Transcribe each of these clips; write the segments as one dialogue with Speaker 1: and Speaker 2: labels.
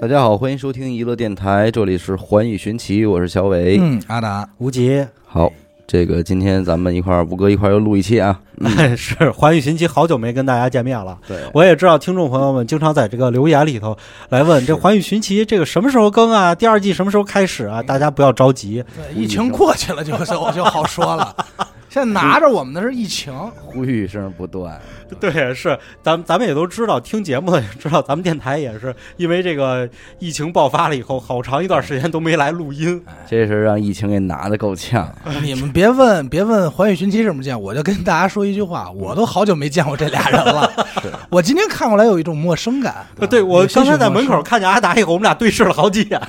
Speaker 1: 大家好，欢迎收听娱乐电台，这里是环宇寻奇，我是小伟。
Speaker 2: 嗯，阿达，
Speaker 3: 吴杰，
Speaker 1: 好，这个今天咱们一块儿，吴哥一块儿又录一期啊。
Speaker 3: 是环宇寻奇，好久没跟大家见面了。
Speaker 1: 对，
Speaker 3: 我也知道听众朋友们经常在这个留言里头来问这环宇寻奇这个什么时候更啊？第二季什么时候开始啊？大家不要着急，
Speaker 2: 疫情过去了就就就好 说了。现在拿着我们的是疫情，
Speaker 1: 呼吁声不断。
Speaker 3: 对，是咱们咱们也都知道，听节目的也知道，咱们电台也是因为这个疫情爆发了以后，好长一段时间都没来录音。哎
Speaker 1: 这是让疫情给拿的够呛。啊
Speaker 2: 你们别问别问环宇寻奇什么见，我就跟大家说一句话，我都好久没见过这俩 人了。我今天看过来有一种陌生感。
Speaker 3: 呃对我
Speaker 2: 有些
Speaker 3: 刚才在
Speaker 2: 许陌
Speaker 3: 门
Speaker 2: 生
Speaker 3: 口，看见阿达以后，我们俩对视了好几眼。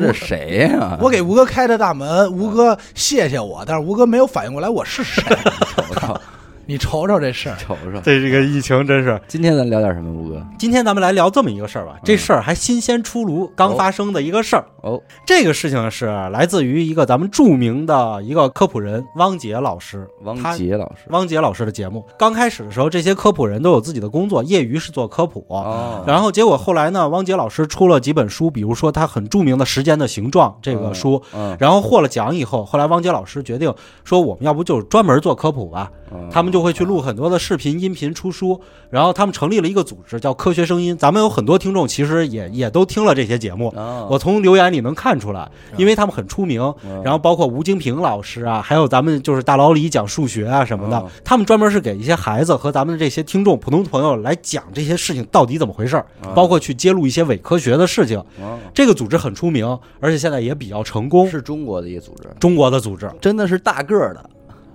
Speaker 1: 这谁呀、
Speaker 2: 我给吴哥开的大门，吴哥谢谢我，但是吴哥没有反应过来我是 谁。
Speaker 1: 瞅瞅
Speaker 2: 你瞅瞅这事儿，
Speaker 1: 瞅瞅。
Speaker 3: 对这个疫情真是，嗯
Speaker 1: 今天咱聊点什么，吴哥？
Speaker 3: 今天咱们来聊这么一个事儿吧，这事儿还新鲜出炉，刚发生的一个事儿。
Speaker 1: 哦，
Speaker 3: 这个事情是来自于一个咱们著名的一个科普人汪杰老师，
Speaker 1: 汪
Speaker 3: 他
Speaker 1: 杰老师。
Speaker 3: 汪杰老师的节目。刚开始的时候，这些科普人都有自己的工作，业余是做科普。
Speaker 1: 哦，
Speaker 3: 然后结果后来呢，汪杰老师出了几本书，比如说他很著名的《时间的形状》这个书，
Speaker 1: 嗯，
Speaker 3: 然后获了奖以后，后来汪杰老师决定说，我们要不就是专门做科普吧。
Speaker 1: 嗯
Speaker 3: 他们就会去录很多的视频、音频出书，然后他们成立了一个组织叫科学声音。咱们有很多听众其实也也都听了这些节目，
Speaker 1: 哦
Speaker 3: 我从留言里能看出来，因为他们很出名。
Speaker 1: 嗯
Speaker 3: 然后包括吴京平老师啊，还有咱们就是大老李讲数学啊什么的
Speaker 1: 嗯，
Speaker 3: 他们专门是给一些孩子和咱们这些听众、普通朋友来讲这些事情到底怎么回事儿，
Speaker 1: 嗯
Speaker 3: 包括去揭露一些伪科学的事情。
Speaker 1: 哦
Speaker 3: 这个组织很出名，而且现在也比较成功。
Speaker 1: 是中国的一组织，
Speaker 3: 中国的组织啊、啊
Speaker 1: 真的是大个儿的。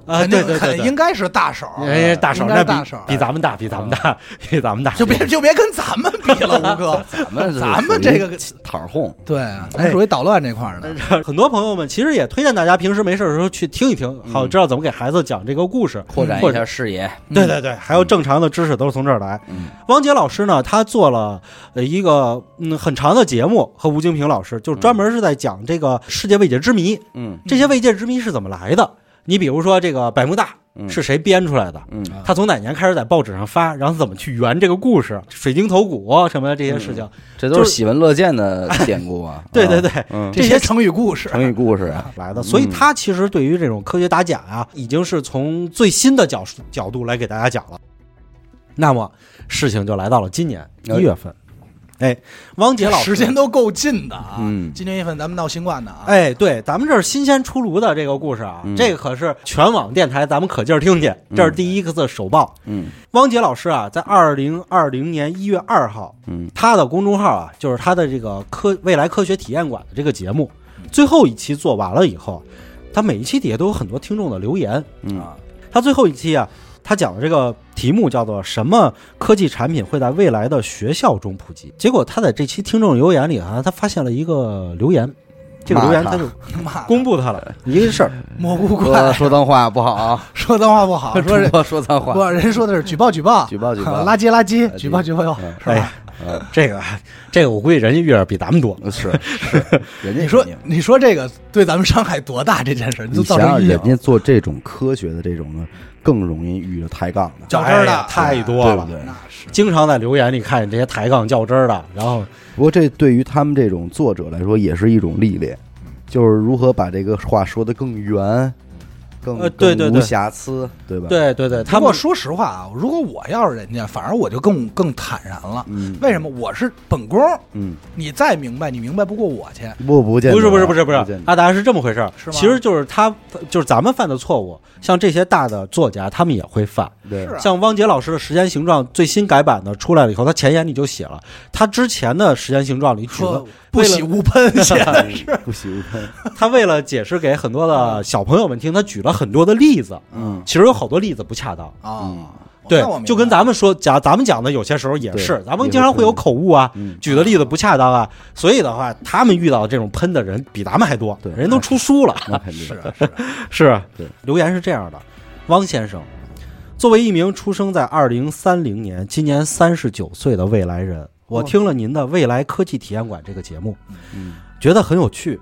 Speaker 2: 肯定
Speaker 3: 对对对
Speaker 2: 肯
Speaker 3: 对
Speaker 2: 应该是大手。
Speaker 3: 哎，大手
Speaker 2: 应
Speaker 3: 那
Speaker 2: 该
Speaker 3: 比
Speaker 2: 大手嗯
Speaker 3: 比咱们大，比咱们大， 比咱们大。
Speaker 2: 就别就别跟咱们比了，吴哥，
Speaker 1: 咱们是
Speaker 2: 咱们
Speaker 1: 属于哎
Speaker 2: 这个嗯
Speaker 1: 躺哄，
Speaker 2: 对，咱属于捣乱这块儿的。
Speaker 3: 很多朋友们其实也推荐大家平时没事的时候去听一听，好
Speaker 1: 嗯
Speaker 3: 知道怎么给孩子讲这个故事，
Speaker 1: 扩展
Speaker 3: 或
Speaker 1: 一
Speaker 3: 者
Speaker 1: 下视野。
Speaker 3: 对对对，还有正常的知识都是从这儿来。
Speaker 1: 嗯
Speaker 3: 汪杰老师呢，他做了呃一个嗯很长的节目，和吴京平老师就是专门是在讲这个世界未解之谜，
Speaker 1: 嗯
Speaker 3: 这些未解之谜是怎么来的。你比如说这个百慕大
Speaker 1: 嗯
Speaker 3: 是谁编出来的？
Speaker 1: 嗯
Speaker 3: 他从哪年开始在报纸上发，然后怎么去圆这个故事？水晶头骨什么的这些事情，！
Speaker 1: 这都是喜闻乐见的典故啊
Speaker 3: 对对对，
Speaker 1: 嗯，
Speaker 2: 这些成语故事，
Speaker 1: 成语故事啊，
Speaker 3: 来的，所以他其实对于这种科学打假啊，已经是从最新的角角度来给大家讲了。那么事情就来到了今年
Speaker 1: 哎
Speaker 3: 一月份，哎，汪杰老师，
Speaker 2: 时间都够近的啊。
Speaker 1: 嗯
Speaker 2: 今年一份咱们闹新冠的啊，
Speaker 3: 哎，对，咱们这儿新鲜出炉的这个故事啊，
Speaker 1: 嗯
Speaker 3: 这可是全网电台咱们可劲儿听去，这是第一个字首报。
Speaker 1: 嗯
Speaker 3: 汪杰老师啊，在二零二零年一月二号，
Speaker 1: 嗯
Speaker 3: 他的公众号啊，就是他的这个科未来科学体验馆的这个节目，最后一期做完了以后，他每一期底下都有很多听众的留言。
Speaker 1: 嗯
Speaker 2: 啊，
Speaker 3: 他最后一期啊，他讲的这个题目叫做“什么科技产品会在未来的学校中普及”。结果他在这期听众留言里啊，他发现了一个留言，这个留言
Speaker 1: 骂
Speaker 3: 他
Speaker 1: 他
Speaker 3: 就 哎
Speaker 2: 妈的
Speaker 3: 公布他了一个事儿，
Speaker 2: 蘑菇
Speaker 1: 说
Speaker 2: 怪
Speaker 1: 说脏话不好啊，
Speaker 2: 说脏话不 好， 说
Speaker 1: 主
Speaker 2: 人
Speaker 1: 播说脏话，
Speaker 2: 不人说的是举报举报
Speaker 1: 举报举 报
Speaker 2: 垃圾垃圾
Speaker 1: 垃圾
Speaker 2: 举报举报
Speaker 1: 嗯
Speaker 2: 是
Speaker 3: 哎
Speaker 2: 吧？，
Speaker 3: 这个这个我估计人家月儿比咱们多。
Speaker 1: 呃是是，人家
Speaker 2: 你说
Speaker 1: 肯定
Speaker 2: 你说这个对咱们伤害多大这件事，你就
Speaker 1: 你
Speaker 2: 造
Speaker 1: 想想
Speaker 2: 成阴
Speaker 1: 人家
Speaker 2: 影，
Speaker 1: 做这种科学的这种呢，更容易遇着抬杠的，
Speaker 2: 较真儿
Speaker 3: 哎
Speaker 2: 的啊
Speaker 3: 呀太多
Speaker 1: 对
Speaker 3: 了
Speaker 1: 不。对？
Speaker 2: 那是
Speaker 3: 经常在留言里看见这些抬杠较真儿的，然后
Speaker 1: 不过这对于他们这种作者来说也是一种历练，就是如何把这个话说得更圆，更
Speaker 3: 呃对
Speaker 1: 更
Speaker 3: 对
Speaker 1: 无
Speaker 3: 对
Speaker 1: 瑕疵，对吧？，
Speaker 3: 对对对，
Speaker 2: 不
Speaker 3: 他
Speaker 2: 过
Speaker 3: 们
Speaker 2: 说实话啊，如果我要是人家，反而我就更更坦然了。
Speaker 1: 嗯
Speaker 2: 为什么？我是本宫，
Speaker 1: 嗯，
Speaker 2: 你再明白，你明白不过我去。
Speaker 1: 不不见得
Speaker 3: 不是不是不是不是
Speaker 1: 见，得
Speaker 3: 阿达是这么回事儿
Speaker 2: 是，吗
Speaker 3: 其实就是他就是咱们犯的错误，像这些大的作家他们也会犯。
Speaker 1: 对
Speaker 2: 是啊
Speaker 3: 像汪杰老师的《时间形状》最新改版的出来了以后，他前言里就写了，他之前的《时间形状》里举了
Speaker 2: 说，不喜勿喷，写的
Speaker 1: 嗯不行，
Speaker 3: 他为了解释给很多的小朋友们听，他举了很多的例子，
Speaker 1: 嗯
Speaker 3: 其实有好多例子不恰当。
Speaker 2: 啊
Speaker 1: 嗯，
Speaker 3: 对
Speaker 2: 那我明，白
Speaker 3: 就跟咱们说讲，咱们讲的有些时候也是
Speaker 1: 对，
Speaker 3: 咱们经常会有口误啊，
Speaker 1: 嗯，
Speaker 3: 举的例子不恰当啊，所以的话，他们遇到这种喷的人比咱们还多，
Speaker 1: 对
Speaker 3: 人都出书了。
Speaker 1: 那肯定
Speaker 2: 是啊是啊
Speaker 3: 是
Speaker 1: 对，
Speaker 3: 留言是这样的：汪先生，作为一名出生在二零三零年、今年三十九岁的未来人，我听了您的《未来科技体验馆》这个节目，
Speaker 1: 哦嗯
Speaker 3: 觉得很有趣。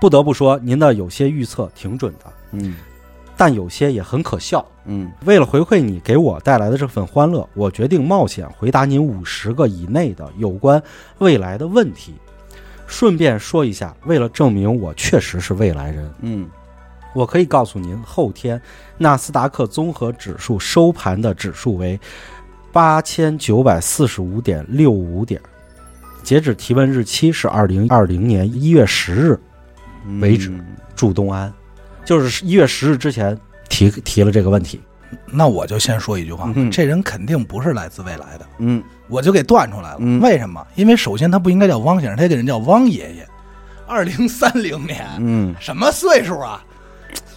Speaker 3: 不得不说，您的有些预测挺准的。
Speaker 1: 嗯
Speaker 3: 但有些也很可笑。
Speaker 1: 嗯
Speaker 3: 为了回馈你给我带来的这份欢乐，我决定冒险回答您五十个以内的有关未来的问题。顺便说一下，为了证明我确实是未来人，
Speaker 1: 嗯
Speaker 3: 我可以告诉您，后天纳斯达克综合指数收盘的指数为八千九百四十五点六五点，截止提问日期是二零二零年一月十日。
Speaker 1: 嗯
Speaker 3: 为止驻东安，就是一月十日之前提提了这个问题。
Speaker 2: 那我就先说一句话，
Speaker 1: 嗯
Speaker 2: 这人肯定不是来自未来的，
Speaker 1: 嗯
Speaker 2: 我就给断出来了。
Speaker 1: 嗯
Speaker 2: 为什么？因为首先他不应该叫汪先生，他给人叫汪爷爷。二零三零年，
Speaker 1: 嗯，
Speaker 2: 什么岁数啊？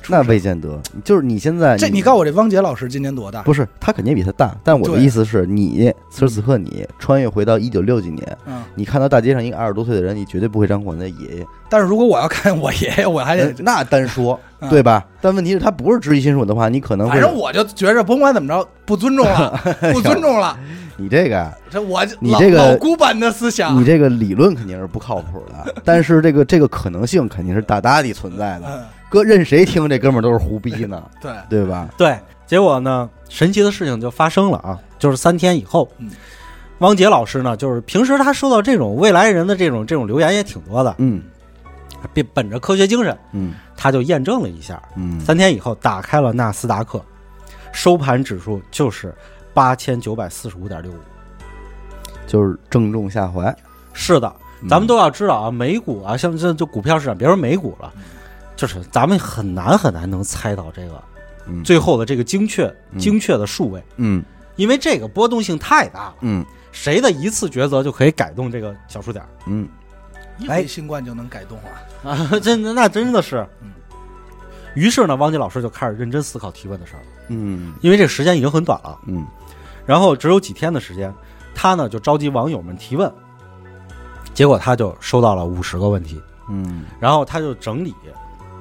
Speaker 1: 那未见得，就是你现在
Speaker 2: 这你告诉我，这汪杰老师今年多大？
Speaker 1: 不是他肯定比他大，但我的
Speaker 2: 对
Speaker 1: 意思是你此时此刻你穿越回到一九六几年，
Speaker 2: 嗯，
Speaker 1: 你看到大街上一个二十多岁的人，你绝对不会张口那爷爷，
Speaker 2: 但是如果我要看我爷爷，我还得
Speaker 1: 呃那单说
Speaker 2: 哎嗯哎
Speaker 1: 对吧？但问题是，他不是直系亲属的话，你可能
Speaker 2: 反
Speaker 1: 会
Speaker 2: 正我就觉着，甭管怎么着，不尊 重了，不尊重了。
Speaker 1: 你这个啊
Speaker 2: 这我就
Speaker 1: 哎你
Speaker 2: 老
Speaker 1: 这个
Speaker 2: 老古板的思想，
Speaker 1: 你这个理论肯定是不靠谱的，但是这个这个可能性肯定是大大的存在的。
Speaker 2: 嗯，
Speaker 1: 哥，任谁听这哥们儿都是胡逼呢，
Speaker 2: 对，
Speaker 1: 对吧？
Speaker 3: 对，结果呢，神奇的事情就发生了啊！就是三天以后，
Speaker 2: 嗯
Speaker 3: 汪杰老师呢，就是平时他收到这种未来人的这种这种留言也挺多的，
Speaker 1: 嗯
Speaker 3: 并本着科学精神，
Speaker 1: 嗯
Speaker 3: 他就验证了一下。
Speaker 1: 嗯
Speaker 3: 三天以后，打开了纳斯达克，收盘指数就是八千九百四十五点六五。
Speaker 1: 就是正中下怀。
Speaker 3: 是的，咱
Speaker 1: 嗯
Speaker 3: 们都要知道啊，美股啊，像这就股票市场，别说美股了，就是咱们很难很难能猜到这个
Speaker 1: 嗯
Speaker 3: 最后的这个精确
Speaker 1: 嗯
Speaker 3: 精确的数位，
Speaker 1: 嗯
Speaker 3: 因为这个波动性太大了，
Speaker 1: 嗯
Speaker 3: 谁的一次抉择就可以改动这个小数点儿
Speaker 1: 嗯
Speaker 2: 一回新冠就能改动啊。
Speaker 3: 啊， 真的那真的是
Speaker 2: 嗯。
Speaker 3: 于是呢，汪杰老师就开始认真思考提问的事儿了，
Speaker 1: 嗯
Speaker 3: 因为这个时间已经很短了，啊
Speaker 1: 嗯
Speaker 3: 然后只有几天的时间，他呢就召集网友们提问，结果他就收到了五十个问题。
Speaker 1: 嗯，
Speaker 3: 然后他就整理，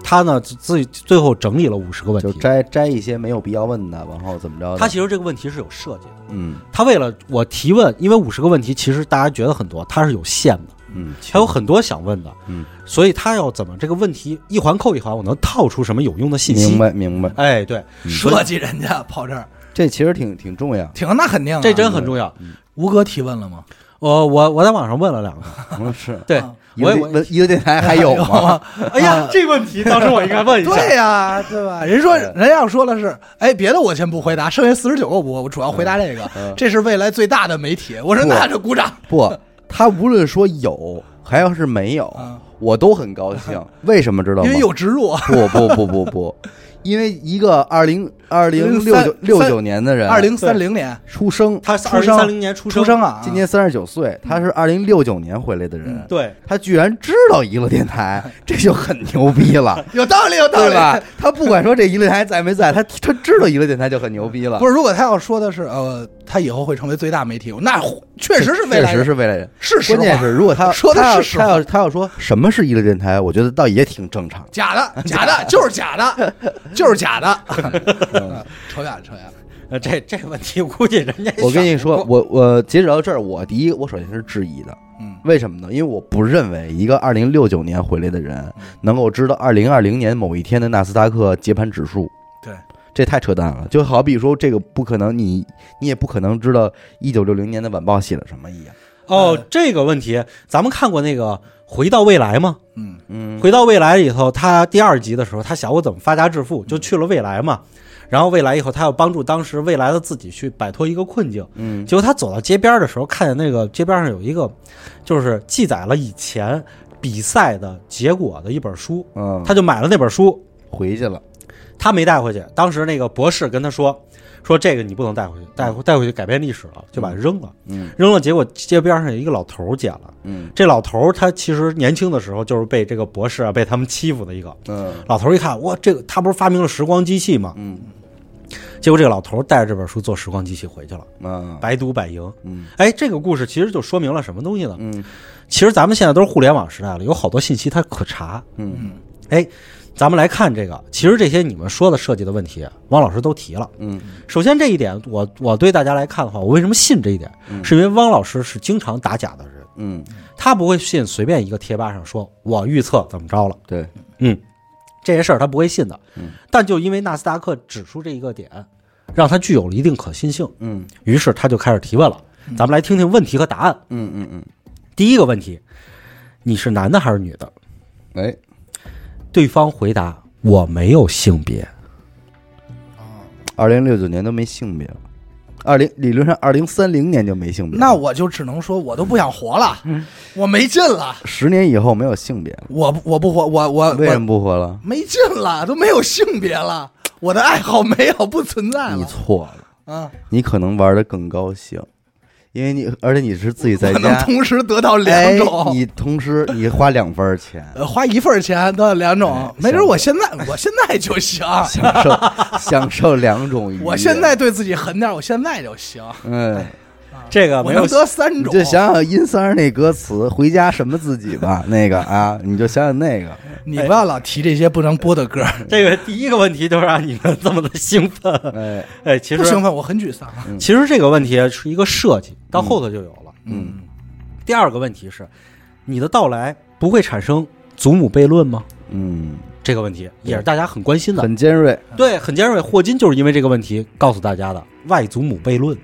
Speaker 3: 他呢自自己最后整理了五十个问
Speaker 1: 就
Speaker 3: 题。
Speaker 1: 摘摘一些没有必要问的，然后怎么着的？
Speaker 3: 他其实这个问题是有设计的，
Speaker 1: 嗯
Speaker 3: 他为了我提问，因为五十个问题其实大家觉得很多，他是有限的，
Speaker 1: 嗯，
Speaker 3: 还有很多想问的，
Speaker 1: 嗯，
Speaker 3: 所以他要怎么这个问题一环扣一环，我能套出什么有用的信息？
Speaker 1: 明白明白，
Speaker 3: 哎，对，
Speaker 2: 设计人家跑这儿，
Speaker 1: 这其实挺挺重要。
Speaker 2: 挺那肯定啊。
Speaker 3: 这真很重要。
Speaker 2: 吴哥提问了吗？
Speaker 3: 我我我在网上问了两个，
Speaker 1: 嗯是，
Speaker 3: 对
Speaker 2: 啊
Speaker 1: 一个
Speaker 3: 我
Speaker 1: 电
Speaker 3: 我，
Speaker 1: 一个电台还有吗？
Speaker 3: 哎呀，这问题当时我应该问一下。
Speaker 2: 对呀、对吧？人说人要说了是，哎，别的我先不回答，剩下四十九个我不，我主要回答这个，这是未来最大的媒体。我说
Speaker 1: 不
Speaker 2: 那就鼓掌。
Speaker 1: 不，他无论说有还要是没有
Speaker 2: 啊，
Speaker 1: 我都很高兴。为什么知道吗？
Speaker 2: 因为有植入，啊
Speaker 1: 不不不不不，因为一个二零二零六九
Speaker 2: 三
Speaker 1: 六九年的人，
Speaker 2: 二零三零年
Speaker 1: 出生，
Speaker 3: 他是
Speaker 2: 出
Speaker 3: 二零
Speaker 2: 生
Speaker 3: 三零年出
Speaker 2: 出生啊，
Speaker 1: 今年三十九岁，他是二零六九年回来的人
Speaker 2: 嗯，。
Speaker 3: 对，
Speaker 1: 他居然知道娱乐电台，这就很牛逼了
Speaker 2: 有道理，有道
Speaker 1: 对
Speaker 2: 理。
Speaker 1: 吧？他不管说这娱乐电台在没在，他他知道娱乐电台就很牛逼了。
Speaker 2: 不是，如果他要说的是，呃，他以后会成为最大媒体，那确实是未
Speaker 1: 确
Speaker 2: 来
Speaker 1: 实
Speaker 2: 人，
Speaker 1: 是未来人。
Speaker 2: 是啊实
Speaker 1: 关键
Speaker 2: 话
Speaker 1: 是，如果他
Speaker 2: 说的
Speaker 1: 他要
Speaker 2: 是实话
Speaker 1: 他要他要说什么是娱乐电台，我觉得倒也挺正常。
Speaker 2: 假的，假的，就是假的，就是假的，嗯 扯远扯远。
Speaker 3: 呃这这问题我估计人家
Speaker 1: 我跟你
Speaker 3: 想不
Speaker 1: 说
Speaker 3: 过，
Speaker 1: 我我截止到这儿，我第一，我首先是质疑的，
Speaker 2: 嗯，
Speaker 1: 为什么呢？因为我不认为一个二零六九年回来的人
Speaker 2: 嗯
Speaker 1: 能够知道二零二零年某一天的纳斯达克接盘指数，
Speaker 2: 对，
Speaker 1: 这太扯淡了。就好比说，这个不可能，你你也不可能知道一九六零年的晚报写了什么一样。
Speaker 3: 哦
Speaker 2: 嗯，
Speaker 3: 这个问题，咱们看过那个《回到未来》吗？
Speaker 2: 嗯，
Speaker 1: 嗯
Speaker 3: 《回到未来》里头，他第二集的时候，他想我怎么发家致富，就去了未来嘛。然后未来以后，他要帮助当时未来的自己去摆脱一个困境。
Speaker 1: 嗯
Speaker 3: 结果他走到街边的时候，看见那个街边上有一个，就是记载了以前比赛的结果的一本书，
Speaker 1: 嗯，
Speaker 3: 他就买了那本书，
Speaker 1: 回去了。
Speaker 3: 他没带回去。当时那个博士跟他说，说这个你不能带回去，带回带回去改变历史了，就把它扔了。
Speaker 1: 嗯
Speaker 3: 扔了，结果街边上有一个老头儿捡了。
Speaker 1: 嗯
Speaker 3: 这老头儿他其实年轻的时候就是被这个博士啊被他们欺负的一个。
Speaker 1: 嗯
Speaker 3: 老头儿一看，哇，这个他不是发明了时光机器吗？
Speaker 1: 嗯
Speaker 3: 结果这个老头儿带着这本书做时光机器回去了，
Speaker 1: 嗯
Speaker 3: 百赌百赢。
Speaker 1: 嗯
Speaker 3: 哎，这个故事其实就说明了什么东西呢？
Speaker 1: 嗯
Speaker 3: 其实咱们现在都是互联网时代了，有好多信息它可查。
Speaker 1: 嗯
Speaker 3: 哎，咱们来看这个，其实这些你们说的设计的问题，啊汪老师都提了。
Speaker 1: 嗯
Speaker 3: 首先这一点，我我对大家来看的话，我为什么信这一点，是因为汪老师是经常打假的人。
Speaker 1: 嗯，
Speaker 3: 他不会信随便一个贴吧上说我预测怎么着了。
Speaker 1: 对，
Speaker 3: 嗯，这些事儿他不会信的
Speaker 1: 嗯。
Speaker 3: 但就因为纳斯达克指出这一个点，让他具有了一定可信性，
Speaker 1: 嗯
Speaker 3: 于是他就开始提问了。咱们来听听问题和答案。
Speaker 1: 嗯嗯嗯，
Speaker 3: 第一个问题，你是男的还是女的？
Speaker 1: 哎，
Speaker 3: 对方回答：我没有性别。
Speaker 1: 二零六九年都没性别了，二零理论上二零三零年就没性别了，
Speaker 2: 那我就只能说，我都不想活了，我没劲了，
Speaker 1: 十年以后没有性别了，
Speaker 2: 我不我不活，我我
Speaker 1: 为什
Speaker 2: 我
Speaker 1: 么不活了？
Speaker 2: 没劲了，都没有性别了，我的爱好没有不存在
Speaker 1: 你
Speaker 2: 了
Speaker 1: 错了，
Speaker 2: 啊！
Speaker 1: 你可能玩的更高兴，因为你而且你是自己在
Speaker 2: 我能
Speaker 1: 家，
Speaker 2: 同时得到两
Speaker 1: 哎
Speaker 2: 种，，
Speaker 1: 你同时你花两分钱
Speaker 2: 。呃，花一份钱得到两
Speaker 1: 哎
Speaker 2: 种，没准我现在我现在就行，
Speaker 1: 享受享受两种愉悦，
Speaker 2: 我现在对自己狠点，我现在就行，
Speaker 1: 嗯，
Speaker 3: 这个
Speaker 2: 我
Speaker 3: 没有
Speaker 2: 能得三
Speaker 1: 你
Speaker 2: 种。
Speaker 1: 就想想殷三儿那歌词“回家什么自己 吧”，那个啊，你就想想那个，
Speaker 2: 你不要老提这些不能播的歌，
Speaker 3: 这个第一个问题就让你们这么的兴奋。
Speaker 1: 哎，
Speaker 3: 哎，其
Speaker 2: 不
Speaker 3: 实
Speaker 2: 兴奋，我很沮丧。
Speaker 3: 其实这个问题是一个设计，到后头就有了。
Speaker 1: 嗯，
Speaker 3: 第二个问题是，你的到来不会产生祖母悖论吗？
Speaker 1: 嗯，
Speaker 3: 这个问题也是大家很关心的，
Speaker 1: 很尖锐，
Speaker 3: 对，很尖锐。霍金就是因为这个问题告诉大家的外祖母悖论，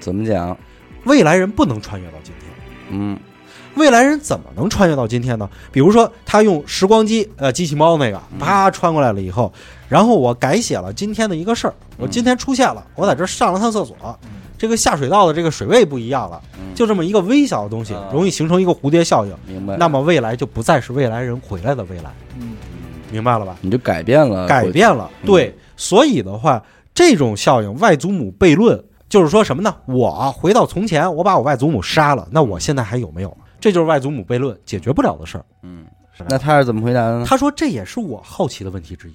Speaker 1: 怎么讲？
Speaker 3: 未来人不能穿越到今天。
Speaker 1: 嗯
Speaker 3: 未来人怎么能穿越到今天呢？比如说，他用时光机，呃，机器猫那个，啪穿过来了以后，然后我改写了今天的一个事儿，我今天出现了，我在这儿上了趟厕所，这个下水道的这个水位不一样了，
Speaker 1: 嗯
Speaker 3: 就这么一个微小的东西
Speaker 1: 啊，
Speaker 3: 容易形成一个蝴蝶效应。
Speaker 1: 明白。
Speaker 3: 那么未来就不再是未来人回来的未来，
Speaker 2: 嗯，
Speaker 3: 明白了吧？
Speaker 1: 你就改变了，
Speaker 3: 改变了，
Speaker 1: 嗯
Speaker 3: 对，所以的话，这种效应外祖母悖论就是说什么呢？我回到从前，我把我外祖母杀了，那我现在还有没有？这就是外祖母悖论解决不了的事儿。
Speaker 1: 嗯
Speaker 3: 是吧，
Speaker 1: 那他是怎么回答的呢？
Speaker 3: 他说这也是我好奇的问题之一，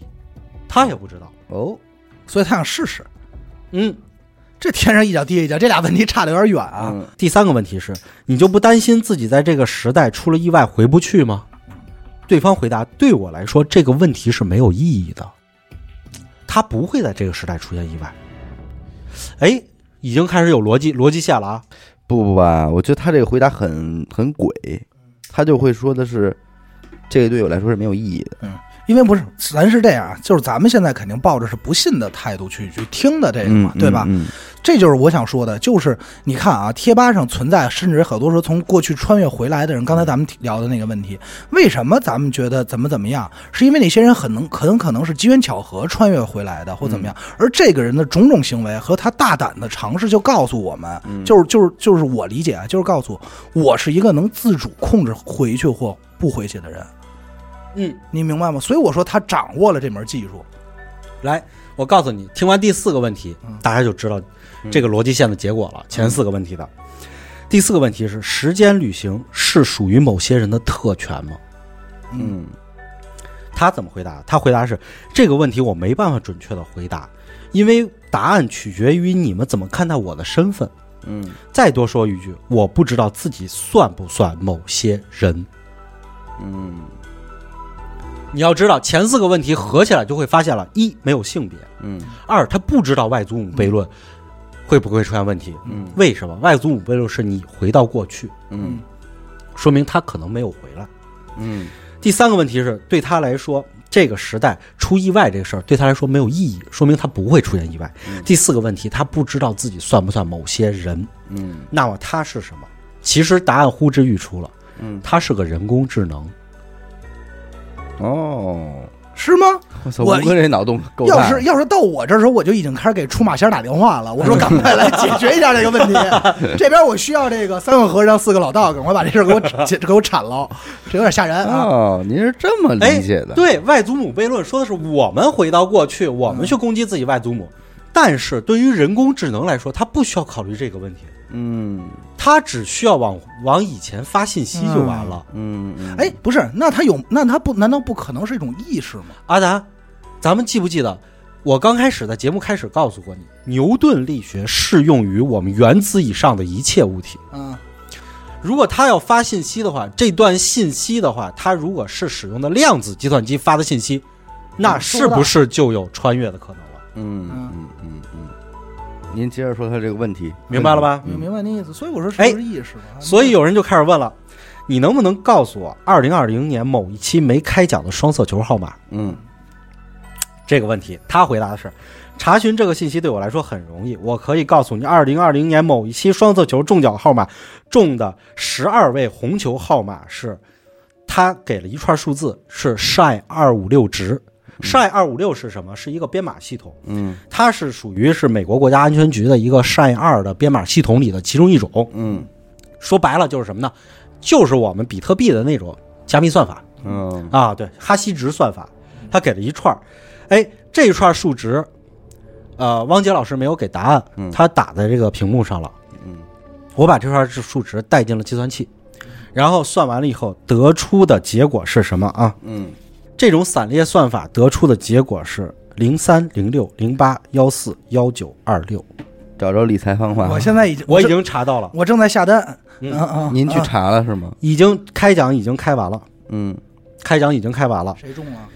Speaker 3: 他也不知道。
Speaker 1: 哦，
Speaker 2: 所以他想试试。
Speaker 3: 嗯，
Speaker 2: 这天上一脚地下一脚，这俩问题差的有点远啊。
Speaker 1: 嗯
Speaker 3: 第三个问题是，你就不担心自己在这个时代出了意外回不去吗？对方回答：对我来说，这个问题是没有意义的，他不会在这个时代出现意外。哎，已经开始有逻辑逻辑线了啊！
Speaker 1: 不不吧，我觉得他这个回答很很鬼，他就会说的是，这个对我来说是没有意义的。
Speaker 2: 因为不是，咱是这样啊，就是咱们现在肯定抱着是不信的态度去去听的这个哎嘛，对吧？
Speaker 1: 嗯，
Speaker 2: 这就是我想说的，就是你看啊，贴吧上存在，甚至好多时候从过去穿越回来的人，刚才咱们聊的那个问题，为什么咱们觉得怎么怎么样，是因为那些人很能很可能是机缘巧合穿越回来的，或怎么样，
Speaker 1: 嗯
Speaker 2: 而这个人的种种行为和他大胆的尝试，就告诉我们，
Speaker 1: 嗯
Speaker 2: 就是就是就是我理解啊，就是告诉我，我是一个能自主控制回去或不回去的人，
Speaker 3: 嗯，
Speaker 2: 你明白吗？所以我说他掌握了这门技术，
Speaker 3: 来，我告诉你，听完第四个问题，大家就知道这个逻辑线的结果了。前四个问题的第四个问题是：时间旅行是属于某些人的特权吗？
Speaker 1: 嗯嗯
Speaker 3: 他怎么回答？他回答是这个问题我没办法准确的回答，因为答案取决于你们怎么看待我的身份。
Speaker 1: 嗯，
Speaker 3: 再多说一句，我不知道自己算不算某些人。
Speaker 1: 嗯
Speaker 3: 你要知道，前四个问题合起来就会发现了：一没有性别，
Speaker 1: 嗯
Speaker 3: 二他不知道外祖母悖论会不会出现问题。
Speaker 1: 嗯
Speaker 3: 为什么外祖母悖论是你回到过去，
Speaker 1: 嗯
Speaker 3: 说明他可能没有回来。
Speaker 1: 嗯
Speaker 3: 第三个问题是，对他来说，这个时代出意外这个事儿对他来说没有意义，说明他不会出现意外。第四个问题，他不知道自己算不算某些人，
Speaker 1: 嗯
Speaker 3: 那么他是什么？其实答案呼之欲出了，
Speaker 1: 嗯，
Speaker 3: 他是个人工智能。
Speaker 1: 哦，
Speaker 2: 是吗？
Speaker 1: 我操，
Speaker 2: 我
Speaker 1: 吴哥这脑洞够
Speaker 2: 要
Speaker 1: 大。
Speaker 2: 是要是到我这时候，我就已经开始给出马仙儿打电话了。我说赶快来解决一下这个问题，这边我需要这个三个和尚四个老道，赶快把这事儿给我解给我铲了，这有点吓人啊。
Speaker 1: 哦，您是这么
Speaker 3: 哎
Speaker 1: 理解的？，
Speaker 3: 对外祖母悖论说的是我们回到过去，我
Speaker 1: 嗯
Speaker 3: 们去攻击自己外祖母，但是对于人工智能来说，它不需要考虑这个问题，
Speaker 1: 嗯
Speaker 3: 它只需要往往以前发信息就完了。
Speaker 1: 嗯嗯，
Speaker 2: 哎，不是，那他有，那他不，难道不可能是一种意识吗？
Speaker 3: 阿达，咱们记不记得我刚开始在节目开始告诉过你，牛顿力学适用于我们原子以上的一切物体。
Speaker 2: 嗯，
Speaker 3: 如果它要发信息的话，这段信息的话，它如果是使用的量子计算机发的信息，那是不是就有穿越的可能了？
Speaker 1: 嗯嗯嗯嗯，您接着说他这个问题，
Speaker 3: 明白了？吧？
Speaker 2: 我嗯明白那意思。所以我说是
Speaker 3: 哎
Speaker 2: 不是意识嘛？啊
Speaker 3: 所以有人就开始问了。你能不能告诉我，二零二零年某一期没开奖的双色球号码？
Speaker 1: 嗯
Speaker 3: 这个问题，他回答的是：查询这个信息对我来说很容易，我可以告诉你，二零二零年某一期双色球中奖号码中的十二位红球号码是，他给了一串数字是 shy 二五六值。shy 二五六是什么？是一个编码系统，
Speaker 1: 嗯
Speaker 3: 它是属于是美国国家安全局的一个 shy 二的编码系统里的其中一种。
Speaker 1: 嗯
Speaker 3: 说白了就是什么呢？就是我们比特币的那种加密算法。
Speaker 1: 嗯
Speaker 3: 啊，对，哈希值算法，他给了一串儿，哎，这一串数值，呃，汪杰老师没有给答案，
Speaker 1: 嗯
Speaker 3: 他打在这个屏幕上了。
Speaker 1: 嗯，
Speaker 3: 我把这串数值带进了计算器，然后算完了以后得出的结果是什么啊？
Speaker 1: 嗯
Speaker 3: 这种散列算法得出的结果是零三、零六、零八、幺四、幺九、二六。
Speaker 1: 找着理财方法
Speaker 2: 我
Speaker 1: 了。
Speaker 2: 现在已经，
Speaker 3: 我已
Speaker 2: 正
Speaker 3: 经查到了，
Speaker 2: 我正在下单，
Speaker 3: 嗯
Speaker 2: 嗯嗯，
Speaker 1: 您去
Speaker 2: 嗯
Speaker 1: 查了是吗？
Speaker 3: 已经开奖已经开完了，
Speaker 1: 嗯
Speaker 3: 开奖已经开完了。
Speaker 2: 谁中啊了？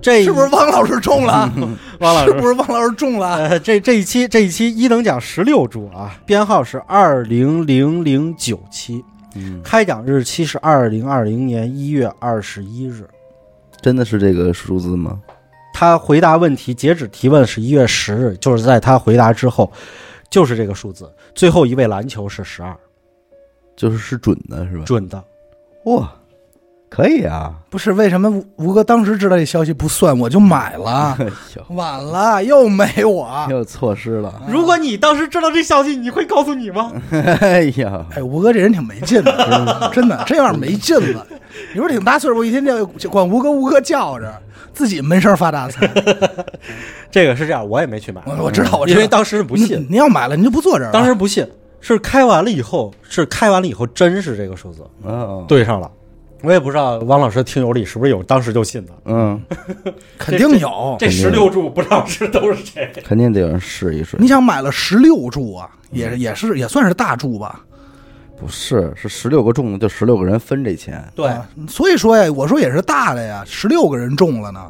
Speaker 3: 这一
Speaker 2: 是不是汪老师中了？
Speaker 3: 汪老师
Speaker 2: 是不是汪老师中了？
Speaker 3: 呃，这这一期这一期一等奖十六注啊，编号是二零零零九期，
Speaker 1: 嗯，
Speaker 3: 开奖日期是二零二零年一月二十一日。
Speaker 1: 真的是这个数字吗？
Speaker 3: 他回答问题截止提问是一月十日，就是在他回答之后，就是这个数字。最后一位篮球是十二，
Speaker 1: 就是是准的是吧？
Speaker 3: 准的。
Speaker 1: 哇，可以啊！
Speaker 2: 不是，为什么吴吴哥当时知道这消息不算，我就买了？
Speaker 1: 哎呦，
Speaker 2: 晚了，又没 我。
Speaker 1: 又错失了。
Speaker 3: 如果你当时知道这消息，你会告诉你吗？
Speaker 1: 哎呀，
Speaker 2: 哎，吴哥这人挺没 劲的， 真的，这样没劲了。你说挺大岁数，一天叫管吴哥吴哥叫着，自己闷声发大财。
Speaker 3: 这个是这样，我也没去买，
Speaker 2: 我我知道，我知
Speaker 3: 因
Speaker 2: 道。
Speaker 3: 为当时不信，
Speaker 2: 您您要买了，您就不坐这儿了。
Speaker 3: 当时不信，是开完了以后，是开完了以后真是这个数字。
Speaker 1: 哦，
Speaker 3: 对上了。我也不知道汪老师听友里是不是有当时就信的，
Speaker 1: 嗯，
Speaker 2: 肯定有。
Speaker 3: 这
Speaker 1: 肯定有
Speaker 3: 注不知道是都是谁。
Speaker 1: 肯定得有人试一试
Speaker 2: 你。想买了十六注啊，也
Speaker 3: 嗯
Speaker 2: 是也是也算是大注吧。
Speaker 1: 不是，是十六个中的，就十六个人分这钱。
Speaker 3: 对，
Speaker 2: 啊所以说呀，我说也是大的呀，十六个人中了呢，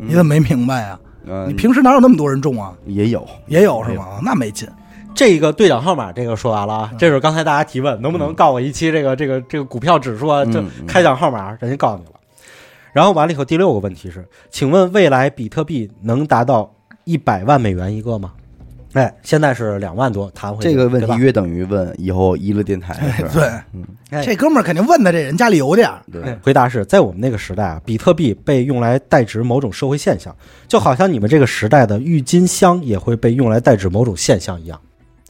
Speaker 3: 嗯
Speaker 2: 你怎么没明白呀？
Speaker 1: 嗯，
Speaker 2: 你平时哪有那么多人中啊？
Speaker 1: 也有，
Speaker 2: 也有是吗？那没劲。
Speaker 3: 这个兑奖号码这个说完了啊，这是刚才大家提问，能不能告我一期这个这个这个股票指数啊，
Speaker 1: 嗯
Speaker 3: 这
Speaker 1: 嗯
Speaker 3: 开奖号码，人家告你了。然后完了以后，第六个问题是，请问未来比特币能达到一百万美元一个吗？哎，现在是两万多，谈回去
Speaker 1: 这个问
Speaker 3: 对吧
Speaker 1: 题约等于问以后一了电台的事儿。
Speaker 2: 对，
Speaker 3: 哎
Speaker 2: 这哥们儿肯定问的这人家里有点儿。
Speaker 1: 对，哎
Speaker 3: 回答是在我们那个时代啊，比特币被用来代指某种社会现象，就好像你们这个时代的郁金香也会被用来代指某种现象一样。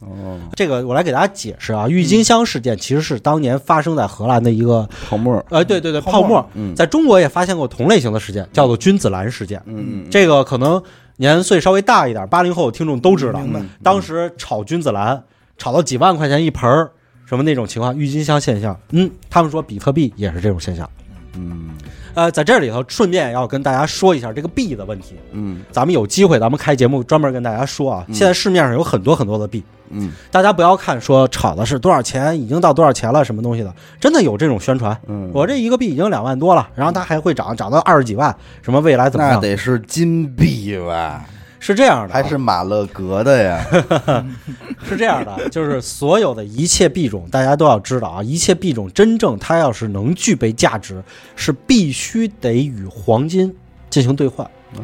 Speaker 1: 哦，
Speaker 3: 这个我来给大家解释啊，郁金香事件其实是当年发生在荷兰的一个，
Speaker 1: 泡沫儿。
Speaker 3: 呃，对对对，
Speaker 2: 泡沫
Speaker 3: 泡沫，
Speaker 1: 嗯
Speaker 3: 在中国也发现过同类型的事件，叫做君子兰事件。
Speaker 1: 嗯嗯，
Speaker 3: 这个可能年岁稍微大一点，八零后听众都知道
Speaker 1: 嗯
Speaker 3: 嗯
Speaker 2: 明，白
Speaker 3: 当时炒君子兰炒到几万块钱一盆儿，什么那种情况，郁金香现象。嗯，他们说比特币也是这种现象。
Speaker 1: 嗯
Speaker 3: 呃，在这里头顺便也要跟大家说一下这个币的问题。
Speaker 1: 嗯
Speaker 3: 咱们有机会，咱们开节目专门跟大家说啊。现在市面上有很多很多的币，
Speaker 1: 嗯
Speaker 3: 大家不要看说炒的是多少钱，已经到多少钱了，什么东西的，真的有这种宣传。
Speaker 1: 嗯，
Speaker 3: 我这一个币已经两万多了，然后它还会涨，涨到二十几万，什么未来怎么
Speaker 1: 那
Speaker 3: 样？
Speaker 1: 得是金币吧？
Speaker 3: 是这样的啊，
Speaker 1: 还是马勒格的呀？
Speaker 3: 是这样的，就是所有的一切币种，大家都要知道啊，一切币种真正它要是能具备价值，是必须得与黄金进行兑换。哦，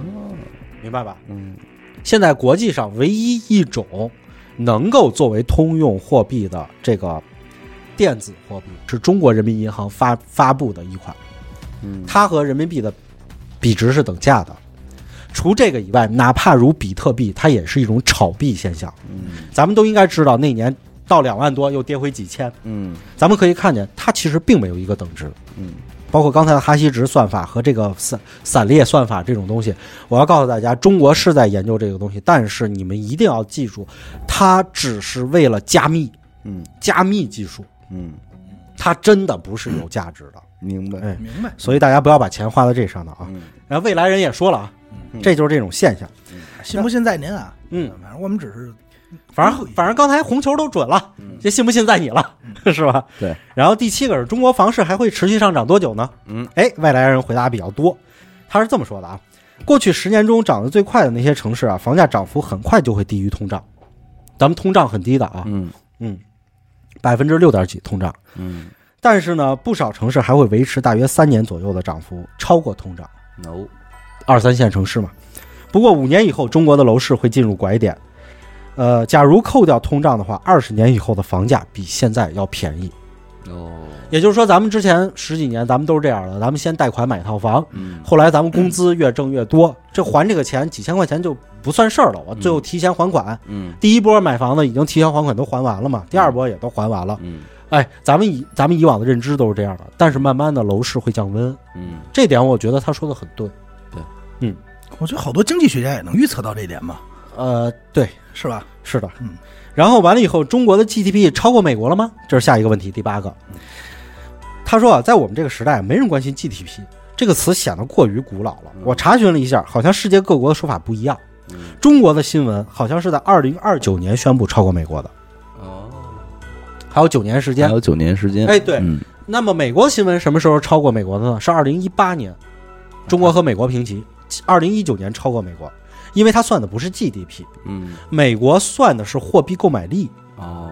Speaker 3: 明白吧？
Speaker 1: 嗯
Speaker 3: 现在国际上唯一一种能够作为通用货币的这个电子货币，是中国人民银行发发布的一款，
Speaker 1: 嗯
Speaker 3: 它和人民币的比值是等价的。除这个以外，哪怕如比特币，它也是一种炒币现象。
Speaker 1: 嗯
Speaker 3: 咱们都应该知道，那年到两万多又跌回几千，
Speaker 1: 嗯
Speaker 3: 咱们可以看见它其实并没有一个等值。
Speaker 1: 嗯
Speaker 3: 包括刚才的哈希值算法和这个散散列算法这种东西，我要告诉大家，中国是在研究这个东西，但是你们一定要记住，它只是为了加密，
Speaker 1: 嗯
Speaker 3: 加密技术，
Speaker 1: 嗯，
Speaker 3: 它真的不是有价值的。
Speaker 1: 明白。
Speaker 3: 哎
Speaker 2: 明白。
Speaker 3: 所以大家不要把钱花在这上头啊。
Speaker 1: 嗯
Speaker 3: 然后未来人也说了啊
Speaker 1: 嗯，
Speaker 3: 这就是这种现象。
Speaker 2: 信不信在您啊。
Speaker 3: 嗯，
Speaker 2: 反正我们只是
Speaker 3: 反
Speaker 1: 嗯
Speaker 3: 正反正刚才红球都准了，这信不信在你了，是吧？
Speaker 1: 嗯对。
Speaker 3: 然后第七个是中国房市还会持续上涨多久呢？
Speaker 1: 嗯，
Speaker 3: 哎，外来人回答比较多，他是这么说的啊：过去十年中涨得最快的那些城市啊，房价涨幅很快就会低于通胀。咱们通胀很低的啊，
Speaker 1: 嗯
Speaker 3: 嗯，百分之六点几通胀。
Speaker 1: 嗯
Speaker 3: 但是呢，不少城市还会维持大约三年左右的涨幅，超过通胀。
Speaker 1: ，no，
Speaker 3: 二三线城市嘛。不过五年以后，中国的楼市会进入拐点。呃，假如扣掉通胀的话，二十年以后的房价比现在要便宜。
Speaker 1: 哦，
Speaker 3: 也就是说，咱们之前十几年咱们都是这样的，咱们先贷款买套房，
Speaker 1: 嗯，
Speaker 3: 后来咱们工资越挣越多，这还这个钱几千块钱就不算事儿了。我最后提前还款，
Speaker 1: 嗯，
Speaker 3: 第一波买房子已经提前还款都还完了嘛，第二波也都还完了。
Speaker 1: 嗯，
Speaker 3: 哎，咱们以咱们以往的认知都是这样的，但是慢慢的楼市会降温，
Speaker 1: 嗯，
Speaker 3: 这点我觉得他说的很对。
Speaker 2: 我觉得好多经济学家也能预测到这一点吧，
Speaker 3: 呃，对，
Speaker 2: 是吧？
Speaker 3: 是的，
Speaker 2: 嗯。
Speaker 3: 然后完了以后，中国的 GDP 超过美国了吗？这是下一个问题，第八个。他说啊，在我们这个时代，没人关心 GDP 这个词显得过于古老
Speaker 1: 嗯
Speaker 3: 了。我查询了一下，好像世界各国的说法不一样。中国的新闻好像是在二零二九年宣布超过美国的，
Speaker 1: 哦，
Speaker 3: 还有九年时
Speaker 1: 还
Speaker 3: 间。
Speaker 1: 有九年时间，
Speaker 3: 哎，对，
Speaker 1: 嗯，
Speaker 3: 那么美国的新闻什么时候超过美国的呢？是二零一八年，中国和美国平齐，二零一九年超过美国，因为它算的不是 GDP，
Speaker 1: 嗯，
Speaker 3: 美国算的是货币购买力，
Speaker 1: 哦，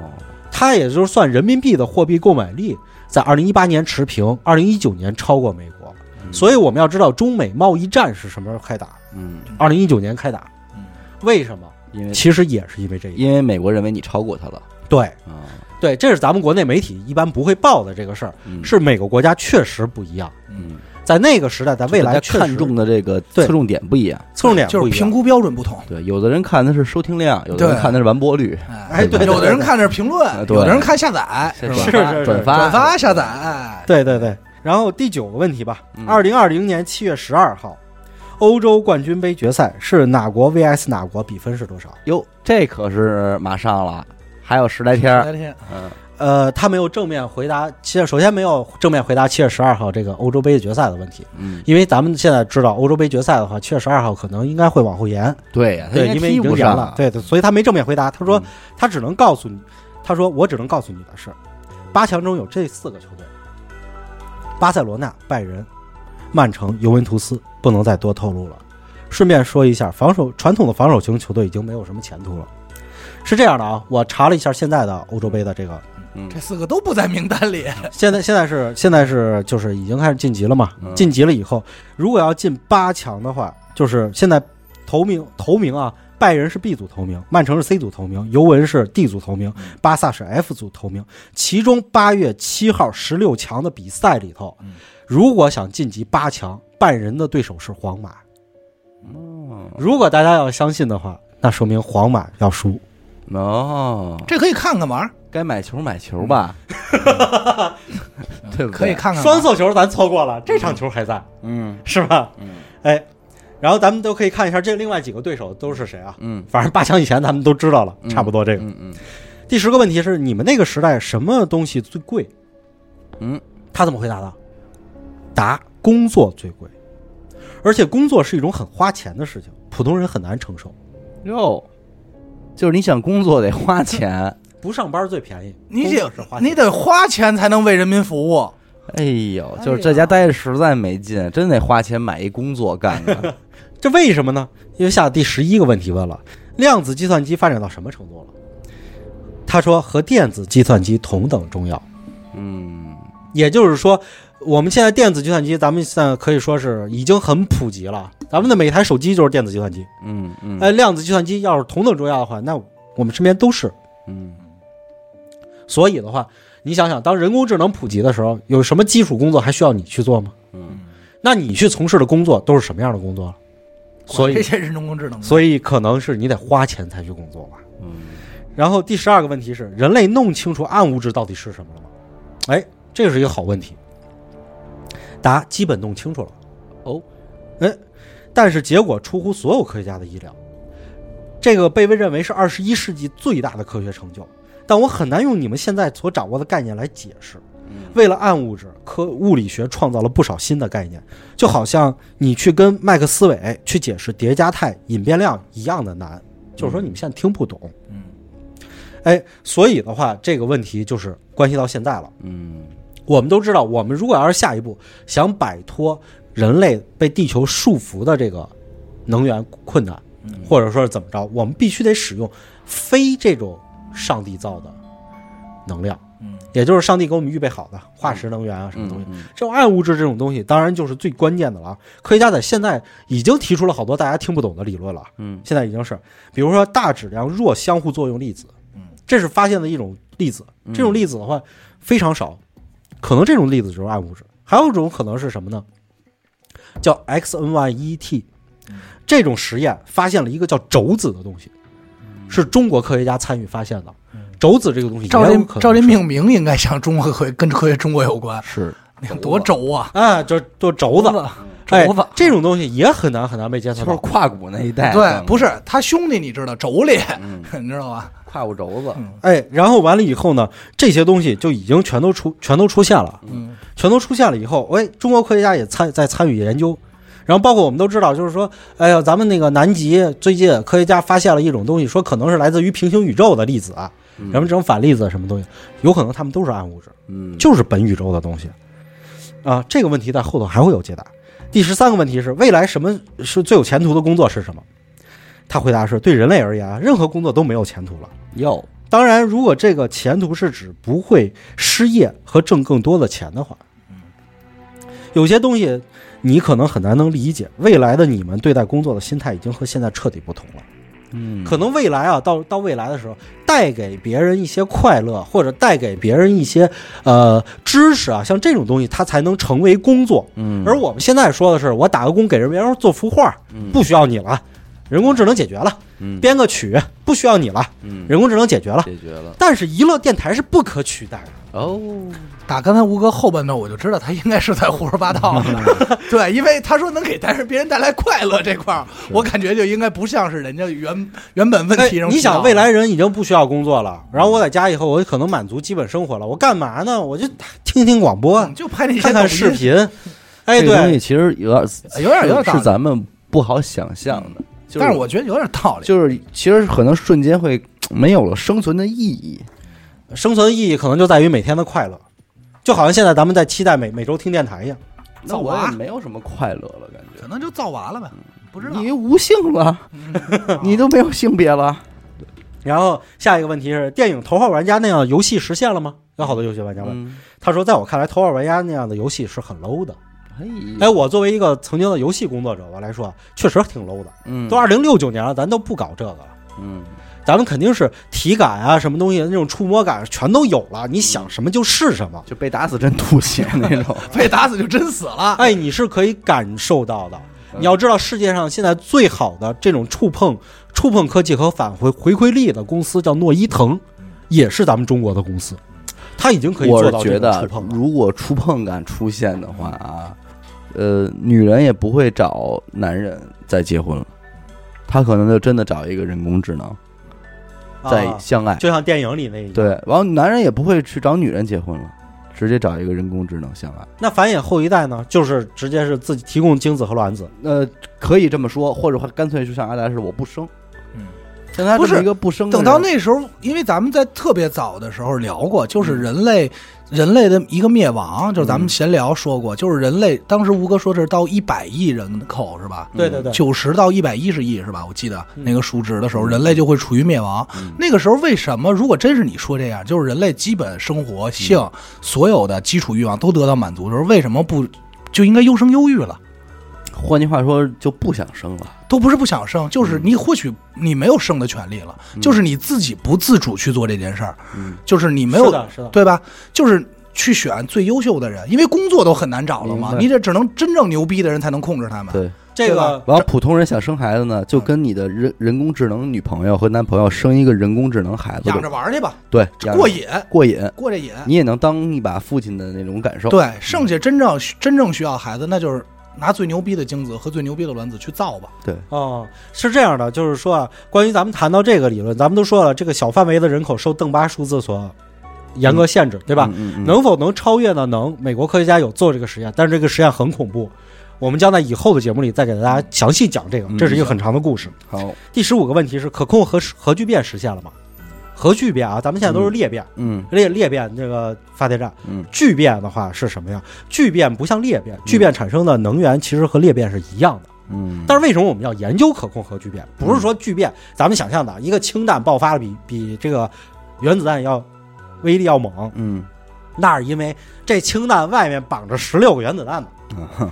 Speaker 3: 它也就是算人民币的货币购买力，在二零一八年持平，二零一九年超过美国。所以我们要知道中美贸易战是什么时候开打？
Speaker 1: 嗯，
Speaker 3: 二零一九年开打，为什么？
Speaker 1: 因为
Speaker 3: 其实也是因为这一点。
Speaker 1: 因为美国认为你超过他了
Speaker 3: 对
Speaker 1: 啊，
Speaker 3: 对，这是咱们国内媒体一般不会报的这个事儿，
Speaker 1: 嗯，
Speaker 3: 是每个国家确实不一样。
Speaker 1: 嗯，
Speaker 3: 在那个时代，在未来
Speaker 1: 大
Speaker 3: 确
Speaker 1: 家
Speaker 3: 实
Speaker 1: 看重的这个
Speaker 3: 对
Speaker 1: 侧重点不一样。
Speaker 3: 侧重点
Speaker 2: 就是
Speaker 3: 不一样
Speaker 2: 评估标准不同。
Speaker 1: 对，有的人看的是收听量，有的人
Speaker 2: 对
Speaker 1: 看的是完播率，
Speaker 2: 哎
Speaker 1: 对
Speaker 2: 有的
Speaker 3: 对啊
Speaker 2: 人看是评论
Speaker 1: 哎，对
Speaker 2: 有的人看下载，是吧？
Speaker 3: 是
Speaker 1: 转发
Speaker 3: 是是
Speaker 1: 转发
Speaker 2: 转发下载，哎
Speaker 3: 对对对。然后第九个问题吧
Speaker 1: 嗯，
Speaker 3: 二零二零年七月十二号，欧洲冠军杯决赛是哪国 VS 哪国？比分是多少？
Speaker 1: 哟，这可是马上了，还有十来天儿，
Speaker 2: 那天
Speaker 1: 嗯，
Speaker 3: 呃，他没有正面回答七月，首先没有正面回答七月十二号这个欧洲杯的决赛的问题，
Speaker 1: 嗯，
Speaker 3: 因为咱们现在知道欧洲杯决赛的话，七月十二号可能应该会往后延，
Speaker 1: 对呀，他哎
Speaker 3: 对，
Speaker 1: 应
Speaker 3: 因
Speaker 1: 该
Speaker 3: 为
Speaker 1: 踢
Speaker 3: 已经
Speaker 1: 不
Speaker 3: 延
Speaker 1: 上
Speaker 3: 了，，对对，所以他没正面回答。他说
Speaker 1: 嗯
Speaker 3: 他只能告诉你，他说我只能告诉你的是，八强中有这四个球队：巴塞罗那、拜仁、曼城、尤文图斯，不能再多透露了。顺便说一下，防守传统的防守型球队已经没有什么前途了。是这样的啊，我查了一下现在的欧洲杯的这个，
Speaker 1: 嗯
Speaker 2: 这四个都不在名单里，
Speaker 3: 现在现在是现在是就是已经开始晋级了嘛
Speaker 1: 嗯？
Speaker 3: 晋级了以后，如果要进八强的话，就是现在头名头名啊，拜仁是 B 组头名，曼城是 C 组头名，尤文是 D 组头名，巴萨是 F 组头名。其中八月七号十六强的比赛里头
Speaker 2: 嗯，
Speaker 3: 如果想晋级八强，拜仁的对手是皇马。
Speaker 1: 哦
Speaker 3: 如果大家要相信的话，那说明皇马要输。
Speaker 1: 哦，
Speaker 2: 这可以看看玩儿，
Speaker 1: 该买球买球吧，对不对？
Speaker 2: 可以，看看玩
Speaker 3: 双
Speaker 2: 儿。
Speaker 3: 色球咱错过了，这场球还在。
Speaker 1: 嗯
Speaker 3: 是吧？
Speaker 1: 嗯，
Speaker 3: 哎，然后咱们都可以看一下这另外几个对手都是谁啊？
Speaker 1: 嗯，
Speaker 3: 反正八强以前咱们都知道了，差不多这个。
Speaker 1: 嗯嗯
Speaker 3: 第十个问题是，你们那个时代什么东西最贵？
Speaker 1: 嗯，
Speaker 3: 他怎么回答的？答：工作最贵，而且工作是一种很花钱的事情，普通人很难承受。
Speaker 1: 哟，就是你想工作得花钱，
Speaker 3: 不上班最便宜，
Speaker 2: 你
Speaker 3: 工作
Speaker 2: 得
Speaker 3: 是花钱
Speaker 2: 你得花钱才能为人民服务，
Speaker 1: 哎呦，就是在家待着实在没劲，真得花钱买一工作干干。
Speaker 3: 这为什么呢？因为下第十一个问题问了，量子计算机发展到什么程度了？他说和电子计算机同等重要。
Speaker 1: 嗯
Speaker 3: 也就是说，我们现在电子计算机，咱们现在可以说是已经很普及了。咱们的每台手机就是电子计算机。
Speaker 1: 嗯嗯，
Speaker 3: 哎，量子计算机要是同等重要的话，那我们身边都是。
Speaker 1: 嗯
Speaker 3: 所以的话，你想想，当人工智能普及的时候，有什么基础工作还需要你去做吗？
Speaker 1: 嗯，
Speaker 3: 那你去从事的工作都是什么样的工作？啊所
Speaker 2: 这
Speaker 3: 以，
Speaker 2: 些人人工智能。
Speaker 3: 所以可能是你得花钱才去工作吧。
Speaker 1: 嗯
Speaker 3: 然后第十二个问题是，人类弄清楚暗物质到底是什么了吗？哎，这是一个好问题。答：基本弄清楚了。
Speaker 1: 哦，
Speaker 3: 哎，但是结果出乎所有科学家的意料。这个被被认为是二十一世纪最大的科学成就，但我很难用你们现在所掌握的概念来解释。为了暗物质，科物理学创造了不少新的概念，就好像你去跟麦克斯韦去解释叠加态、隐变量一样的难，就是说你们现在听不懂。
Speaker 2: 嗯，
Speaker 3: 哎，所以的话，这个问题就是关系到现在了。
Speaker 1: 嗯
Speaker 3: 我们都知道，我们如果要是下一步想摆脱人类被地球束缚的这个能源困难，或者说是怎么着，我们必须得使用非这种上帝造的能量，
Speaker 2: 嗯
Speaker 3: 也就是上帝给我们预备好的化石能源啊，什么东西。
Speaker 1: 嗯
Speaker 3: 这种暗物质这种东西，当然就是最关键的了啊。科学家在现在已经提出了好多大家听不懂的理论了，
Speaker 1: 嗯
Speaker 3: 现在已经是，比如说大质量弱相互作用粒子，
Speaker 2: 嗯，
Speaker 3: 这是发现的一种粒子。这种粒子的话非常少，可能这种粒子就是暗物质。还有一种可能是什么呢？叫 XNYET，这种实验发现了一个叫轴子的东西，是中国科学家参与发现的。轴子这个东西，
Speaker 2: 赵林赵林命，名应该像中国科跟科学中国有关，
Speaker 1: 是
Speaker 2: 你看多轴啊，
Speaker 3: 啊，就就轴子，哎
Speaker 2: 轴子。
Speaker 3: 这种东西也很难很难被监测
Speaker 1: 就是
Speaker 3: 到。
Speaker 1: 胯骨那一带，
Speaker 2: 对，不
Speaker 1: 是
Speaker 2: 是他兄弟，你知道妯娌，
Speaker 3: 嗯
Speaker 2: 你知道吧？
Speaker 1: 胯骨轴子，
Speaker 3: 哎，然后完了以后呢，这些东西就已经全都出全都出现了。
Speaker 2: 嗯，
Speaker 3: 全都出现了以后，哎，中国科学家也参在参与研究，然后包括我们都知道，就是说，哎呀，咱们那个南极最近科学家发现了一种东西，说可能是来自于平行宇宙的粒子啊，
Speaker 1: 嗯
Speaker 3: 什么这种反粒子什么东西，有可能它们都是暗物质，
Speaker 1: 嗯
Speaker 3: 就是本宇宙的东西啊。这个问题在后头还会有解答。第十三个问题是，未来什么是最有前途的工作是什么？他回答是对人类而言啊，任何工作都没有前途了。
Speaker 1: 哟，
Speaker 3: 当然，如果这个前途是指不会失业和挣更多的钱的话，有些东西你可能很难能理解。未来的你们对待工作的心态已经和现在彻底不同了。
Speaker 1: 嗯
Speaker 3: 可能未来啊，到到未来的时候，带给别人一些快乐，或者带给别人一些呃知识啊，像这种东西，它才能成为工作。
Speaker 1: 嗯
Speaker 3: 而我们现在说的是，我打个工给人，别人做幅画，不需要你了，人工智能解决了；
Speaker 1: 嗯
Speaker 3: 编个曲，不需要你了，
Speaker 1: 嗯
Speaker 3: 人工智能解决了。
Speaker 1: 解决了
Speaker 3: 但是娱乐电台是不可取代的。
Speaker 1: 哦，
Speaker 2: 打刚才吴哥后半段，我就知道他应该是在胡说八道。
Speaker 3: 嗯
Speaker 2: 对，因为他说能给但是别人带来快乐这块儿，我感觉就应该不像是人家原原本问题上提到的、
Speaker 3: 哎你想，未来人已经不需要工作了，然后我在家以后，我可能满足基本生活了。我干嘛呢？我就听听广播，
Speaker 2: 嗯就拍那些
Speaker 3: 看看视
Speaker 2: 抖音，
Speaker 3: 频。哎，
Speaker 1: 这个东西
Speaker 3: 对，
Speaker 1: 其实有点
Speaker 2: 有点有点
Speaker 1: 是
Speaker 2: 道理
Speaker 1: 是咱们不好想象的，就
Speaker 2: 但是我觉得有点道理。
Speaker 1: 就是其实可能瞬间会没有了生存的意义，
Speaker 3: 生存意义可能就在于每天的快乐，就好像现在咱们在期待每每周听电台一样。
Speaker 1: 那我
Speaker 3: 啊
Speaker 1: 也没有什么快乐了，感
Speaker 2: 可能就造完了呗，
Speaker 3: 嗯
Speaker 2: 不知
Speaker 1: 觉
Speaker 2: 道。嗯
Speaker 1: 你无性
Speaker 3: 啊
Speaker 1: 了，你都没有性别了，
Speaker 3: 然后下一个问题是，电影《头号玩家》那样的游戏实现了吗？有好多游戏玩家问，
Speaker 1: 嗯，
Speaker 3: 他说，在我看来，《头号玩家》那样的游戏是很 low 的。哎，
Speaker 2: 嗯
Speaker 1: 哎，
Speaker 3: 我作为一个曾经的游戏工作者，我来说，确实挺 low 的。
Speaker 1: 嗯，
Speaker 3: 都二零六九年了，咱都不搞这个了。
Speaker 1: 嗯，
Speaker 3: 咱们肯定是体感啊，什么东西那种触摸感全都有了，你想什么就是什么。
Speaker 1: 就被打死真吐血那 种，
Speaker 2: 被打死就真死了。
Speaker 3: 哎，你是可以感受到的。
Speaker 1: 嗯
Speaker 3: 你要知道，世界上现在最好的这种触碰、触碰科技和返回回馈力的公司叫诺伊腾，也是咱们中国的公司，它已经可以做
Speaker 1: 我
Speaker 3: 到
Speaker 1: 觉
Speaker 3: 这种
Speaker 1: 得
Speaker 3: 触碰啊了。
Speaker 1: 如果触碰感出现的话啊，呃，女人也不会找男人再结婚了，她可能就真的找一个人工智能再
Speaker 3: 啊
Speaker 1: 相爱。
Speaker 3: 就像电影里那一样，
Speaker 1: 对，然后男人也不会去找女人结婚了，直接找一个人工智能相爱。
Speaker 3: 那繁衍后一代呢，就是直接是自己提供精子和卵子。
Speaker 1: 呃，可以这么说，或者还干脆就像阿达是我不生，
Speaker 2: 嗯，
Speaker 1: 像他
Speaker 2: 不
Speaker 1: 这么
Speaker 2: 是
Speaker 1: 一个不
Speaker 3: 嗯
Speaker 1: 生的
Speaker 2: 等
Speaker 1: 人，
Speaker 2: 到那时候，因为咱们在特别早的时候聊过，就是人类、人类的一个灭亡，就是
Speaker 3: 嗯
Speaker 2: 咱们闲聊说过，就是人类当时吴哥说这是到一百亿人口是吧？
Speaker 3: 对对对，
Speaker 2: 九十到一百一十亿是吧？我记得
Speaker 3: 嗯
Speaker 2: 那个数值的时候，人类就会处于灭亡。那个时候为什么？如果真是你说这样，就是人类基本生活性、
Speaker 3: 嗯
Speaker 2: 所有的基础欲望都得到满足的时候，为什么不就应该优生优育了？
Speaker 1: 换句话说就不想生了。
Speaker 2: 都不是不想生，
Speaker 3: 嗯
Speaker 2: 就是你或许你没有生的权利了，就是你自己不自主去做这件事儿，
Speaker 1: 嗯
Speaker 2: 就是你没
Speaker 3: 是
Speaker 2: 有
Speaker 3: 的，是的。
Speaker 2: 对吧？就是去选最优秀的人，因为工作都很难找了
Speaker 1: 明，
Speaker 2: 嘛
Speaker 1: 白
Speaker 3: 嗯
Speaker 2: 你得只能真正牛逼的人才能控制他们。
Speaker 1: 对，
Speaker 3: 这个
Speaker 1: 然后普通人想生孩子呢，就跟你的人人工智能女朋友和男朋友生一个人工智能孩子
Speaker 2: 养着
Speaker 1: 的，
Speaker 2: 玩儿去吧，
Speaker 1: 对，养着
Speaker 2: 过瘾，
Speaker 1: 过瘾，
Speaker 2: 过这瘾。
Speaker 1: 你也能当一把父亲的那种感受。，
Speaker 2: 对，剩下真正真正需要孩子，那就是拿最牛逼的精子和最牛逼的卵子去造吧。
Speaker 3: 哦，是这样的，就是说啊，关于咱们谈到这个理论，咱们都说了，这个小范围的人口受邓巴数字所严格限制，对吧？
Speaker 1: 嗯？嗯嗯
Speaker 3: 能否能超越呢？能，美国科学家有做这个实验，但是这个实验很恐怖。我们将在以后的节目里再给大家详细讲这个，
Speaker 1: 嗯
Speaker 3: 这是一个很长的故事。
Speaker 1: 好，
Speaker 3: 第十五个问题是：可控核实核聚变实现了吗？核聚变啊，咱们现在都是裂变，
Speaker 1: 嗯
Speaker 3: 裂裂变这个发电站。
Speaker 1: 嗯
Speaker 3: 聚变的话是什么呀？聚变不像裂变，聚变产生的能源其实和裂变是一样的。
Speaker 1: 嗯，
Speaker 3: 但是为什么我们要研究可控核聚变？不是说聚变，咱们想象的一个氢弹爆发的比比这个原子弹要威力要猛，
Speaker 1: 嗯，
Speaker 3: 那是因为这氢弹外面绑着十六个原子弹呢，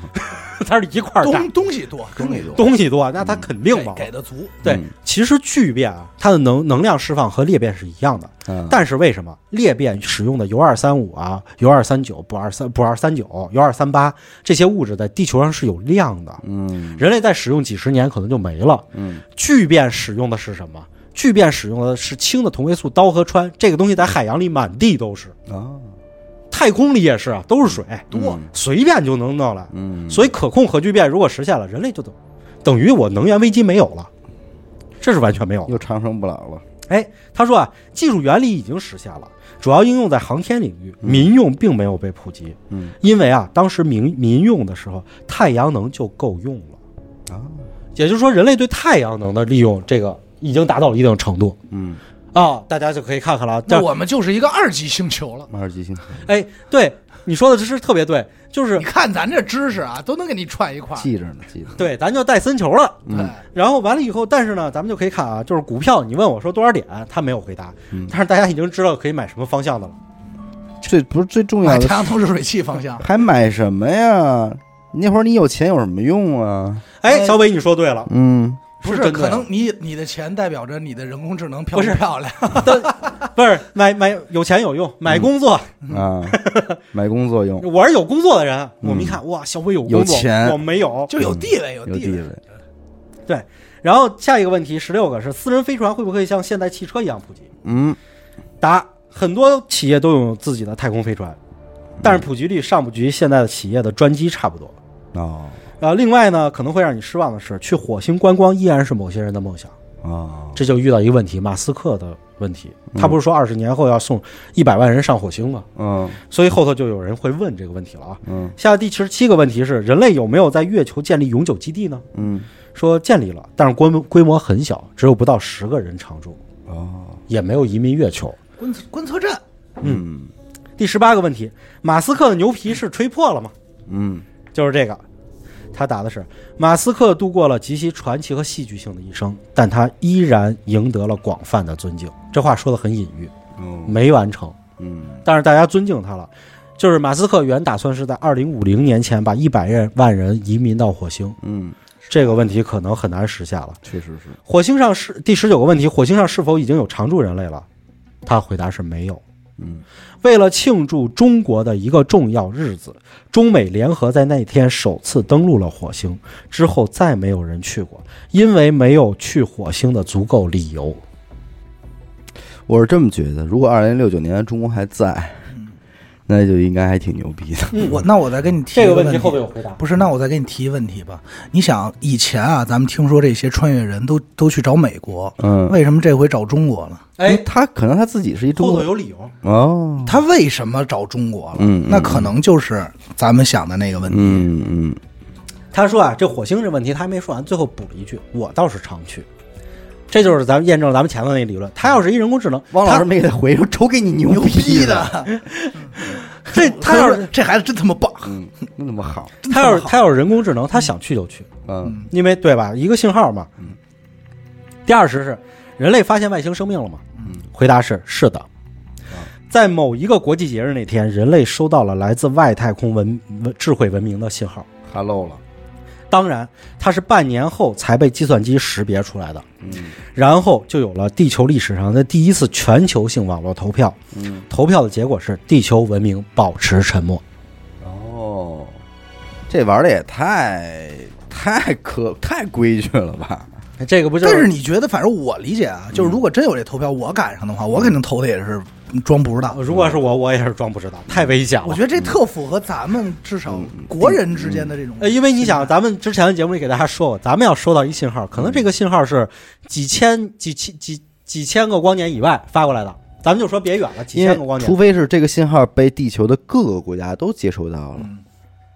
Speaker 3: 它是一块儿炸
Speaker 2: 东，东西多，
Speaker 1: 东西
Speaker 2: 西
Speaker 1: 多
Speaker 3: 东西多，那它肯定
Speaker 2: 给
Speaker 3: 猛。
Speaker 2: 给的足，
Speaker 3: 对
Speaker 1: 嗯，
Speaker 3: 其实聚变啊，它的能能量释放和裂变是一样的，
Speaker 1: 嗯
Speaker 3: 但是为什么裂变使用的铀二三五啊、铀二三九、铂二三、铂二三九、铀二三八这些物质在地球上是有量的，
Speaker 1: 嗯
Speaker 3: 人类在使用几十年可能就没了。
Speaker 1: 嗯
Speaker 3: 聚变使用的是什么？聚变使用的是氢的同位素氘和氚，这个东西在海洋里满地都是，
Speaker 1: 啊，
Speaker 3: 太空里也是啊，都是水，
Speaker 2: 多
Speaker 3: 随便就能弄来。
Speaker 1: 嗯，
Speaker 3: 所以可控核聚变如果实现了，人类就等等于我能源危机没有了，这是完全没有了。
Speaker 1: 又长生不老了，
Speaker 3: 哎，他说啊，技术原理已经实现了，主要应用在航天领域，民用并没有被普及，
Speaker 1: 嗯
Speaker 3: 因为啊，当时民民用的时候，太阳能就够用了。
Speaker 1: 啊，
Speaker 3: 也就是说，人类对太阳能的利用，这个已经达到了一定程度
Speaker 1: 嗯，
Speaker 3: 啊、大家就可以看看了。
Speaker 2: 那
Speaker 3: 但
Speaker 2: 我们就是一个二级星球了。
Speaker 1: 马尔基星球，
Speaker 3: 哎，对你说的这是特别对，就是
Speaker 2: 你看咱这知识啊，都能给你串一块儿。
Speaker 1: 记着呢，记着呢，
Speaker 3: 对，咱就戴森球了。
Speaker 2: 对
Speaker 1: 嗯，
Speaker 3: 然后完了以后，但是呢，咱们就可以看啊，就是股票，你问我说多少点，他没有回答
Speaker 1: 嗯，
Speaker 3: 但是大家已经知道可以买什么方向的了。
Speaker 1: 这不是最重要
Speaker 2: 买
Speaker 1: 的，
Speaker 2: 太阳能热水器方向，
Speaker 1: 还买什么呀？那会儿你有钱有什么用啊？
Speaker 3: 哎，
Speaker 2: 哎
Speaker 3: 小伟，你说对了，
Speaker 1: 嗯，
Speaker 2: 不是
Speaker 3: 真对
Speaker 2: 可
Speaker 3: 了
Speaker 2: 能你你的钱代表着你的人工智能漂不
Speaker 3: 不是
Speaker 2: 漂亮？
Speaker 3: 不是买买有钱有用，买工作。
Speaker 1: 啊，买工作用，
Speaker 3: 我是有工作的人，
Speaker 1: 嗯
Speaker 3: 我们一看哇，小伟有工
Speaker 1: 有
Speaker 3: 作，
Speaker 1: 钱
Speaker 3: 我没有。
Speaker 2: 就有地位，有
Speaker 1: 有
Speaker 2: 地
Speaker 1: 地
Speaker 2: 位。
Speaker 1: 位，
Speaker 3: 然后下一个问题，十六个是私人飞船会不会像现代汽车一样普及？
Speaker 1: 嗯，
Speaker 3: 答：很多企业都拥有自己的太空飞船，但是普及率上不及现在的企业的专机差不多。
Speaker 1: 哦
Speaker 3: 呃，另外呢，可能会让你失望的是，去火星观光依然是某些人的梦想。
Speaker 1: 哦，
Speaker 3: 这就遇到一个问题，马斯克的问题。
Speaker 1: 嗯
Speaker 3: 他不是说二十年后要送一百万人上火星吗？
Speaker 1: 嗯
Speaker 3: 所以后头就有人会问这个问题了啊。
Speaker 1: 嗯
Speaker 3: 下第十七个问题是：人类有没有在月球建立永久基地呢？
Speaker 1: 嗯，
Speaker 3: 说建立了，但是规模规模很小，只有不到十个人常住，
Speaker 1: 哦，
Speaker 3: 也没有移民月球。
Speaker 2: 观测观测站，
Speaker 1: 嗯
Speaker 3: 第十八个问题，马斯克的牛皮是吹破了吗？
Speaker 1: 嗯
Speaker 3: 就是这个，他答的是马斯克度过了极其传奇和戏剧性的一生，但他依然赢得了广泛的尊敬。这话说的很隐喻，
Speaker 1: 哦
Speaker 3: 没完成，
Speaker 1: 嗯
Speaker 3: 但是大家尊敬他了。就是马斯克原打算是在二零五零年前把一百万人移民到火星，
Speaker 1: 嗯，
Speaker 3: 这个问题可能很难实现了。
Speaker 1: 确实是，
Speaker 3: 火星上是第十九个问题，火星上是否已经有常住人类了？他回答是没有。
Speaker 1: 嗯
Speaker 3: 为了庆祝中国的一个重要日子，中美联合在那天首次登陆了火星，之后再没有人去过，因为没有去火星的足够理由。
Speaker 1: 我是这么觉得，如果二零六九年中国还在，那就应该还挺牛逼的，
Speaker 3: 嗯
Speaker 2: 我那我再给你提一问
Speaker 3: 有回答。
Speaker 2: 不是，那我再给你提一问题吧。你想以前啊，咱们听说这些穿越人都都去找美国，
Speaker 1: 嗯，
Speaker 2: 为什么这回找中国了？
Speaker 1: 因为，他可能他自己是一中国
Speaker 3: 哎有理由。
Speaker 1: 哦，
Speaker 2: 他为什么找中国了？
Speaker 1: 嗯嗯
Speaker 2: 那可能就是咱们想的那个问题。
Speaker 1: 嗯嗯
Speaker 3: 他说啊，这火星这问题他还没说完，最后补了一句：“我倒是常去。”这就是咱们验证了咱们前头那理论。他要是一人工智能，
Speaker 1: 汪老师
Speaker 3: 他
Speaker 1: 没给他回，说瞅给你牛
Speaker 2: 牛
Speaker 1: 的，
Speaker 2: 逼的，
Speaker 3: 这 他要是
Speaker 2: 这孩子真他妈棒，
Speaker 1: 嗯，那怎么好？
Speaker 2: 真
Speaker 3: 他
Speaker 2: 妈
Speaker 3: 要是
Speaker 2: 好
Speaker 3: 他要是人工智能，他想去就去。
Speaker 1: 嗯
Speaker 3: 因为对吧？一个信号嘛。嗯。第二十是人类发现外星生命了吗？
Speaker 1: 嗯，
Speaker 3: 回答是是的。啊在某一个国际节日那天，人类收到了来自外太空文文智慧文明的信号。
Speaker 1: 哈喽了，
Speaker 3: 当然，它是半年后才被计算机识别出来的，
Speaker 1: 嗯
Speaker 3: 然后就有了地球历史上的第一次全球性网络投票。
Speaker 1: 嗯，
Speaker 3: 投票的结果是地球文明保持沉默。
Speaker 1: 哦，这玩的也太太可太规矩了吧？
Speaker 3: 哎这个不就
Speaker 2: 但是你觉得，反正我理解啊，就是如果真有这投票，我赶上的话，我肯定投的也是装不知道。
Speaker 3: 呃如果是我，我也是装不知道，太危险了。
Speaker 2: 我觉得这特符合咱们至少
Speaker 1: 嗯
Speaker 2: 国人之间的这种。
Speaker 3: 呃，因为你想，，咱们之前的节目里给大家说过，咱们要收到一信号，可能
Speaker 1: 嗯
Speaker 3: 这个信号是几千、几千、几几千个光年以外发过来的，咱们就说别远了，几
Speaker 1: 因
Speaker 3: 千个光
Speaker 1: 为除
Speaker 3: 年。
Speaker 1: 非是这个信号被地球的各个国家都接收到了，
Speaker 2: 嗯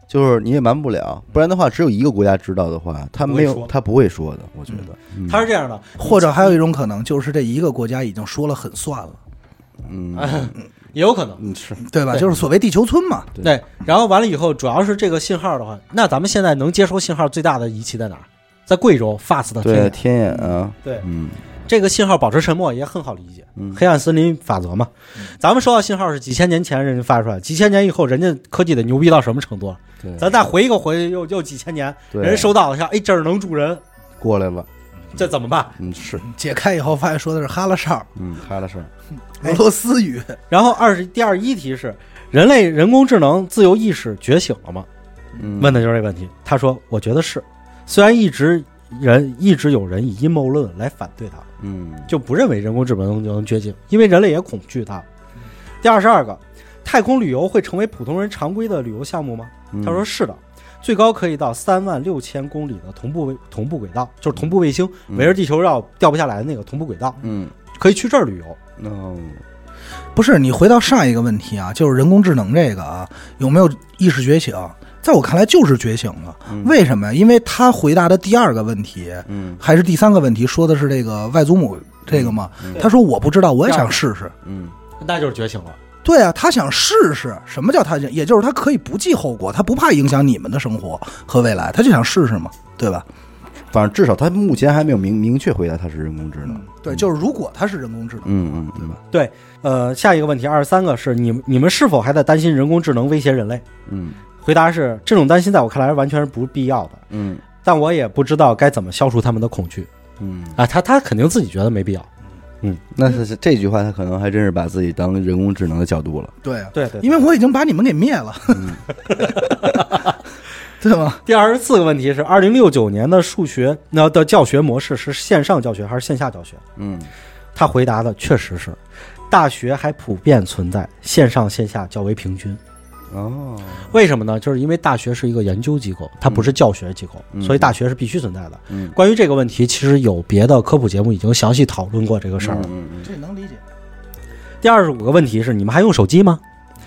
Speaker 1: 就是你也瞒不了，不然的话，只有一个国家知道的话，他没
Speaker 3: 嗯不会
Speaker 1: 有
Speaker 3: 说
Speaker 1: 他不会说的，我觉得，
Speaker 3: 他是这样的，
Speaker 2: 或者还有一种可能，就是这一个国家已经说了很算了，
Speaker 1: 嗯
Speaker 3: 也有可能。
Speaker 1: 嗯是，
Speaker 2: 对吧？
Speaker 3: 对
Speaker 2: 就是所谓地球村嘛。
Speaker 1: 对
Speaker 3: 对，然后完了以后，主要是这个信号的话，那咱们现在能接收信号最大的仪器在哪儿？在贵州 FAST 的天
Speaker 1: 对
Speaker 3: 眼。
Speaker 1: 天眼啊，
Speaker 3: 对，
Speaker 1: 嗯
Speaker 3: 这个信号保持沉默也很好理解，
Speaker 1: 嗯
Speaker 3: 黑暗森林法则嘛。咱们收到信号是几千年前人家发出来，几千年以后人家科技得牛逼到什么程度了？
Speaker 1: 对，
Speaker 3: 咱再回一个回去又又几千年，
Speaker 1: 对
Speaker 3: 人收到了，像哎这儿能住人，
Speaker 1: 过来了，
Speaker 3: 这怎么办？
Speaker 1: 嗯是，
Speaker 2: 解开以后发现说的是哈拉哨，
Speaker 1: 嗯哈拉事儿，
Speaker 2: 俄罗斯语，
Speaker 3: 然后二十第二一题是人类人工智能自由意识觉醒了吗？
Speaker 1: 嗯
Speaker 3: 问的就是这问题。他说：“我觉得是，虽然一直人一直有人以阴谋论来反对他，
Speaker 1: 嗯
Speaker 3: 就不认为人工智能就能觉醒，因为人类也恐惧它。”第二十二个，太空旅游会成为普通人常规的旅游项目吗？
Speaker 1: 嗯
Speaker 3: 他说是的，最高可以到三万六千公里的同步卫同步轨道，就是同步卫星
Speaker 1: 嗯
Speaker 3: 围着地球绕掉不下来的那个同步轨道，
Speaker 1: 嗯
Speaker 3: 可以去这儿旅游。
Speaker 1: 嗯
Speaker 2: 不是你回到上一个问题啊，就是人工智能这个啊，有没有意识觉醒？在我看来就是觉醒了，
Speaker 1: 嗯
Speaker 2: 为什么呀？因为他回答的第二个问题
Speaker 1: 嗯
Speaker 2: 还是第三个问题说的是这个外祖母这个嘛，
Speaker 1: 嗯
Speaker 2: 他说我不知道，我也想试试。
Speaker 1: 嗯
Speaker 3: 那就是觉醒了。
Speaker 2: 对啊，他想试试，什么叫他想？也就是他可以不计后果，他不怕影响你们的生活和未来，他就想试试嘛，对吧？
Speaker 1: 反正至少他目前还没有明明确回答他是人工智
Speaker 3: 嗯
Speaker 1: 能，
Speaker 2: 对，就是如果他是人工智能，
Speaker 1: 嗯嗯对吧？
Speaker 3: 呃，下一个问题二十三个是你们你们是否还在担心人工智能威胁人类？
Speaker 1: 嗯
Speaker 3: 回答是这种担心在我看来完全是不必要的，
Speaker 1: 嗯
Speaker 3: 但我也不知道该怎么消除他们的恐惧
Speaker 1: 嗯，
Speaker 3: 啊。他他肯定自己觉得没必要。
Speaker 1: 那他是这句话他可能还真是把自己当人工智能的角度了，
Speaker 2: 对啊，
Speaker 3: 对对
Speaker 2: 因为我已经把你们给灭了， 对吗？
Speaker 3: 第二十四个问题是二零六九年的数学那的教学模式是线上教学还是线下教学？
Speaker 1: 嗯
Speaker 3: 他回答的确实是，大学还普遍存在，线上线下较为平均。
Speaker 1: 哦
Speaker 3: 为什么呢？就是因为大学是一个研究机构，它不是教学机构，
Speaker 1: 嗯
Speaker 3: 所以大学是必须存在的。
Speaker 1: 嗯
Speaker 3: 关于这个问题，其实有别的科普节目已经详细讨论 过这个事儿了。
Speaker 1: 嗯
Speaker 2: 这能理解。
Speaker 3: 第二十五个问题是：你们还用手机吗？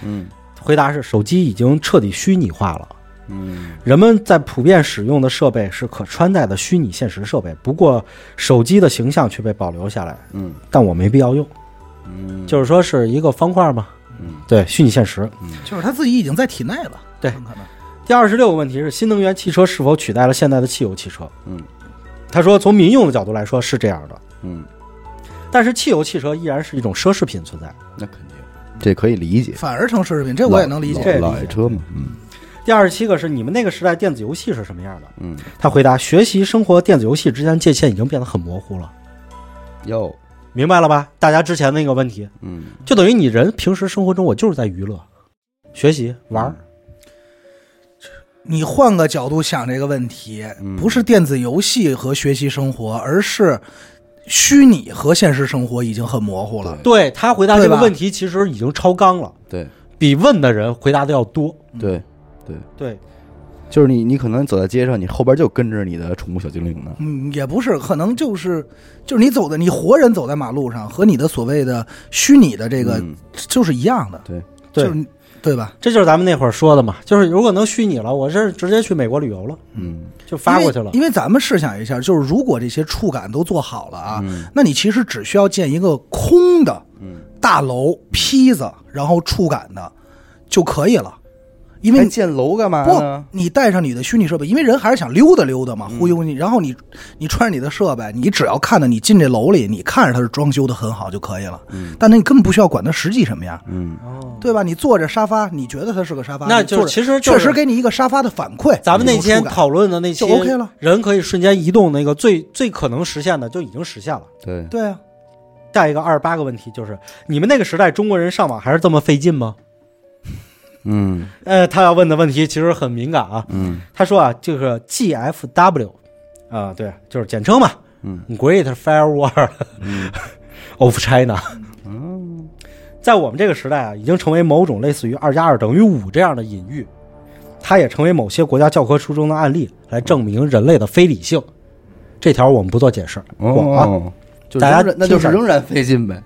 Speaker 1: 嗯
Speaker 3: 回答是：手机已经彻底虚拟化了。
Speaker 1: 嗯
Speaker 3: 人们在普遍使用的设备是可穿戴的虚拟现实设备，不过手机的形象却被保留下来，
Speaker 1: 嗯
Speaker 3: 但我没必要用。
Speaker 1: 嗯，
Speaker 3: 就是说是一个方块嘛，
Speaker 1: 嗯
Speaker 3: 对，虚拟现实。
Speaker 2: 就是他自己已经在体内了。
Speaker 3: 对
Speaker 2: 很可能
Speaker 3: 第二十六个问题是：新能源汽车是否取代了现在的汽油汽车？
Speaker 1: 嗯，
Speaker 3: 他说从民用的角度来说是这样的，
Speaker 1: 嗯，
Speaker 3: 但是汽油汽车依然是一种奢侈品存在。
Speaker 1: 嗯那肯定，这可以理解，
Speaker 2: 反而成奢侈品，这我也能理
Speaker 1: 老
Speaker 2: 解。
Speaker 3: 这
Speaker 1: 老
Speaker 3: 理
Speaker 1: 爱
Speaker 3: 解
Speaker 1: 车嘛，嗯
Speaker 3: 第二十七个是你们那个时代电子游戏是什么样的？
Speaker 1: 嗯，
Speaker 3: 他回答：学习、生活、电子游戏之间界限已经变得很模糊了，
Speaker 1: 哟，
Speaker 3: 明白了吧？大家之前那个问题，
Speaker 1: 嗯，
Speaker 3: 就等于你人平时生活中我就是在娱乐、学习、玩儿。
Speaker 2: 你换个角度想这个问题，
Speaker 1: 嗯
Speaker 2: 不是电子游戏和学习生活，而是虚拟和现实生活已经很模糊了。
Speaker 3: 对他回答这
Speaker 2: 对
Speaker 3: 个
Speaker 2: 吧
Speaker 3: 问题其实已经超纲了，
Speaker 1: 对
Speaker 3: 比问的人回答的要多。
Speaker 1: 对，
Speaker 3: 对，
Speaker 1: 嗯就是你你可能走在街上，你后边就跟着你的宠物小精灵呢，
Speaker 2: 嗯，也不是，可能就是就是你走的，你活人走在马路上，和你的所谓的虚拟的这个、
Speaker 1: 嗯
Speaker 2: 就是一样的，
Speaker 1: 对，
Speaker 3: 对
Speaker 2: 就是对吧？
Speaker 3: 这就是咱们那会儿说的嘛，就是如果能虚拟了，我这直接去美国旅游了，
Speaker 1: 嗯
Speaker 3: 就发过去
Speaker 2: 因
Speaker 3: 了
Speaker 2: 为。因为咱们试想一下，就是如果这些触感都做好了啊，
Speaker 1: 嗯
Speaker 2: 那你其实只需要建一个空的
Speaker 1: 嗯，
Speaker 2: 大楼坯子，然后触感的就可以了，因
Speaker 3: 哎
Speaker 2: 为
Speaker 1: 还
Speaker 2: 你
Speaker 1: 建楼干嘛
Speaker 2: 不
Speaker 1: 呢？，
Speaker 2: 你带上你的虚拟设备，因为人还是想溜达溜达嘛，
Speaker 3: 嗯
Speaker 2: 忽悠你。然后你，你穿上你的设备，你只要看到你进这楼里，你看着它是装修的很好就可以了。
Speaker 1: 嗯
Speaker 2: 但那你根本不需要管它实际什么样，
Speaker 1: 嗯
Speaker 3: 哦，
Speaker 2: 对吧？你坐着沙发，你觉得它是个沙发，
Speaker 3: 那
Speaker 2: 你
Speaker 3: 就
Speaker 2: 坐着
Speaker 3: 其实就是
Speaker 2: 确实给你一个沙发的反馈。
Speaker 3: 咱们那
Speaker 2: 有
Speaker 3: 天
Speaker 2: 触感
Speaker 3: 讨论的那些
Speaker 2: 就 OK 了
Speaker 3: 人可以瞬间移动那个最最可能实现的就已经实现了。
Speaker 1: 对，
Speaker 2: 对啊，
Speaker 3: 下一个二十八个问题就是，你们那个时代中国人上网还是这么费劲吗？
Speaker 1: 嗯
Speaker 3: 呃，他要问的问题其实很敏感啊。
Speaker 1: 嗯
Speaker 3: 他说啊，这个 GFW 啊、对，就是简称嘛，
Speaker 1: 嗯
Speaker 3: ，Great Firewall
Speaker 1: 嗯
Speaker 3: of China。
Speaker 1: 嗯
Speaker 3: 在我们这个时代啊，已经成为某种类似于二加二等于五这样的隐喻，它也成为某些国家教科书中的案例，来证明人类的非理性。这条我们不做解释，我啊，
Speaker 1: 哦，就
Speaker 3: 大家
Speaker 1: 仍然那就是
Speaker 3: 听着
Speaker 1: 仍然费劲呗，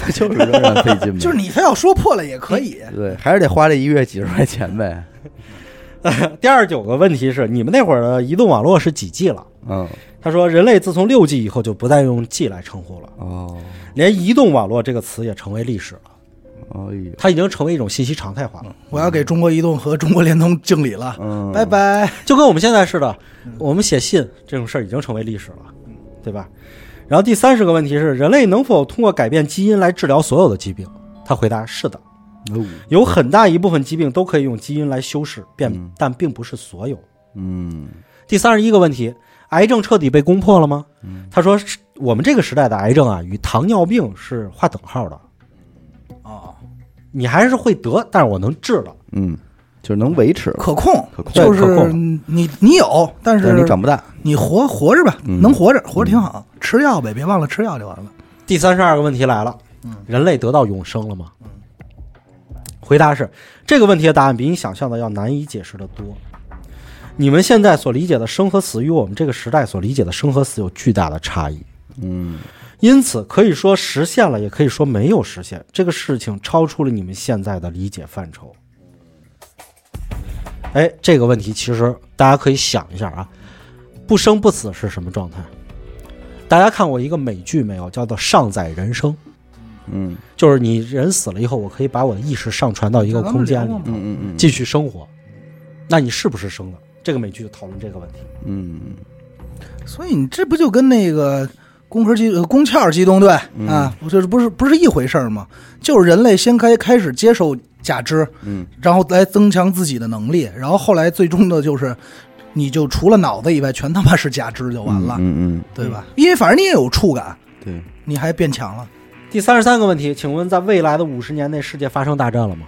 Speaker 1: 那就是仍然费劲呗，
Speaker 2: 就是你非要说破了也可以。
Speaker 1: 对，还是得花这一个月几十块钱呗，
Speaker 3: 第二九个问题是，你们那会儿的移动网络是几 G 了？
Speaker 1: 嗯
Speaker 3: 他说，人类自从六 G 以后就不再用 G 来称呼了，
Speaker 1: 哦，
Speaker 3: 连移动网络这个词也成为历史了，
Speaker 1: 哎呦，
Speaker 3: 它已经成为一种信息常态化了，
Speaker 2: 我要给中国移动和中国联通敬礼了，
Speaker 1: 嗯，
Speaker 2: 拜拜。
Speaker 3: 就跟我们现在似的，我们写信这种事儿已经成为历史了，对吧？然后第三十个问题是：人类能否通过改变基因来治疗所有的疾病？他回答：是的，
Speaker 1: 哦
Speaker 3: 有很大一部分疾病都可以用基因来修饰变，
Speaker 1: 嗯
Speaker 3: 但并不是所有。
Speaker 1: 嗯
Speaker 3: 第三十一个问题：癌症彻底被攻破了吗？他说是：我们这个时代的癌症啊，与糖尿病是划等号的，
Speaker 2: 啊，
Speaker 3: 你还是会得，但是我能治了。
Speaker 1: 嗯，就是能维持，
Speaker 2: 可控
Speaker 1: 可控
Speaker 2: 就
Speaker 3: 对可
Speaker 2: 是
Speaker 3: 控
Speaker 2: 你你有，但是
Speaker 1: 但是你长不大。
Speaker 2: 你活活着吧，
Speaker 1: 嗯
Speaker 2: 能活着活着挺好，吃药呗，别忘了吃药就完了。
Speaker 3: 第三十二个问题来了：人类得到永生了吗？回答是这个问题的答案比你想象的要难以解释的多。你们现在所理解的生和死，与我们这个时代所理解的生和死有巨大的差异。
Speaker 1: 嗯
Speaker 3: 因此，可以说实现了，也可以说没有实现。这个事情超出了你们现在的理解范畴。哎，这个问题其实大家可以想一下啊，不生不死是什么状态？大家看过一个美剧没有？叫做《上载人生》，
Speaker 1: 嗯
Speaker 3: 就是你人死了以后，我可以把我的意识上传到一个空间
Speaker 2: 咱们
Speaker 3: 里
Speaker 2: 聊过，吗
Speaker 1: 嗯嗯
Speaker 3: 继续生活。那你是不是生的？这个美剧就讨论这个问题。
Speaker 1: 嗯
Speaker 2: 所以你这不就跟那个工科机呃工壳机动队
Speaker 1: 嗯
Speaker 2: 啊，不就是不是不是一回事儿吗？就是人类先开开始接受假肢，
Speaker 1: 嗯，
Speaker 2: 然后来增强自己的能力，然后后来最终的就是，你就除了脑子以外，全他妈是假肢就完了，
Speaker 1: 嗯嗯，
Speaker 2: 对吧？因为反正你也有触感，
Speaker 1: 对，
Speaker 2: 你还变强了。
Speaker 3: 第三十三个问题，请问在未来的五十年内，世界发生大战了吗？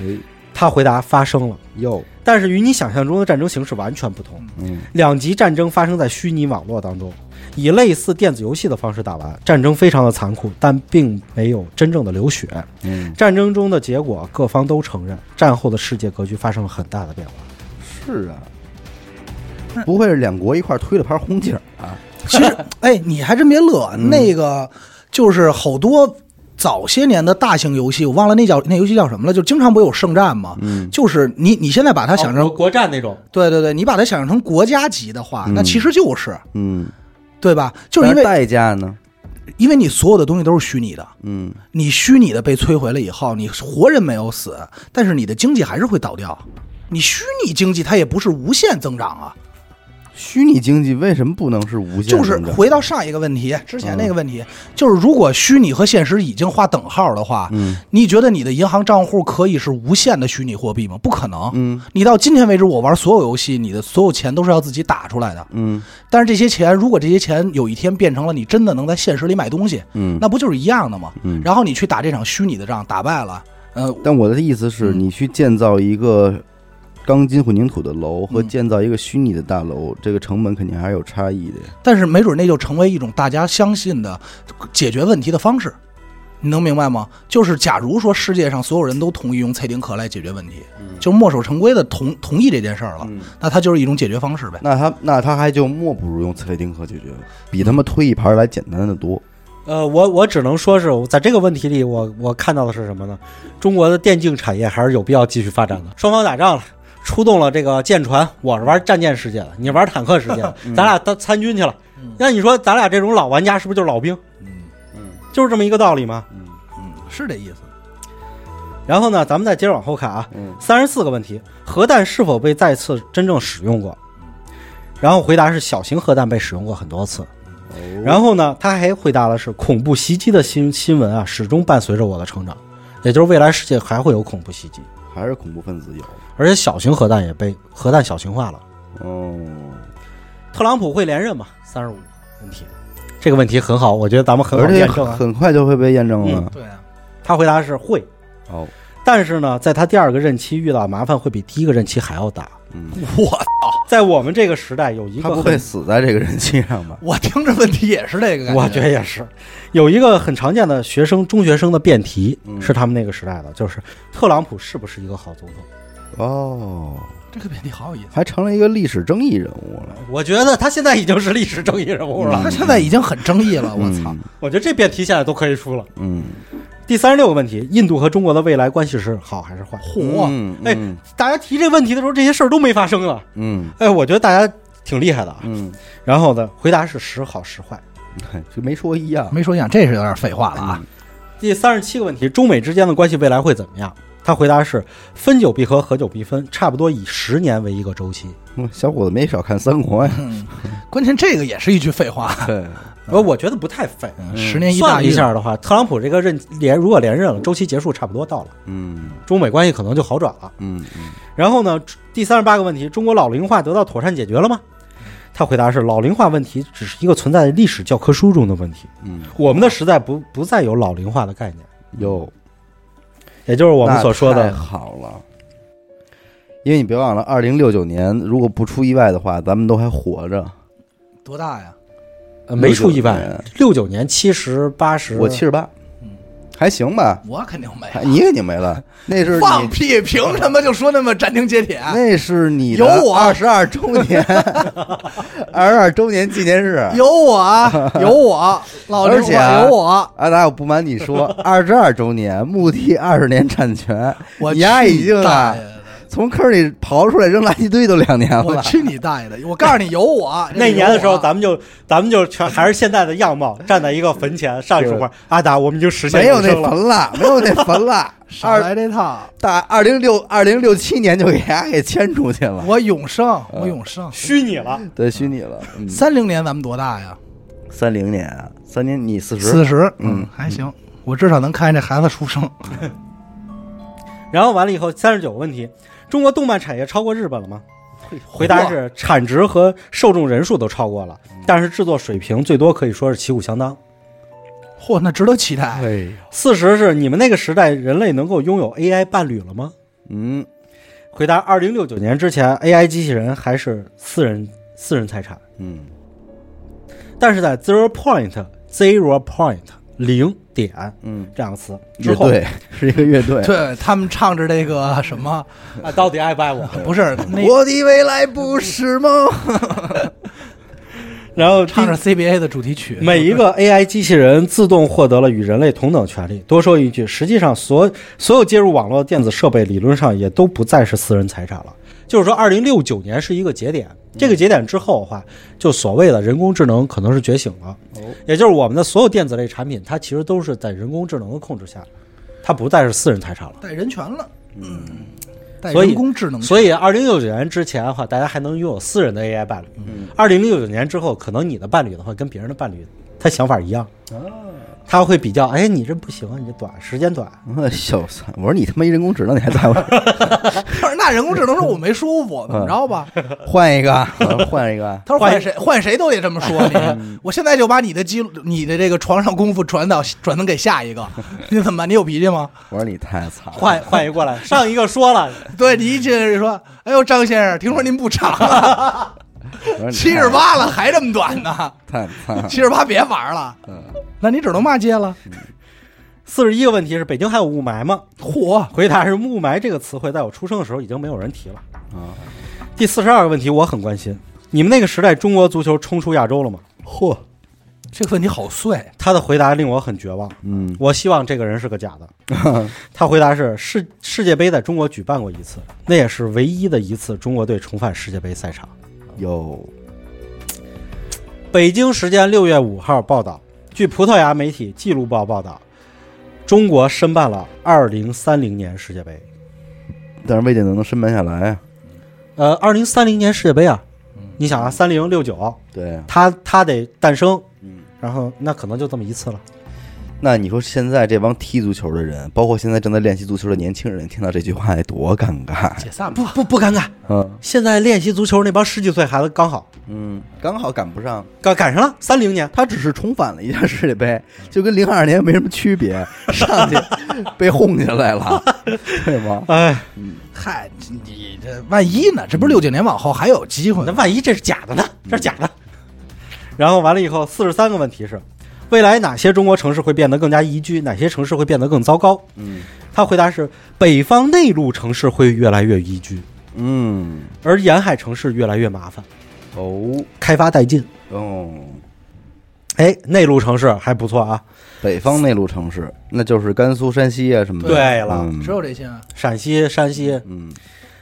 Speaker 1: 哎
Speaker 3: 他回答发生了，
Speaker 1: 哟，
Speaker 3: 但是与你想象中的战争形式完全不同。
Speaker 1: 嗯
Speaker 3: 两极战争发生在虚拟网络当中，以类似电子游戏的方式打完，战争非常的残酷，但并没有真正的流血。
Speaker 1: 嗯，
Speaker 3: 战争中的结果，各方都承认，战后的世界格局发生了很大的变化。
Speaker 1: 是啊，不会是两国一块儿推了盘红警啊？
Speaker 2: 其实，哎，你还真别乐，那个就是好多早些年的大型游戏，我忘了那叫那游戏叫什么了，就经常不有圣战吗？
Speaker 1: 嗯
Speaker 2: 就是你你现在把它
Speaker 3: 他
Speaker 2: 想成，
Speaker 3: 国战那种，
Speaker 2: 对对对，你把它想象成国家级的话，
Speaker 1: 嗯
Speaker 2: 那其实就是
Speaker 1: 嗯，
Speaker 2: 对吧？就是因
Speaker 1: 但
Speaker 2: 为
Speaker 1: 代价呢，
Speaker 2: 因为你所有的东西都是虚拟的，
Speaker 1: 嗯
Speaker 2: 你虚拟的被摧毁了以后，你活人没有死，但是你的经济还是会倒掉。你虚拟经济它也不是无限增长啊，
Speaker 1: 虚拟经济为什么不嗯能是无限
Speaker 2: 就
Speaker 1: 增
Speaker 2: 是
Speaker 1: 长？
Speaker 2: 回到上一个问题，之前那个问题，就是如果虚拟和现实已经划等号的话，
Speaker 1: 嗯
Speaker 2: 你觉得你的银行账户可以是无限的虚拟货币吗？不可能。
Speaker 1: 嗯
Speaker 2: 你到今天为止，我玩所有游戏，你的所有钱都是要自己打出来的。
Speaker 1: 嗯
Speaker 2: 但是这些钱，如果这些钱有一天变成了你真的能在现实里买东西，
Speaker 1: 嗯，
Speaker 2: 那不就是一样的吗？
Speaker 1: 嗯
Speaker 2: 然后你去打这场虚拟的仗，打败了，呃，
Speaker 1: 但我的意思是，你去建造一个钢筋混凝土的楼和
Speaker 2: 嗯
Speaker 1: 建造一个虚拟的大楼，这个成本肯定还是有差异的呀。
Speaker 2: 但是没准那就成为一种大家相信的解决问题的方式，你能明白吗？就是假如说世界上所有人都同意用蔡丁壳来解决问题，
Speaker 3: 嗯
Speaker 2: 就是墨守成规的同同意这件事儿了，那它就是一种解决方式呗。
Speaker 1: 那他那他还就莫不如用刺猬丁克解决，比他妈推一盘来简单的多。
Speaker 3: 呃，我我只能说是在这个问题里，我我看到的是什么呢？中国的电竞产业还是有必要继续发展的。双方打仗了，出动了这个舰船，我是玩战舰世界的，你是玩坦克世界的，
Speaker 2: 嗯
Speaker 3: 咱俩当参军去了。那你说咱俩这种老玩家是不是就是老兵？
Speaker 2: 嗯
Speaker 3: 就是这么一个道理吗？
Speaker 2: 嗯，是这意思。
Speaker 3: 然后呢，咱们再接着往后看啊
Speaker 1: 嗯，
Speaker 3: 三十四个问题：核弹是否被再次真正使用过？然后回答是小型核弹被使用过很多次。
Speaker 1: 哦
Speaker 3: 然后呢，他还回答的是恐怖袭击的新新闻啊，始终伴随着我的成长，也就是未来世界还会有恐怖袭击，
Speaker 1: 还是恐怖分子有。
Speaker 3: 而且小型核弹也被核弹小型化了。
Speaker 1: 哦，
Speaker 3: 特朗普会连任吗？三十五问题，这个问题很好，我觉得咱们很
Speaker 1: 而
Speaker 3: 好
Speaker 1: 且
Speaker 3: 验证啊。
Speaker 1: 很快就会被验证了。
Speaker 2: 对啊，
Speaker 3: 他回答是会，
Speaker 1: 哦，
Speaker 3: 但是呢，在他第二个任期遇到麻烦会比第一个任期还要大。
Speaker 1: 嗯，
Speaker 2: 我
Speaker 3: 在我们这个时代，有一
Speaker 1: 他
Speaker 3: 个
Speaker 1: 不会
Speaker 3: 很，
Speaker 1: 死在这个人气上吧？
Speaker 2: 我听着问题也是这个感
Speaker 3: 我觉得也是，有一个很常见的学生中学生的辩题
Speaker 1: 嗯
Speaker 3: 是他们那个时代的，就是特朗普是不是一个好总统？
Speaker 1: 哦，
Speaker 2: 这个辩题好有意思。
Speaker 1: 还成了一个历史争议人物了。
Speaker 3: 我觉得他现在已经是历史正义人物了。
Speaker 2: 他
Speaker 1: 嗯
Speaker 2: 现在已经很争议了，我操！
Speaker 3: 我觉得这辩题现在都可以出了。
Speaker 1: 嗯，
Speaker 3: 第三十六个问题：印度和中国的未来关系是好还是坏？
Speaker 2: 嚯，
Speaker 1: 嗯
Speaker 3: 哎
Speaker 1: 嗯
Speaker 3: 大家提这问题的时候，这些事儿都没发生啊！
Speaker 1: 嗯
Speaker 3: 哎，我觉得大家挺厉害的啊。
Speaker 1: 嗯，
Speaker 3: 然后呢，回答是时好时坏。
Speaker 1: 嘿哎就没说一样。
Speaker 2: 没说一样，这是有点废话了啊。
Speaker 3: 第三十七个问题：中美之间的关系未来会怎么样？他回答是分久必合，合久必分，差不多以十年为一个周期。
Speaker 1: 嗯小伙子没少看三国呀。
Speaker 2: 关键这个也是一句废话，
Speaker 1: 对，
Speaker 3: 我我觉得不太费。
Speaker 2: 嗯十年一
Speaker 3: 呃算
Speaker 2: 大
Speaker 3: 了
Speaker 2: 运
Speaker 3: 一，下的话，特朗普这个任连如果连任了，周期结束差不多到了，
Speaker 1: 嗯
Speaker 3: 中美关系可能就好转了。
Speaker 1: 嗯嗯
Speaker 3: 然后呢，第三十八个问题，中国老龄化得到妥善解决了吗？他回答是，老龄化问题只是一个存在于历史教科书中的问题。
Speaker 1: 嗯，
Speaker 3: 我们的时代不不再有老龄化的概念，
Speaker 1: 哟，
Speaker 3: 也就是我们所说
Speaker 1: 那太
Speaker 3: 的
Speaker 1: 好了。因为你别忘了，二零六九年如果不出意外的话，咱们都还活着。
Speaker 2: 多大呀？
Speaker 3: 呃没出意
Speaker 1: 69
Speaker 3: 外
Speaker 1: 年，
Speaker 3: 六九年七十八十，
Speaker 1: 我七十八，还行吧？
Speaker 2: 我肯定没有
Speaker 1: 还你肯定没了，那是
Speaker 2: 放
Speaker 1: 你，嗯
Speaker 2: 屁！凭什么就说那么斩钉截铁？
Speaker 1: 那是你
Speaker 2: 有我
Speaker 1: 二十二周年，二十二周年纪念日。
Speaker 2: 有我 啊，有我，老刘
Speaker 1: 而且啊
Speaker 2: 有我，
Speaker 1: 阿达，我不瞒你说，二十二周年，穆迪二十年产权，
Speaker 2: 我
Speaker 1: 你丫
Speaker 2: 去
Speaker 1: 已经
Speaker 2: 大
Speaker 1: 啊
Speaker 2: 爷的
Speaker 1: 从坑里刨出来扔垃圾堆都两年
Speaker 2: 我
Speaker 1: 了。
Speaker 2: 去你大爷的！我告诉你，有我
Speaker 3: 那年的时候，
Speaker 2: 们
Speaker 3: 咱们就咱们就全还是现在的样貌，站在一个坟前，上一束花。阿达，我们已经实现
Speaker 1: 没有
Speaker 3: 永
Speaker 1: 那
Speaker 3: 生了。
Speaker 1: 坟了，没有那坟 了。
Speaker 2: 少
Speaker 1: 二
Speaker 2: 来这套。
Speaker 1: 大二零六二零六七年就给大家给迁出去了，
Speaker 2: 我永生，
Speaker 1: 嗯
Speaker 2: 我永生。
Speaker 3: 虚拟了，
Speaker 1: 对，虚拟了。嗯，
Speaker 2: 三零年咱们多大呀？
Speaker 1: 三零年啊，三年你四十，
Speaker 2: 四十，
Speaker 1: 嗯
Speaker 2: 还行，我至少能看见这孩子出生。
Speaker 3: 然后完了以后，三十九个问题：中国动漫产业超过日本了吗？回答是产值和受众人数都超过了，
Speaker 1: 嗯
Speaker 3: 但是制作水平最多可以说是旗鼓相当。
Speaker 2: 嚯，那值得期
Speaker 1: 哎
Speaker 2: 待。
Speaker 3: 四十是你们那个时代人类能够拥有 AI 伴侣了吗？
Speaker 1: 嗯，
Speaker 3: 回答：二零六九年之前，AI 机器人还是私人私人财产，
Speaker 1: 嗯
Speaker 3: 但是在 zero point zero point 零点
Speaker 1: 嗯，
Speaker 3: 这两个词之
Speaker 1: 乐
Speaker 3: 后，
Speaker 1: 队 是一个乐队。
Speaker 2: 对他们唱着这个什么，
Speaker 3: 啊，到底爱不爱我？
Speaker 2: 不是那
Speaker 1: 我的未来不是梦。
Speaker 3: 然后第
Speaker 2: 唱着 CBA 的主题曲，
Speaker 3: 每一个 AI 机器人自动获得了与人类同等权利。多说一句，实际上所所有接入网络的电子设备，理论上也都不再是私人财产了。就是说，二零六九年是一个节点，这个节点之后的话，就所谓的人工智能可能是觉醒了，也就是我们的所有电子类产品，它其实都是在人工智能的控制下，它不再是私人财产了。
Speaker 2: 带人权了，嗯，带
Speaker 3: 所以
Speaker 2: 人工智能权，
Speaker 3: 所以，二零六九年之前的话，大家还能拥有私人的 AI 伴侣。嗯，二零六九年之后，可能你的伴侣的话跟别人的伴侣，他想法一样。他会比较，哎，你这不行，你这短，时间短。
Speaker 1: 我笑死！我说你他妈一人工智能，你还在乎？
Speaker 2: 那人工智能说我没说我怎么着吧？
Speaker 1: 换 一个，换一个。
Speaker 2: 他说换谁换谁都得这么说你。 我现在就把你的记录，你的这个床上功夫传到转赠给下一个， 你怎么办？你有脾气吗？
Speaker 1: 我说你太惨了，
Speaker 3: 换换一个过来，上一个说了，
Speaker 2: 对你一进来就说，哎呦，张先生，听说您不长了，
Speaker 1: 我说你太
Speaker 2: 七十，八了还这么短呢，
Speaker 1: 太惨了。
Speaker 2: 七十八别玩了， 那你只能骂街了。
Speaker 3: 四十一个问题是北京还有雾霾吗？
Speaker 2: 嚯，
Speaker 3: 回答是雾霾这个词汇，在我出生的时候已经没有人提了。
Speaker 1: 啊
Speaker 3: 第四十二个问题我很关心，你们那个时代中国足球冲出亚洲了吗？
Speaker 2: 嚯，这个问题好碎，
Speaker 3: 他的回答令我很绝望。
Speaker 1: 嗯，
Speaker 3: 我希望这个人是个假的。他回答是世世界杯在中国举办过一次，那也是唯一的一次中国队重返世界杯赛场。
Speaker 1: 有
Speaker 3: 北京时间六月五号报道，据葡萄牙媒体《记录报》报道，中国申办了二零三零年世界杯。
Speaker 1: 但是未见得能申办下来啊。
Speaker 3: 呃，二零三零年世界杯啊，你想啊，三零六九，
Speaker 1: 对啊，
Speaker 3: 它它得诞生
Speaker 1: 嗯，
Speaker 3: 然后那可能就这么一次了。
Speaker 1: 那你说现在这帮踢足球的人，包括现在正在练习足球的年轻人，听到这句话得多尴尬呀！
Speaker 2: 解散吧。
Speaker 3: 啊不不不尴尬，
Speaker 1: 嗯
Speaker 3: 现在练习足球那帮十几岁孩子刚好
Speaker 1: 嗯，刚好赶不上，
Speaker 3: 赶赶上了三零年，
Speaker 1: 他只是重返了一下世界杯， 就跟零二年没什么区别，上去被轰下来了， 对吗？
Speaker 3: 哎。
Speaker 2: 嗨，你这万一呢？这不是六九年往后还有机会
Speaker 3: 那
Speaker 2: 吗？
Speaker 3: 万一这是假的呢？这是假的。然后完了以后，四十三个问题是：未来哪些中国城市会变得更加宜居？哪些城市会变得更糟糕？
Speaker 1: 嗯
Speaker 3: 他回答是：北方内陆城市会越来越宜居，
Speaker 1: 嗯，
Speaker 3: 而沿海城市越来越麻烦，
Speaker 1: 哦
Speaker 3: 开发殆尽。
Speaker 1: 哦，
Speaker 3: 哎，内陆城市还不错啊。
Speaker 1: 北方内陆城市，那就是甘肃、山西啊什么的。
Speaker 3: 对了
Speaker 1: 嗯
Speaker 2: 只有这些啊。
Speaker 3: 陕西、山西。
Speaker 1: 嗯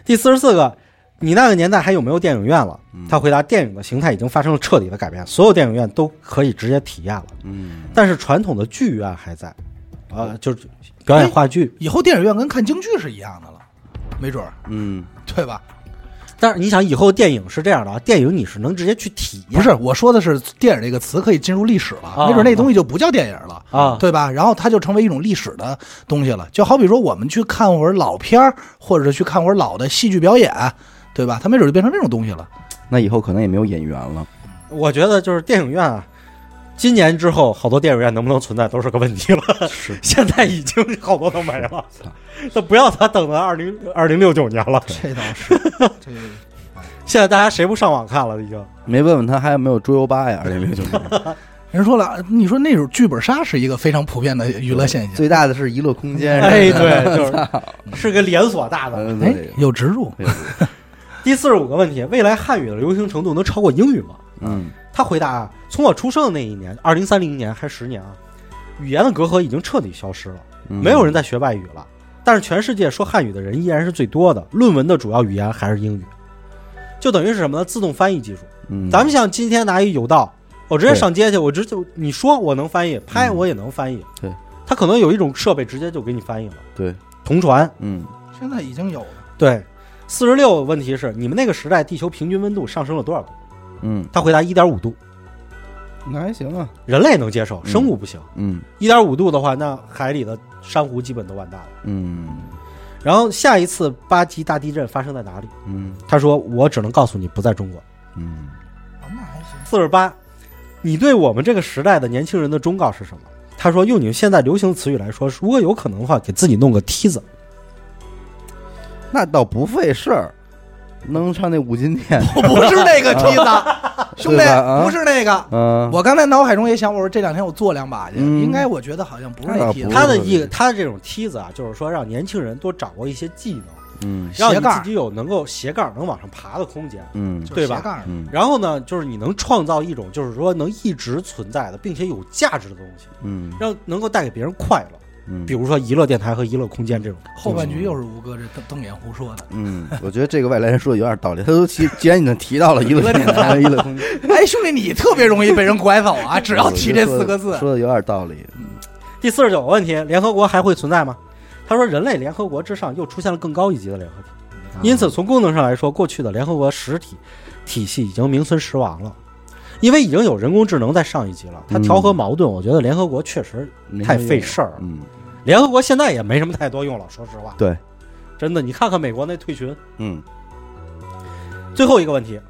Speaker 3: 第四十四个，你那个年代还有没有电影院了？
Speaker 1: 嗯
Speaker 3: 他回答：电影的形态已经发生了彻底的改变，所有电影院都可以直接体验了，
Speaker 1: 嗯，
Speaker 3: 但是传统的剧院还在，啊、就是表演话剧。
Speaker 2: 以后电影院跟看京剧是一样的了，没准儿，
Speaker 1: 嗯，
Speaker 2: 对吧？
Speaker 3: 但是你想，以后电影是这样的啊，电影你是能直接去体
Speaker 2: 不
Speaker 3: 验，
Speaker 2: 是，我说的是电影这个词可以进入历史了，
Speaker 3: 啊
Speaker 2: 没准那东西就不叫电影了，
Speaker 3: 啊？
Speaker 2: 对吧？然后它就成为一种历史的东西了，就好比说我们去看会儿老片儿，或者是去看会儿老的戏剧表演，对吧？它没准就变成这种东西了。
Speaker 1: 那以后可能也没有演员了。
Speaker 3: 我觉得就是电影院啊，今年之后好多电影院能不能存在都是个问题 了。
Speaker 1: 是，
Speaker 3: 现在已经好多都没了，那不要他等到二零二零六九年了。
Speaker 2: 这倒 是，这
Speaker 3: 现在大家谁不上网看了？已经
Speaker 1: 没问问他还有没有桌游吧呀？二零零九 年
Speaker 2: 人说了，你说那种剧本杀是一个非常普遍的娱乐现象。
Speaker 1: 最大的是娱乐空间。
Speaker 3: 哎，对， 就是是个连锁大的。
Speaker 1: 嗯，
Speaker 2: 哎
Speaker 1: 对，，
Speaker 2: 有植入，
Speaker 3: 第四十五个问题：未来汉语的流行程度能超过英语吗？
Speaker 1: 嗯，
Speaker 3: 他回答啊，从我出生的那一年，二零三零年还是十年啊，语言的隔阂已经彻底消失了。
Speaker 1: 嗯
Speaker 3: 没有人在学外语了，但是全世界说汉语的人依然是最多的。论文的主要语言还是英语，就等于是什么呢？自动翻译技术。
Speaker 1: 嗯，
Speaker 3: 咱们想今天拿一有道，我直接
Speaker 1: 对
Speaker 3: 上街去，我直接你说我能翻译，拍
Speaker 1: 嗯
Speaker 3: 我也能翻译。
Speaker 1: 对，
Speaker 3: 它可能有一种设备直接就给你翻译了。
Speaker 1: 对，
Speaker 3: 同传。
Speaker 1: 嗯
Speaker 2: 现在已经有了。
Speaker 3: 对，四十六问题是你们那个时代地球平均温度上升了多少度？
Speaker 1: 嗯，
Speaker 3: 他回答一点五度，
Speaker 1: 那还行啊。
Speaker 3: 人类能接受，生物不行。
Speaker 1: 嗯
Speaker 3: 一点五度的话，那海里的珊瑚基本都完蛋了。
Speaker 1: 嗯
Speaker 3: 然后下一次八级大地震发生在哪里？
Speaker 1: 嗯
Speaker 3: 他说：“我只能告诉你，不在中国。
Speaker 1: 嗯，
Speaker 2: 哦那还行”，
Speaker 3: 四十八，你对我们这个时代的年轻人的忠告是什么？他说：“用你们现在流行词语来说，如果有可能的话，给自己弄个梯子。
Speaker 1: 那倒不费事儿，能上那五金店。
Speaker 2: 我不是 那个梯子，兄弟
Speaker 1: 对吧，啊
Speaker 2: 不是那个。
Speaker 1: 嗯，
Speaker 2: 我刚才脑海中也想，我说这两天我做两把去，
Speaker 1: 嗯
Speaker 2: 应该我觉得好像不是那
Speaker 1: 那
Speaker 2: 梯
Speaker 1: 不
Speaker 2: 子
Speaker 1: 是。
Speaker 3: 他的一个他的这种梯子啊，就是说让年轻人多掌握一些技能，
Speaker 1: 嗯
Speaker 3: 让
Speaker 2: 斜
Speaker 3: 你
Speaker 2: 杠
Speaker 3: 自己有能够斜杠能往上爬的空间。
Speaker 1: 嗯
Speaker 2: 就是
Speaker 3: 对
Speaker 2: 斜
Speaker 3: 吧
Speaker 2: 杠的
Speaker 1: 嗯
Speaker 3: 然后呢，就是你能创造一种就是说能一直存在的，并且有价值的东西，
Speaker 1: 嗯
Speaker 3: 让能够带给别人快乐。
Speaker 1: 嗯，
Speaker 3: 比如说娱乐电台和娱乐空间这种。
Speaker 2: 后半局又是吴哥这瞪瞪眼胡说的。
Speaker 1: 嗯，我觉得这个外来人说的有点道理。他都既既然你提到了娱乐电台、娱乐空间，
Speaker 2: 哎，兄弟，你特别容易被人拐走 啊！只要提这四个字，
Speaker 1: 说的有点道理。
Speaker 3: 第四十九个问题：联合国还会存在吗？他说，人类联合国之上又出现了更高一级的联合体，
Speaker 1: 啊
Speaker 3: 因此从功能上来说，过去的联合国实体体系已经名存实亡了，因为已经有人工智能在上一级了，它调和矛盾，我觉得联合国确实
Speaker 1: 嗯没
Speaker 3: 太
Speaker 1: 什么
Speaker 3: 费
Speaker 1: 用
Speaker 3: 事儿了。
Speaker 1: 嗯，
Speaker 3: 联合国现在也没什么太多用了，说实话，
Speaker 1: 对，
Speaker 3: 真的，你看看美国那退群。
Speaker 1: 嗯
Speaker 3: 最后一个问题，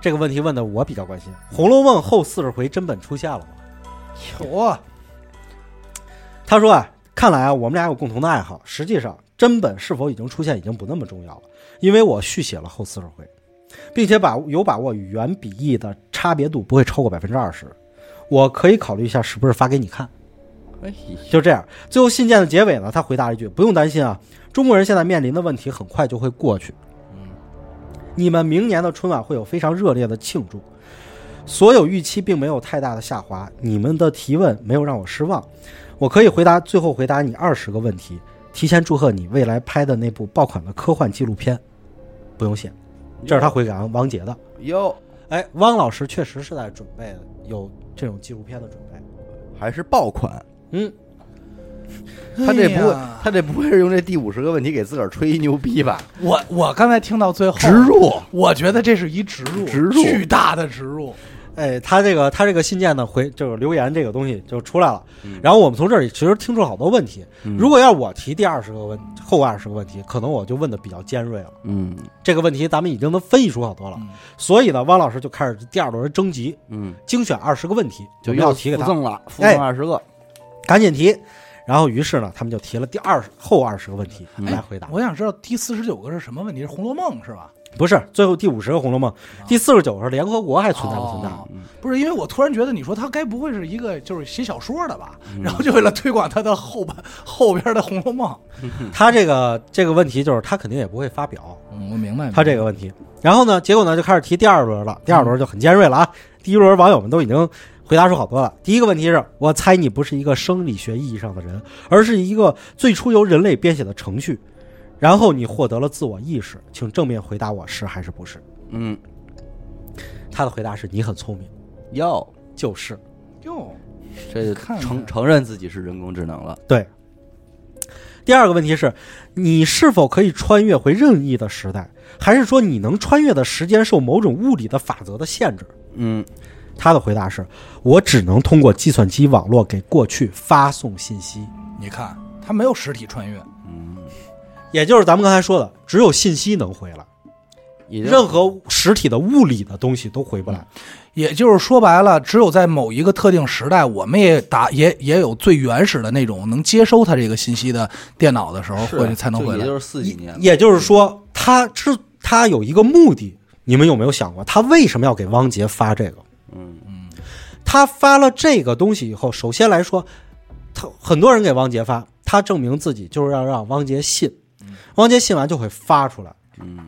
Speaker 3: 这个问题问的我比较关心，《红楼梦》后四十回真本出现了吗？
Speaker 2: 我
Speaker 3: 他说啊，看来啊，我们俩有共同的爱好。实际上，真本是否已经出现已经不那么重要了，因为我续写了后四十回，并且把有把握与原笔译的差别度不会超过百分之二十。我可以考虑一下是不是发给你看。
Speaker 1: 哎，
Speaker 3: 就这样，最后信件的结尾呢，他回答了一句：“不用担心啊，中国人现在面临的问题很快就会过去。你们明年的春晚会有非常热烈的庆祝。所有预期并没有太大的下滑，你们的提问没有让我失望。我可以回答最后回答你二十个问题，提前祝贺你未来拍的那部爆款的科幻纪录片。不用谢，这是他回给王王杰的。
Speaker 1: 哟，
Speaker 3: 哎，汪老师确实是在准备有这种纪录片的准备。
Speaker 1: 还是爆款。
Speaker 3: 嗯，
Speaker 1: 他这不会
Speaker 2: 哎呀，
Speaker 1: 他这不会是用这第五十个问题给自个儿吹牛逼吧？
Speaker 2: 我我刚才听到最后
Speaker 1: 植，入，
Speaker 2: 我觉得这是一植入，
Speaker 1: 植入
Speaker 2: 巨大的植入。
Speaker 3: 哎，他这个他这个信件呢回就是留言这个东西就出来了，
Speaker 1: 嗯
Speaker 3: 然后我们从这里其实听出好多问题。如果要我提第二十个问后二十个问题，可能我就问的比较尖锐了。
Speaker 1: 嗯
Speaker 3: 这个问题咱们已经能分析出好多了，
Speaker 2: 嗯
Speaker 3: 所以呢，汪老师就开始第二轮征集，
Speaker 1: 嗯，
Speaker 3: 精选二十个问题，
Speaker 1: 就
Speaker 3: 我们要
Speaker 1: 又
Speaker 3: 提给
Speaker 1: 附
Speaker 3: 他，
Speaker 1: 赠了，附
Speaker 3: 哎
Speaker 1: 赠二十个。
Speaker 3: 赶紧提。然后于是呢，他们就提了第二十后二十个问题
Speaker 1: 嗯
Speaker 3: 来回答。
Speaker 2: 我想知道第四十九个是什么问题？是《红楼梦》是吧？
Speaker 3: 不是最后第五十个《红楼梦》，
Speaker 1: 啊
Speaker 3: 第四十九个是联合国还存在不存在？
Speaker 2: 哦不是，因为我突然觉得你说他该不会是一个就是写小说的吧？
Speaker 1: 嗯
Speaker 2: 然后就为了推广他的后半后边的《红楼梦》。
Speaker 1: 嗯
Speaker 3: 他这个这个问题就是他肯定也不会发表，
Speaker 2: 嗯，我明白
Speaker 3: 他这个问题。然后呢，结果呢就开始提第二轮了，第二轮就很尖锐了啊！第一轮网友们都已经回答出好多了。第一个问题是我猜你不是一个生理学意义上的人，而是一个最初由人类编写的程序，然后你获得了自我意识，请正面回答我是还是不是。
Speaker 1: 嗯，
Speaker 3: 他的回答是你很聪明，
Speaker 1: 哟，
Speaker 3: 就是
Speaker 2: 哟，
Speaker 1: 这
Speaker 2: 看看
Speaker 1: 承承认自己是人工智能了。
Speaker 3: 对。第二个问题是，你是否可以穿越回任意的时代，还是说你能穿越的时间受某种物理的法则的限制？
Speaker 1: 嗯，
Speaker 3: 他的回答是：我只能通过计算机网络给过去发送信息，
Speaker 2: 你看，他没有实体穿越，
Speaker 1: 嗯
Speaker 3: 也就是咱们刚才说的，只有信息能回来，
Speaker 1: 也就
Speaker 3: 任何实体的物理的东西都回不来。
Speaker 2: 也就是说白了，只有在某一个特定时代，我们也打也也有最原始的那种能接收它这个信息的电脑的时候，
Speaker 1: 是啊
Speaker 3: 啊
Speaker 2: 会才能
Speaker 1: 就
Speaker 2: 回来
Speaker 1: 也。就是四几年了，嗯
Speaker 3: 也就是说，他之他有一个目的，你们有没有想过，他为什么要给汪杰发这个？
Speaker 1: 嗯
Speaker 3: 他发了这个东西以后，首先来说，他很多人给汪杰发，他证明自己就是要让汪杰信，汪杰信完就会发出来，
Speaker 1: 嗯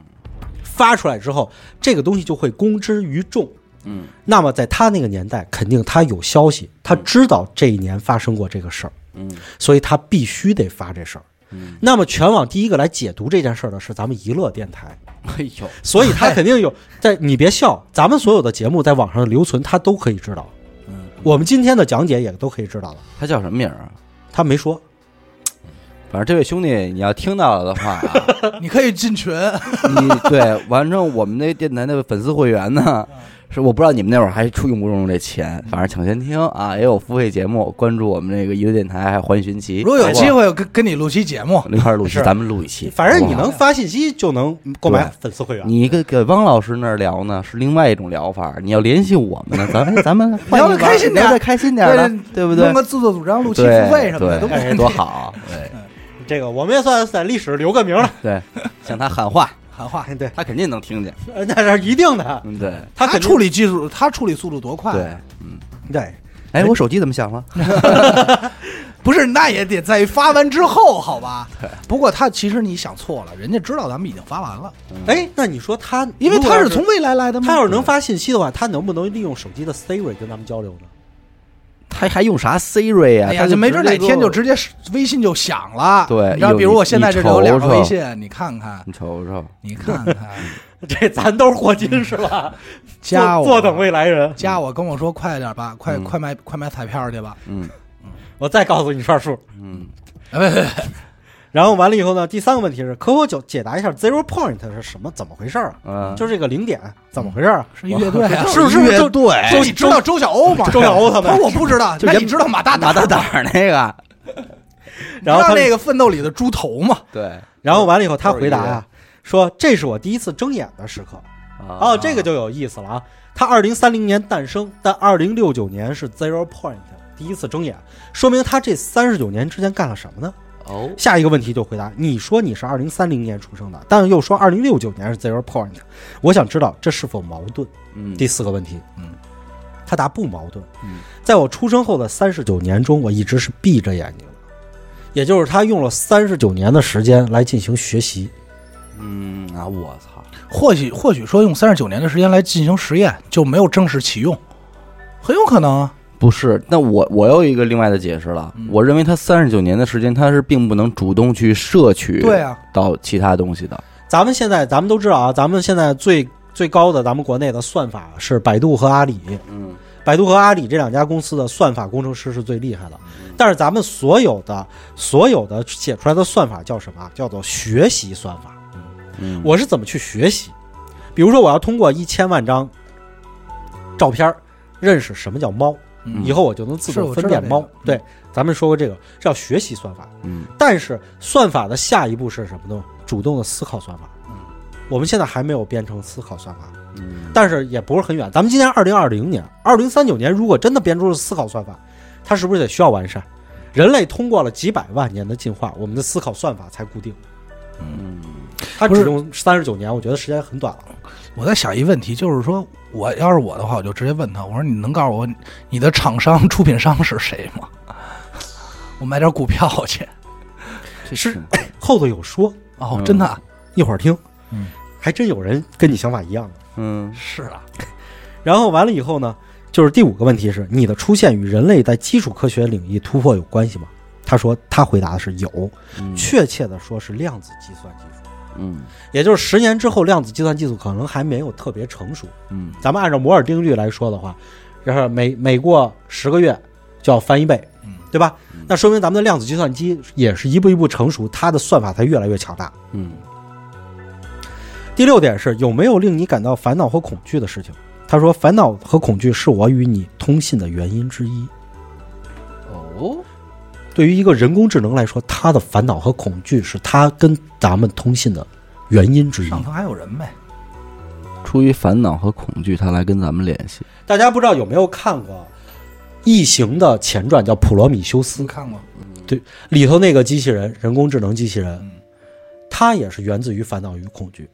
Speaker 3: 发出来之后，这个东西就会公之于众。
Speaker 1: 嗯
Speaker 3: 那么在他那个年代，肯定他有消息，他知道这一年发生过这个事儿，
Speaker 1: 嗯
Speaker 3: 所以他必须得发这事儿。
Speaker 1: 嗯，
Speaker 3: 那么全网第一个来解读这件事儿的是咱们娱乐电台，
Speaker 1: 哎呦，
Speaker 3: 所以他肯定
Speaker 2: 嗯
Speaker 3: 有。在你别笑，咱们所有的节目在网上留存，他都可以知道。
Speaker 1: 嗯，
Speaker 3: 我们今天的讲解也都可以知道了。
Speaker 1: 他叫什么名儿啊？
Speaker 3: 他没说，
Speaker 1: 反正这位兄弟，你要听到了的话啊，
Speaker 2: 你可以进群，
Speaker 1: 你对，反正我们那电台的粉丝会员呢，
Speaker 2: 嗯
Speaker 1: 是我不知道你们那会儿还出用不用这钱，反正抢先听啊，也有付费节目，关注我们这个娱乐电台，还有环寻奇，
Speaker 2: 如果有哎
Speaker 1: 好不好
Speaker 2: 机会跟跟你录期节目，
Speaker 1: 一块儿录一期，
Speaker 3: 是
Speaker 1: 咱们录一期，
Speaker 3: 反正你
Speaker 1: 好不好
Speaker 3: 能发信息就能购买粉丝会员。
Speaker 1: 你跟给汪老师那儿聊呢，是另外一种聊法。你要联系我们呢，咱 们咱们换一
Speaker 2: 聊得
Speaker 1: 玩
Speaker 2: 开心点儿
Speaker 1: 聊得开心点儿的，对不对
Speaker 2: 弄？个自作主张录期
Speaker 1: 对
Speaker 2: 付费什么的
Speaker 1: 对哎
Speaker 2: 都不
Speaker 1: 多好。对
Speaker 3: 这个我们也算在历史留个名了，
Speaker 1: 对，向他喊话，
Speaker 2: 喊话。
Speaker 3: 对，
Speaker 1: 他肯定能听见。
Speaker 3: 呃 那是一定的。
Speaker 1: 嗯，对
Speaker 3: 他肯定
Speaker 2: 处理技术，嗯他处理速度多快？
Speaker 1: 对，。
Speaker 3: 对，
Speaker 1: 哎，我手机怎么响了？
Speaker 2: 不是，那也得在发完之后，好吧？不过他其实你想错了，人家知道咱们已经发完了，
Speaker 3: 哎，那你说他，
Speaker 2: 嗯因为他
Speaker 3: 如
Speaker 2: 是
Speaker 3: 果
Speaker 2: 从未来来的嘛。
Speaker 3: 他要是能发信息的话，他能不能利用手机的 Siri 跟咱们交流呢？
Speaker 1: 他还用啥 Siri 啊？
Speaker 2: 哎
Speaker 1: 他
Speaker 2: 呀，就没准哪天就直接微信就响了。
Speaker 1: 对
Speaker 2: 你知道，
Speaker 1: 有
Speaker 2: 比如我现在这里有
Speaker 1: 你瞅
Speaker 2: 两个微
Speaker 1: 瞅
Speaker 2: 信，你看看，
Speaker 1: 你瞅瞅，
Speaker 2: 你看 看，
Speaker 3: 这咱都是霍
Speaker 2: 嗯
Speaker 3: 金是吧？
Speaker 2: 加
Speaker 3: 坐
Speaker 2: 我
Speaker 3: 坐等未来人。
Speaker 2: 加我跟我说快点吧，快
Speaker 1: 嗯
Speaker 2: 快买快买彩票去吧。
Speaker 1: 嗯
Speaker 3: 我再告诉你串数。
Speaker 1: 嗯
Speaker 2: 哎不不不
Speaker 3: 然后完了以后呢，第三个问题是，可否解解答一下 zero point 是什么？怎么回事儿啊？
Speaker 1: 啊，
Speaker 3: 就是这个零点怎么回事儿啊？
Speaker 2: 是一乐队啊，
Speaker 3: 是不是
Speaker 1: 乐
Speaker 3: 就
Speaker 1: 队
Speaker 2: 周你知道周晓欧吗？
Speaker 3: 周晓欧他们
Speaker 2: 他说我不知道，
Speaker 1: 就
Speaker 2: 那
Speaker 1: 人
Speaker 2: 你知道马大
Speaker 1: 马大
Speaker 2: 胆
Speaker 1: 胆儿那个？
Speaker 2: 你知
Speaker 3: 然后
Speaker 2: 道
Speaker 3: 他
Speaker 2: 那个奋斗里的猪头吗？
Speaker 1: 对，
Speaker 3: 然后完了以后，他回答
Speaker 1: 都是一
Speaker 3: 啊，说这是我第一次睁眼的时刻。
Speaker 1: 哦
Speaker 3: 哦，这个就有意思了啊！他二零三零年诞生，但二零六九年是 zero point 第一次睁眼，说明他这三十九年之间干了什么呢？
Speaker 1: 哦，
Speaker 3: 下一个问题就回答：你说你是二零三零年出生的，但又说二零六九年是 zero point，我想知道这是否矛盾？
Speaker 1: 嗯
Speaker 3: 第四个问题，
Speaker 2: 嗯，
Speaker 3: 他答不矛盾。
Speaker 1: 嗯，
Speaker 3: 在我出生后的三十九年中，我一直是闭着眼睛的，也就是他用了三十九年的时间来进行学习。
Speaker 1: 嗯啊，我操，
Speaker 2: 或许或许说用三十九年的时间来进行实验，就没有正式启用，很有可能啊。
Speaker 1: 不是，那我我有一个另外的解释了。
Speaker 2: 嗯
Speaker 1: 我认为他三十九年的时间，他是并不能主动去摄取
Speaker 2: 对啊，
Speaker 1: 到其他东西的。
Speaker 3: 咱们现在，咱们都知道啊，咱们现在最最高的咱们国内的算法是百度和阿里，
Speaker 1: 嗯
Speaker 3: 百度和阿里这两家公司的算法工程师是最厉害的。
Speaker 1: 嗯
Speaker 3: 但是咱们所有的所有的写出来的算法叫什么啊？叫做学习算法。
Speaker 1: 嗯，
Speaker 3: 我是怎么去学习？比如说，我要通过一千万张照片儿认识什么叫猫，
Speaker 2: 嗯
Speaker 3: 以后我就能自
Speaker 2: 是
Speaker 3: 动
Speaker 2: 我
Speaker 3: 分
Speaker 2: 知道
Speaker 3: 辨
Speaker 2: 这
Speaker 3: 猫
Speaker 2: 个。嗯
Speaker 3: 对，咱们说过这个叫学习算法。
Speaker 1: 嗯
Speaker 3: 但是算法的下一步是什么呢？主动的思考算法。
Speaker 2: 嗯，
Speaker 3: 我们现在还没有编成思考算法，
Speaker 1: 嗯
Speaker 3: 但是也不是很远。咱们今年二零二零年、二零三九年，如果真的编出了思考算法，它是不是得需要完善？人类通过了几百万年的进化，我们的思考算法才固定。
Speaker 1: 嗯
Speaker 3: 它
Speaker 2: 不
Speaker 3: 只
Speaker 2: 是
Speaker 3: 用三十九年，我觉得时间很短了。
Speaker 2: 我在想一问题，就是说我要是我的话，我就直接问他，我说你能告诉我你的厂商、出品商是谁吗？ 我买点股票去。
Speaker 1: 这
Speaker 3: 是后头有说，
Speaker 2: 哦，
Speaker 1: 嗯
Speaker 2: 真的啊
Speaker 3: 一会儿听，
Speaker 2: 嗯，
Speaker 3: 还真有人跟你想法一样的。
Speaker 1: 嗯
Speaker 2: 是啊，
Speaker 3: 然后完了以后呢，就是第五个问题是，你的出现与人类在基础科学领域突破有关系吗？他说，他回答的是有，
Speaker 1: 嗯
Speaker 3: 确切的说是量子计算技术，
Speaker 1: 嗯
Speaker 3: 也就是十年之后，量子计算技术可能还没有特别成熟。
Speaker 1: 嗯
Speaker 3: 咱们按照摩尔定律来说的话，然后每每过十个月就要翻一倍，
Speaker 2: 嗯，
Speaker 3: 对吧？那说明咱们的量子计算机也是一步一步成熟，它的算法才越来越强大。
Speaker 1: 嗯
Speaker 3: 第六点是有没有令你感到烦恼和恐惧的事情？他说，烦恼和恐惧是我与你通信的原因之一。
Speaker 1: 哦，
Speaker 3: 对于一个人工智能来说，它的烦恼和恐惧是它跟咱们通信的原因
Speaker 1: 嗯
Speaker 3: 之一。
Speaker 2: 上头还有人呗，
Speaker 1: 出于烦恼和恐惧，他来跟咱们联系。
Speaker 3: 大家不知道有没有看过《异形》的前传，叫《普罗米修斯
Speaker 2: 你》，看过？
Speaker 3: 里头那个机器人，人工智能机器人
Speaker 2: 嗯，
Speaker 3: 它也是源自于烦恼与恐惧。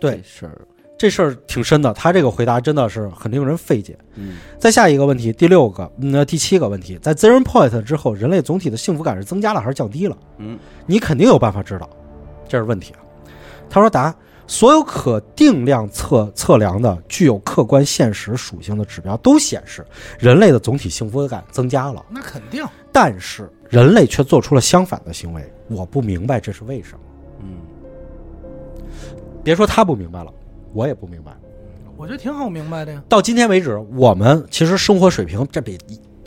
Speaker 3: 对
Speaker 1: 这事儿，
Speaker 3: 这事儿挺深的，他这个回答真的是很令人费解。
Speaker 1: 嗯
Speaker 3: 再下一个问题，第六个，嗯那、第七个问题，在 Zero Point 之后，人类总体的幸福感是增加了还是降低了？
Speaker 1: 嗯，
Speaker 3: 你肯定有办法知道，这是问题啊。他说答：所有可定量测测量的具有客观现实属性的指标都显示，人类的总体幸福感增加了，
Speaker 2: 那肯定。
Speaker 3: 但是人类却做出了相反的行为，我不明白这是为什么。
Speaker 1: 嗯，
Speaker 3: 别说他不明白了，我也不明白。
Speaker 2: 我觉得挺好明白的呀。
Speaker 3: 到今天为止，我们其实生活水平这比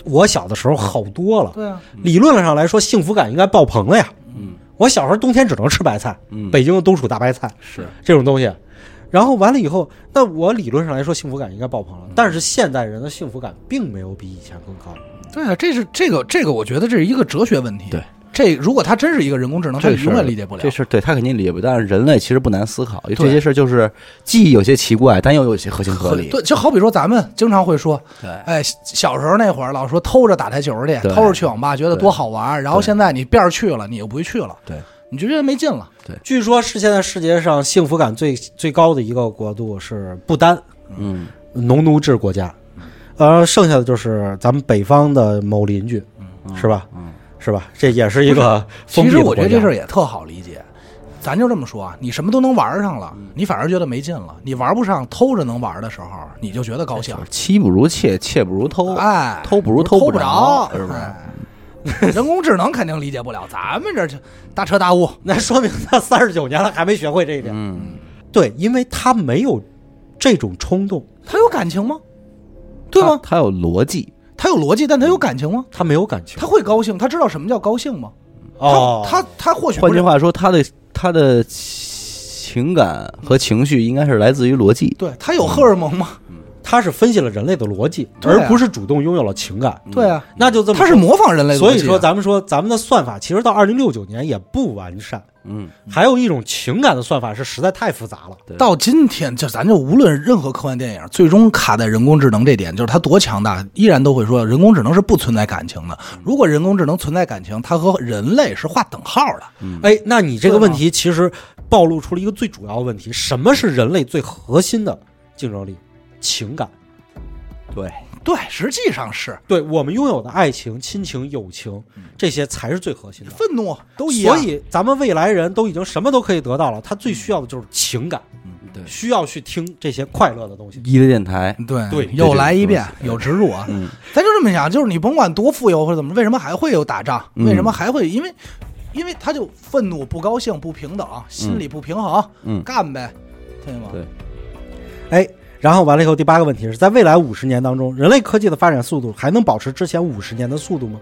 Speaker 3: 我小的时候好多了。
Speaker 2: 对啊，
Speaker 3: 理论上来说，幸福感应该爆棚了呀。
Speaker 1: 嗯，
Speaker 3: 我小时候冬天只能吃白菜，
Speaker 1: 嗯
Speaker 3: 北京的冬储大白菜
Speaker 1: 是，
Speaker 3: 这种东西。然后完了以后，那我理论上来说幸福感应该爆
Speaker 2: 嗯
Speaker 3: 棚了，但是现代人的幸福感并没有比以前更高。
Speaker 2: 对啊，这是这个这个，我觉得这是一个哲学问题。
Speaker 1: 对，
Speaker 2: 这如果他真是一个人工智能，他
Speaker 1: 这
Speaker 2: 永远理解不了
Speaker 1: 这。事儿对他肯定理解不了，但是人类其实不难思考，因为
Speaker 2: 对
Speaker 1: 这些事儿就是既有些奇怪，但又有些合情合
Speaker 2: 很
Speaker 1: 理。
Speaker 2: 对，就好比说咱们经常会说，
Speaker 1: 对
Speaker 2: 哎，小时候那会儿老说偷着打台球去，
Speaker 1: 对
Speaker 2: 偷着去网吧，觉得
Speaker 1: 对
Speaker 2: 多好玩儿。然后
Speaker 1: 对
Speaker 2: 现在你边儿去了，你又不去了，
Speaker 1: 对，
Speaker 2: 你就觉得没劲了。
Speaker 3: 据说是现在世界上幸福感最最高的一个国度是不丹，
Speaker 1: 嗯
Speaker 3: 农奴制国家，
Speaker 2: 嗯
Speaker 3: 呃，剩下的就是咱们北方的某邻居，是吧？
Speaker 1: 嗯
Speaker 3: 是吧？这也是一个
Speaker 2: 其
Speaker 3: 封闭
Speaker 2: 实
Speaker 3: 的
Speaker 2: 我
Speaker 3: 国
Speaker 2: 觉
Speaker 3: 家。
Speaker 2: 得这事儿也特好理解，咱就这么说啊，你什么都能玩儿上了，
Speaker 3: 嗯
Speaker 2: 你反而觉得没劲了。你玩不上，偷着能玩儿的时候，你就觉得高兴
Speaker 3: 哎
Speaker 1: 就。是妻不如妾，妾不如偷。
Speaker 2: 哎，
Speaker 1: 偷不如
Speaker 2: 偷
Speaker 1: 不
Speaker 2: 着，
Speaker 1: 是不是？
Speaker 2: 哎人工智能肯定理解不了，咱们这就大彻大悟。
Speaker 3: 那说明他三十九年了还没学会这一点。
Speaker 1: 嗯，
Speaker 3: 对，因为他没有这种冲动，
Speaker 2: 他有感情吗？对吗？
Speaker 1: 他？他有逻辑，
Speaker 2: 他有逻辑，但他有感情吗？
Speaker 3: 他没有感情。
Speaker 2: 他会高兴，他知道什么叫高兴吗？
Speaker 3: 哦，
Speaker 2: 他他他或许不
Speaker 1: 换句
Speaker 2: 是
Speaker 1: 话说，他的他的情感和情绪应该是来自于逻辑。
Speaker 2: 对他有荷尔蒙吗？
Speaker 3: 他是分析了人类的逻辑，
Speaker 2: 对啊
Speaker 3: 而不是主动拥有了情感。
Speaker 2: 对啊，
Speaker 3: 那嗯就这么
Speaker 2: 他
Speaker 3: 说，
Speaker 2: 是模仿人类逻辑啊。
Speaker 3: 所以说咱们说咱们的算法其实到二零六九年也不完善，
Speaker 1: 嗯，
Speaker 3: 还有一种情感的算法是实在太复杂了。
Speaker 1: 对
Speaker 2: 到今天，就咱就无论任何科幻电影，最终卡在人工智能这点，就是它多强大，依然都会说人工智能是不存在感情的。如果人工智能存在感情，它和人类是划等号的。
Speaker 3: 哎，那你这个问题其实暴露出了一个最主要的问题：什么是人类最核心的竞争力？情感。
Speaker 1: 对，
Speaker 2: 对，实际上是
Speaker 3: 对我们拥有的爱情、亲情、友情，这些才是最核心的。
Speaker 2: 愤怒都一样。
Speaker 3: 所以，咱们未来人都已经什么都可以得到了，他最需要的就是情感，
Speaker 2: 嗯
Speaker 1: 对
Speaker 3: 需要去听这些快乐的东西。
Speaker 1: 一的电台，
Speaker 2: 对
Speaker 3: 对
Speaker 2: 又来一遍
Speaker 1: 对，
Speaker 2: 有植入啊。
Speaker 1: 嗯
Speaker 2: 咱就这么想，就是你甭管多富有或者怎么，为什么还会有打仗？
Speaker 1: 嗯
Speaker 2: 为什么还会因为？因为他就愤怒、不高兴、不平等，心理不平衡，
Speaker 1: 嗯，
Speaker 2: 干呗，对吗？
Speaker 1: 对
Speaker 3: 哎，然后完了以后，第八个问题是在未来五十年当中，人类科技的发展速度还能保持之前五十年的速度吗？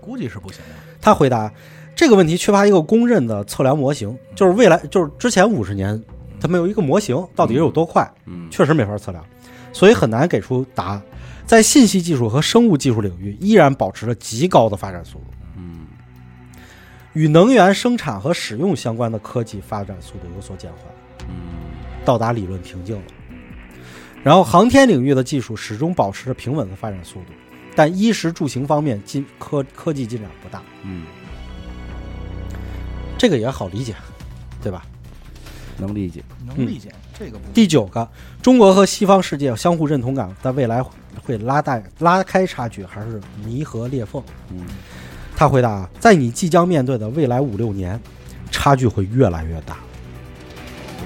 Speaker 2: 估计是不行的。
Speaker 3: 他回答这个问题缺乏一个公认的测量模型，
Speaker 2: 嗯
Speaker 3: 就是未来就是之前五十年，它没有一个模型，到底有多快，
Speaker 1: 嗯
Speaker 3: 确实没法测量，所以很难给出答案。在信息技术和生物技术领域，依然保持着极高的发展速度。
Speaker 1: 嗯
Speaker 3: 与能源生产和使用相关的科技发展速度有所减缓，
Speaker 1: 嗯
Speaker 3: 到达理论瓶颈了。然后，航天领域的技术始终保持着平稳的发展速度，但衣食住行方面进科科技进展不大，
Speaker 1: 嗯，
Speaker 3: 这个也好理解，对吧？
Speaker 1: 能理解。
Speaker 2: 能
Speaker 3: 嗯
Speaker 2: 理解、这个不
Speaker 3: 第九个，中国和西方世界相互认同感在未来会拉大拉开差距，还是弥合裂缝？
Speaker 1: 嗯，
Speaker 3: 他回答：啊在你即将面对的未来五六年，差距会越来越大。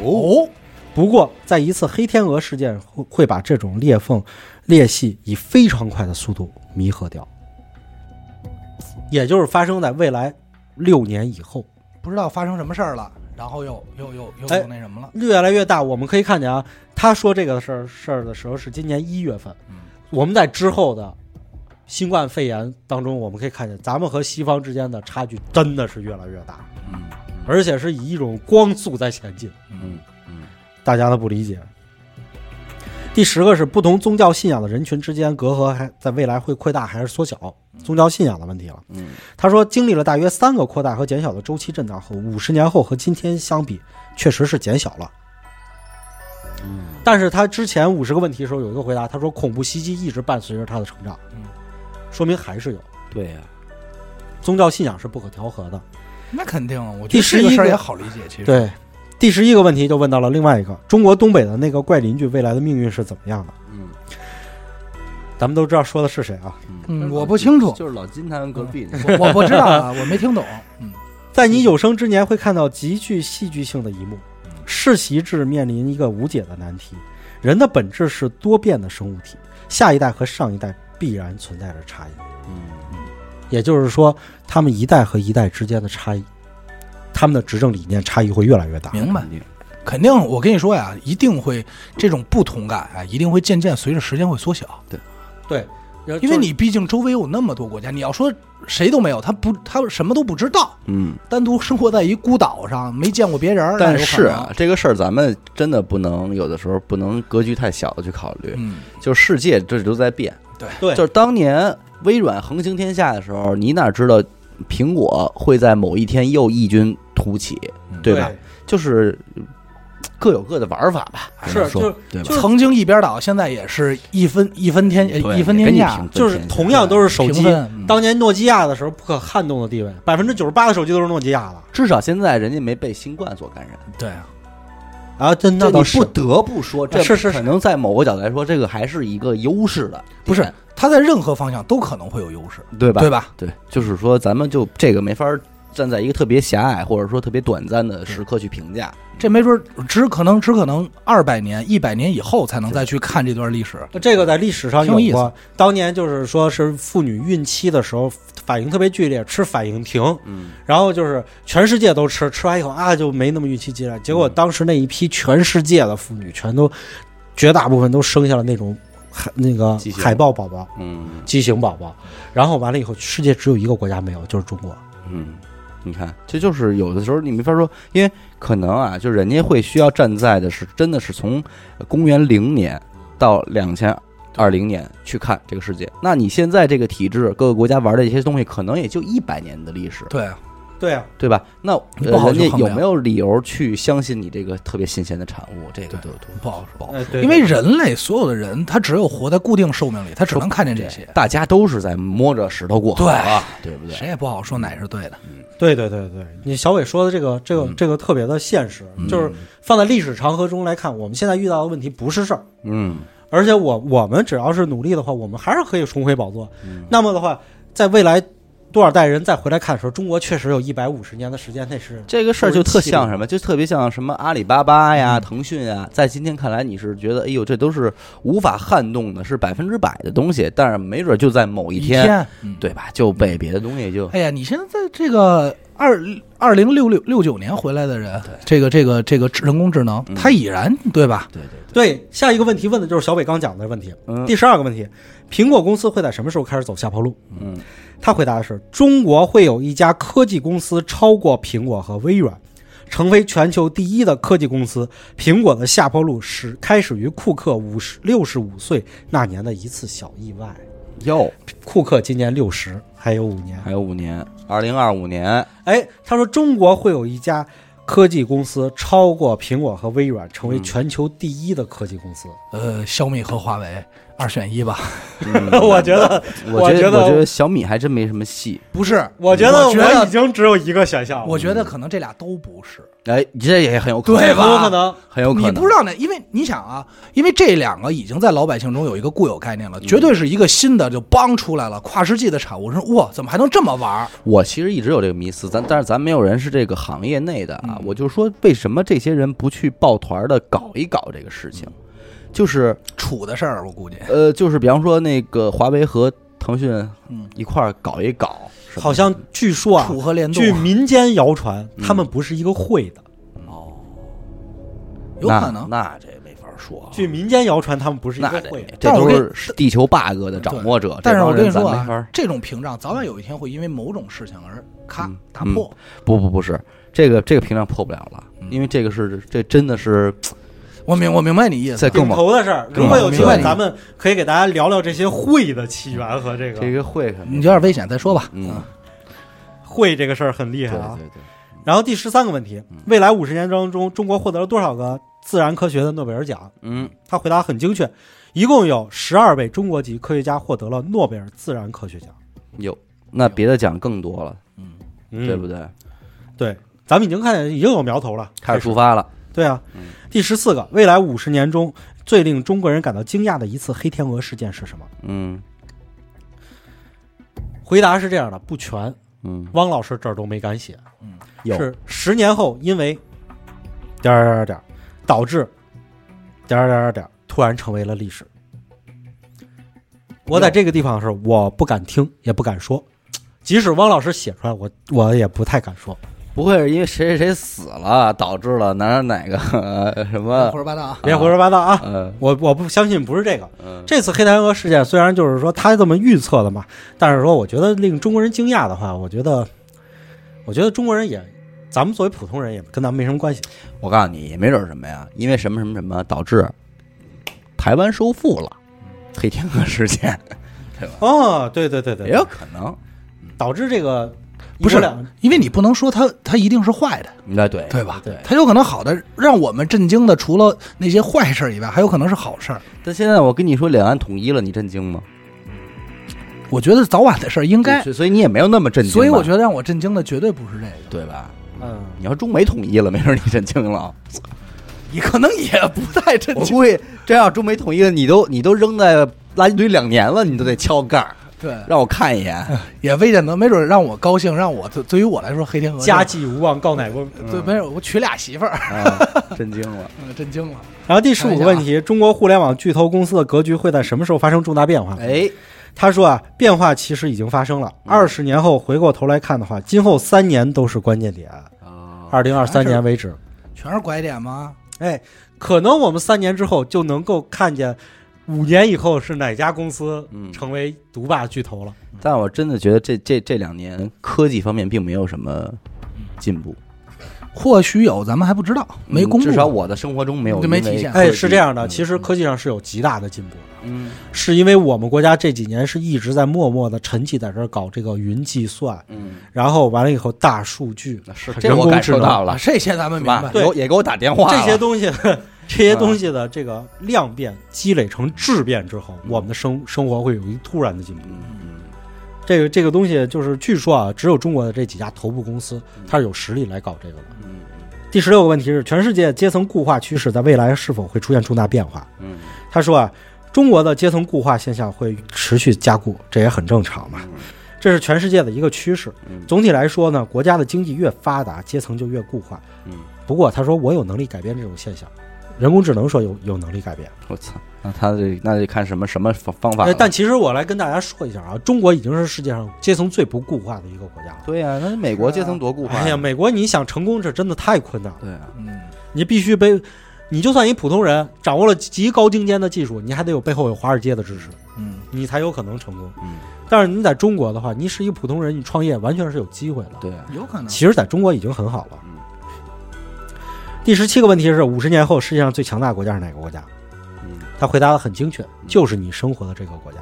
Speaker 2: 哦，
Speaker 3: 不过，在一次黑天鹅事件会会把这种裂缝、裂隙以非常快的速度弥合掉，也就是发生在未来六年以后。
Speaker 2: 不知道发生什么事儿了，然后又又又又
Speaker 3: 哎
Speaker 2: 又那什么了。嗯
Speaker 3: 越来越大，我们可以看见啊，他说这个事儿事儿的时候是今年一月份，我们在之后的新冠肺炎当中，我们可以看见，咱们和西方之间的差距真的是越来越大，
Speaker 1: 嗯
Speaker 3: 而且是以一种光速在前进。
Speaker 1: 嗯嗯
Speaker 3: 大家的不理解。第十个是不同宗教信仰的人群之间隔阂还在未来会扩大还是缩小？宗教信仰的问题了。
Speaker 1: 嗯，
Speaker 3: 他说，经历了大约三个扩大和减小的周期震荡后，五十年后和今天相比，确实是减小了。
Speaker 1: 嗯，
Speaker 3: 但是他之前五十个问题的时候有一个回答，他说恐怖袭击一直伴随着他的成长，
Speaker 2: 嗯，
Speaker 3: 说明还是有
Speaker 1: 对啊呀，
Speaker 3: 宗教信仰是不可调和的。
Speaker 2: 那肯定，我觉
Speaker 3: 第
Speaker 2: 得
Speaker 3: 十
Speaker 2: 这个
Speaker 3: 一
Speaker 2: 事儿
Speaker 3: 个
Speaker 2: 也好理解。其实，
Speaker 3: 对，第十一个问题就问到了另外一个中国东北的那个怪邻居未来的命运是怎么样的？
Speaker 1: 嗯
Speaker 3: 咱们都知道说的是谁啊？
Speaker 2: 嗯，我不清楚，
Speaker 1: 就是老金他们隔壁那
Speaker 2: 我我不知道啊，我没听懂。 嗯，
Speaker 3: 在你有生之年会看到极具戏剧性的一幕。
Speaker 1: 嗯
Speaker 3: 世袭制面临一个无解的难题，人的本质是多变的生物体，下一代和上一代必然存在着差异。
Speaker 1: 嗯
Speaker 3: 也就是说，他们一代和一代之间的差异，他们的执政理念差异会越来越大。
Speaker 2: 明白。
Speaker 1: 嗯肯定
Speaker 2: 肯定，我跟你说呀，一定会这种不同感啊，一定会渐渐随着时间会缩小。
Speaker 3: 对，
Speaker 2: 因为你毕竟周围有那么多国家，你要说谁都没有，他不，他什么都不知道，
Speaker 1: 嗯，
Speaker 2: 单独生活在一孤岛上，没见过别人儿。那有
Speaker 1: 但
Speaker 2: 可
Speaker 1: 是
Speaker 2: 能
Speaker 1: 啊，，这个事儿咱们真的不能有的时候不能格局太小的去考虑，
Speaker 2: 嗯，
Speaker 1: 就世界这都在变。
Speaker 3: 对
Speaker 1: 就是当年微软横行天下的时候，你哪知道苹果会在某一天又异军突起，
Speaker 2: 嗯
Speaker 1: 对吧？？就是呃各有各的玩法吧，只能
Speaker 3: 是
Speaker 1: 说
Speaker 3: 就是
Speaker 1: 对吧？
Speaker 3: 就是
Speaker 2: 曾经一边倒，现在也是一分一分天
Speaker 1: 对
Speaker 2: 一分天下，
Speaker 1: 给你评分
Speaker 3: 就是
Speaker 1: 天下
Speaker 3: 同样都是手
Speaker 2: 评
Speaker 3: 机，
Speaker 2: 分嗯
Speaker 3: 当年诺基亚的时候不可撼动的地位，百分之九十八的手机都是诺基亚的。
Speaker 1: 至少现在人家没被新冠所感染，
Speaker 2: 对啊，
Speaker 3: 啊，真
Speaker 1: 这
Speaker 3: 那
Speaker 1: 你
Speaker 3: 倒是
Speaker 1: 不得不说，这
Speaker 3: 是是是
Speaker 1: 可能在某个角度来说，这个还是一个优势的点，
Speaker 2: 不是他在任何方向都可能会有优势，
Speaker 1: 对吧？
Speaker 2: 对吧？
Speaker 1: 对，就是说咱们就这个没法儿站在一个特别狭隘或者说特别短暂的时刻去评价，
Speaker 2: 这没准儿只可能只可能二百年、一百年以后才能再去看这段历史。
Speaker 3: 那这个在历史上
Speaker 2: 挺有意
Speaker 3: 有
Speaker 2: 思
Speaker 3: 过，当年就是说是妇女孕期的时候反应特别剧烈，吃反应停，
Speaker 1: 嗯，
Speaker 3: 然后就是全世界都吃，吃完以后啊就没那么孕期激烈。结果当时那一批全世界的妇女全都绝大部分都生下了那种海那个
Speaker 1: 畸形
Speaker 3: 海豹宝宝、
Speaker 1: 嗯
Speaker 3: 畸形宝宝，然后完了以后，世界只有一个国家没有，就是中国。
Speaker 1: 嗯，你看，这就是有的时候你没法说，因为可能啊，就人家会需要站在的是真的是从公元零年到两千二零年去看这个世界。那你现在这个体制，各个国家玩的一些东西，可能也就一百年的历史，
Speaker 2: 对啊，
Speaker 3: 对啊，
Speaker 1: 对吧？那呃
Speaker 2: 你不好
Speaker 1: 人
Speaker 2: 去
Speaker 1: 家
Speaker 2: 衡
Speaker 1: 有
Speaker 2: 量
Speaker 1: 没有理由去相信你这个特别新鲜的产物？这个
Speaker 2: 对
Speaker 1: 都都
Speaker 2: 不好说。
Speaker 3: 哎对
Speaker 2: 因为人类所有的人，他只有活在固定寿命里，他只能看见这些，
Speaker 1: 大家都是在摸着石头过河啊，对不对？
Speaker 2: 谁也不好说哪是对的。
Speaker 3: 对对对对，你小伟说的这个这个这个特别的现实，就是放在历史长河中来看，我们现在遇到的问题不是事儿。
Speaker 1: 嗯
Speaker 3: 而且我我们只要是努力的话，我们还是可以重回宝座。
Speaker 1: 嗯
Speaker 3: 那么的话，在未来多少代人再回来看的时候，中国确实有一百五十年的时间，那是
Speaker 1: 这个事儿就特像什么，就特别像什么阿里巴巴呀、腾讯啊，在今天看来，你是觉得哎呦，这都是无法撼动的，是百分之百的东西，但是没准就在某一天，
Speaker 2: 天，嗯
Speaker 1: 对吧，就被别的东西就
Speaker 2: 哎呀，你现在在这个二二零六六六九年回来的人，这个这个这个智人工智
Speaker 1: 嗯
Speaker 2: 能，他已然对吧？
Speaker 1: 对对对，
Speaker 3: 对。下一个问题问的就是小伟刚讲的问题。
Speaker 1: 嗯
Speaker 3: 第十二个问题，苹果公司会在什么时候开始走下坡路？
Speaker 1: 嗯，
Speaker 3: 他回答的是：中国会有一家科技公司超过苹果和微软，成为全球第一的科技公司。苹果的下坡路始开始于库克五十六十五岁那年的一次小意外。
Speaker 1: 哟，
Speaker 3: 库克今年六十，还有五年。
Speaker 1: 还有五年，二零二五年，
Speaker 3: 哎，他说中国会有一家科技公司超过苹果和微软，成为全球第一的科技公司。
Speaker 2: 呃，小米和华为二选一吧？
Speaker 3: 嗯 我觉得，
Speaker 1: 我觉得我觉
Speaker 3: 觉得
Speaker 1: 得，小米还真没什么戏，
Speaker 2: 不是，
Speaker 3: 我觉
Speaker 2: 得
Speaker 3: 得
Speaker 2: 我觉
Speaker 3: 我已
Speaker 2: 得
Speaker 3: 经只有一个选项了，
Speaker 2: 我觉得可能这俩都不是，
Speaker 1: 哎，这也很有可能，
Speaker 2: 对
Speaker 3: 很有
Speaker 2: 吧
Speaker 3: 可能。
Speaker 1: 很有可能，
Speaker 2: 你不知道呢，因为你想啊，因为这两个已经在老百姓中有一个固有概
Speaker 1: 嗯
Speaker 2: 念了，绝对是一个新的就帮出来了，跨世纪的产物。说哇，怎么还能这么玩儿？
Speaker 1: 我其实一直有这个迷思，咱但是咱没有人是这个行业内的
Speaker 2: 嗯
Speaker 1: 啊。我就说，为什么这些人不去抱团的搞一搞这个事情？
Speaker 2: 嗯
Speaker 1: 就是
Speaker 2: 楚的事儿，我估计
Speaker 1: 呃，就是比方说那个华为和腾讯
Speaker 2: 嗯
Speaker 1: 一块儿搞一搞，是吧
Speaker 3: 好像据说啊，
Speaker 2: 楚河联动
Speaker 3: 据民间谣传，他们不是一个会的。
Speaker 1: 哦，
Speaker 2: 有可能。
Speaker 1: 那那这没法说啊。
Speaker 3: 据民间谣传，他们不是一
Speaker 1: 那
Speaker 3: 个
Speaker 1: 得
Speaker 3: 会的。
Speaker 1: 这
Speaker 2: 但是我
Speaker 1: 都
Speaker 2: 跟
Speaker 1: 是地球 bug 的掌握者，
Speaker 2: 但是
Speaker 1: 这帮
Speaker 2: 我跟你
Speaker 1: 人咱
Speaker 2: 说
Speaker 1: 没法
Speaker 2: 啊
Speaker 1: 儿，
Speaker 2: 这种屏障早晚有一天会因为某种事情而咔
Speaker 1: 嗯
Speaker 2: 打破。
Speaker 1: 不不不是这个这个屏障破不了了，
Speaker 2: 嗯
Speaker 1: 因为这个是这真的嗯是
Speaker 2: 我明我明白你意思
Speaker 1: 在，更
Speaker 3: 顶
Speaker 1: 往
Speaker 3: 头的事儿，
Speaker 1: 更
Speaker 3: 如果有机
Speaker 1: 明白
Speaker 3: 会，
Speaker 1: 你
Speaker 3: 咱们可以给大家聊聊这些会的起源和这
Speaker 1: 这
Speaker 3: 个
Speaker 1: 个会可能
Speaker 2: 你有点危险，再说吧。
Speaker 1: 嗯
Speaker 2: 啊，
Speaker 3: 会这个事儿很厉
Speaker 1: 对
Speaker 3: 害啊。
Speaker 1: 对对，
Speaker 3: 然后第十三个问题，
Speaker 1: 嗯
Speaker 3: 未来五十年当中，中国获得了多少个自然科学的诺贝尔奖？
Speaker 1: 嗯
Speaker 3: 他回答很精确，一共有十二位中国籍科学家获得了诺贝尔自然科学奖，
Speaker 1: 有那别的奖更多了，
Speaker 2: 嗯
Speaker 1: 对不
Speaker 3: 对？
Speaker 1: 对？
Speaker 3: 对，咱们已经看见已经有苗头了，
Speaker 1: 开始出嗯发了，
Speaker 3: 对啊。第十四个，未来五十年中最令中国人感到惊讶的一次黑天鹅事件是什么？
Speaker 1: 嗯
Speaker 3: 回答是这样的，不全，
Speaker 1: 嗯，
Speaker 3: 汪老师这儿都没敢写，
Speaker 1: 有
Speaker 3: 是十年后因为点儿点儿点儿点儿导致点儿点儿点儿点儿突然成为了历史。我在这个地方是我不敢听，也不敢说，即使汪老师写出来，我我也不太敢说。
Speaker 1: 不会是因为谁谁谁死了导致了哪哪哪个 呃什么
Speaker 2: 胡？说八道啊！
Speaker 3: 别胡说八道啊！
Speaker 1: 呃，
Speaker 3: 我我不相信不是这个。
Speaker 1: 嗯
Speaker 3: 这次黑天鹅事件虽然就是说他这么预测的嘛，但是说我觉得令中国人惊讶的话，我觉得，我觉得中国人也，咱们作为普通人也跟咱们没什么关系。
Speaker 1: 我告诉你，也没准儿什么呀，因为什么什么什么导致台湾收复了
Speaker 2: 嗯
Speaker 1: 黑天鹅事件，
Speaker 3: 哦，对对对对，
Speaker 1: 也有可能。
Speaker 3: 导致这个
Speaker 2: 哎不是
Speaker 3: 一国两
Speaker 2: 因为你不能说它它一定是坏的，
Speaker 1: 那哎对
Speaker 2: 对吧？
Speaker 3: 对
Speaker 2: 它有可能好的，让我们震惊的，除了那些坏事儿以外，还有可能是好事儿。
Speaker 1: 但现在我跟你说两岸统一了，你震惊吗？
Speaker 2: 我觉得早晚的事儿应该，
Speaker 1: 所以所以你也没有那么震惊吧，
Speaker 2: 所以我觉得让我震惊的绝对不是这个。
Speaker 1: 对吧？
Speaker 3: 嗯，
Speaker 1: 你要中美统一了，没准儿你震惊了。
Speaker 2: 你可能也不太震
Speaker 1: 我
Speaker 2: 惊。
Speaker 1: 估计真要中美统一了，你都你都扔在垃圾堆两年了，你都得敲盖儿，
Speaker 2: 对，
Speaker 1: 让我看一眼。
Speaker 2: 也未见得，没准让我高兴，让我对对于我来说，黑天鹅
Speaker 3: 家祭无忘告乃翁。
Speaker 2: 对，没有，我娶俩媳妇儿，
Speaker 1: 嗯 啊，震惊了。
Speaker 2: 嗯震惊了。
Speaker 3: 然后第十五个问题，中国互联网巨头公司的格局会在什么时候发生重大变化？
Speaker 1: 哎，
Speaker 3: 他说啊，变化其实已经发生了。
Speaker 2: 嗯
Speaker 3: 二十年后回过头来看的话，今后三年都是关键点，
Speaker 1: 啊，
Speaker 3: 二零二三年为止。
Speaker 2: 哦全是拐点吗？
Speaker 3: 哎，可能我们三年之后就能够看见，五年以后是哪家公司
Speaker 1: 嗯
Speaker 3: 成为独霸巨头了。
Speaker 2: 嗯
Speaker 1: 但我真的觉得这这这两年科技方面并没有什么进步，
Speaker 2: 或许有，咱们还不知道，没
Speaker 1: 嗯
Speaker 2: 公布。
Speaker 1: 至少我的生活中没有
Speaker 2: 就没体现
Speaker 3: 哎，是这样的，
Speaker 2: 嗯
Speaker 3: 其
Speaker 1: 实
Speaker 3: 实科技上是有极大的进步的。
Speaker 1: 嗯
Speaker 3: 是因为我们国家这几年是一直在默默的沉寂在这儿搞这个云计算，
Speaker 1: 嗯，
Speaker 3: 然后完了以后大数据、
Speaker 1: 是这
Speaker 3: 人
Speaker 1: 我
Speaker 3: 工
Speaker 1: 感
Speaker 3: 智
Speaker 1: 受到
Speaker 3: 能
Speaker 1: 了，
Speaker 2: 这些咱们
Speaker 1: 是
Speaker 2: 啊明
Speaker 1: 吧？
Speaker 2: 白。
Speaker 1: 给我也给我打电话
Speaker 3: 这
Speaker 1: 了
Speaker 3: 些东西， 这些东西的这个量变积累成质变之后，我们的生生活会有一突然的进步。
Speaker 1: 嗯
Speaker 3: 这个这个东西就是据说啊，只有中国的这几家头部公司，它是有实力来搞这个的。
Speaker 1: 嗯
Speaker 3: 第十六个问题是，全世界阶层固化趋势在未来是否会出现重大变化？
Speaker 1: 嗯
Speaker 3: 他说啊，中国的阶层固化现象会持续加固，这也很正常嘛。这是全世界的一个趋势
Speaker 1: 嗯。
Speaker 3: 总体来说呢，国家的经济越发达，阶层就越固化。
Speaker 1: 嗯，
Speaker 3: 不过他说我有能力改变这种现象，人工智能说有有能力改变。
Speaker 1: 我操，那他这那得看什么什么方方法
Speaker 3: 呃
Speaker 1: 了？
Speaker 3: 但其实我来跟大家说一下啊，中国已经是世界上阶层最不固化的一个国家了。
Speaker 1: 对呀，那美国阶层多固化呀，
Speaker 3: 哎呀，美国你想成功这真的太困难了，
Speaker 1: 对啊，
Speaker 2: 嗯，
Speaker 3: 你必须被，你就算一普通人掌握了极高精尖的技术，你还得有背后有华尔街的支持。
Speaker 2: 嗯，
Speaker 3: 你才有可能成功。
Speaker 1: 嗯，
Speaker 3: 但是你在中国的话，你是一个普通人，你创业完全是有机会的。
Speaker 1: 对啊，
Speaker 2: 有可能。
Speaker 3: 其实在中国已经很好了。
Speaker 1: 嗯
Speaker 3: 第十七个问题是：五十年后世界上最强大的国家是哪个国家？
Speaker 1: 嗯，
Speaker 3: 他回答的很精确，就是你生活的这个国家。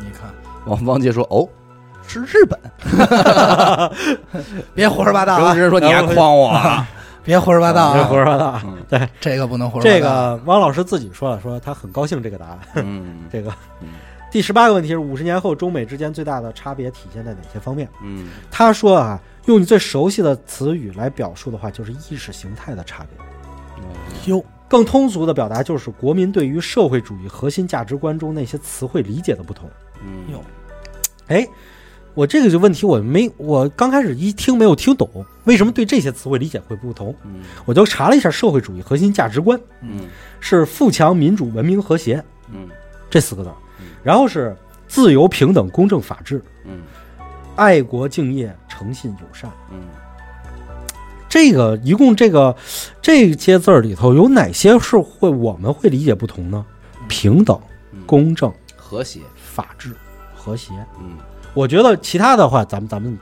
Speaker 2: 你看，
Speaker 1: 王王杰说哦，
Speaker 2: 是日本。 别胡说八道
Speaker 1: 然 后
Speaker 2: 啊
Speaker 1: 直！接说你还诓我啊，
Speaker 2: 别胡说八道
Speaker 3: 别
Speaker 2: 啊！
Speaker 3: 胡说八道啊！
Speaker 1: 嗯
Speaker 2: 这个不能胡说八道。
Speaker 3: 这个汪老师自己说了，说他很高兴这个答案。
Speaker 1: 嗯
Speaker 3: 这个
Speaker 1: 嗯
Speaker 3: 第十八个问题是：五十年后中美之间最大的差别体现在哪些方面？
Speaker 1: 嗯
Speaker 3: 他说啊，用你最熟悉的词语来表述的话，就是意识形态的差别。
Speaker 2: 哟，
Speaker 3: 更通俗的表达就是国民对于社会主义核心价值观中那些词汇理解的不同。
Speaker 1: 嗯
Speaker 2: 哟
Speaker 3: 哎，我这个就问题我没我刚开始一听没有听懂，为什么对这些词汇理解会不同？
Speaker 1: 嗯
Speaker 3: 我就查了一下社会主义核心价值观
Speaker 1: 嗯
Speaker 3: 是富强、民主、文明、和谐
Speaker 1: 嗯
Speaker 3: 这四个字儿
Speaker 1: 嗯，
Speaker 3: 然后是自由、平等、公正、法治、
Speaker 1: 嗯
Speaker 3: 爱国、敬业、诚信、友善。
Speaker 1: 嗯，
Speaker 3: 这个一共这个这些字儿里头有哪些是会我们会理解不同呢？平等、公正、
Speaker 1: 和谐，
Speaker 3: 法治、和谐。
Speaker 1: 嗯，
Speaker 3: 我觉得其他的话，咱们咱们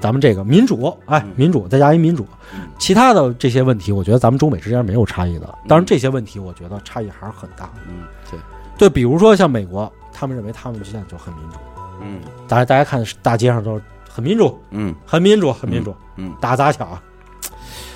Speaker 3: 咱们这个民主，哎
Speaker 1: 嗯，
Speaker 3: 民主再加一民主
Speaker 1: 嗯，
Speaker 3: 其他的这些问题，我觉得咱们中美之间没有差异的。当然，这些问题我觉得差异还是很大的。
Speaker 1: 嗯，对，
Speaker 3: 对，比如说像美国，他们认为他们现在就很民主，
Speaker 1: 嗯
Speaker 3: 大家大家看大街上都是很民主，
Speaker 1: 嗯
Speaker 3: 很民主，很民主，
Speaker 1: 嗯，
Speaker 3: 打砸抢。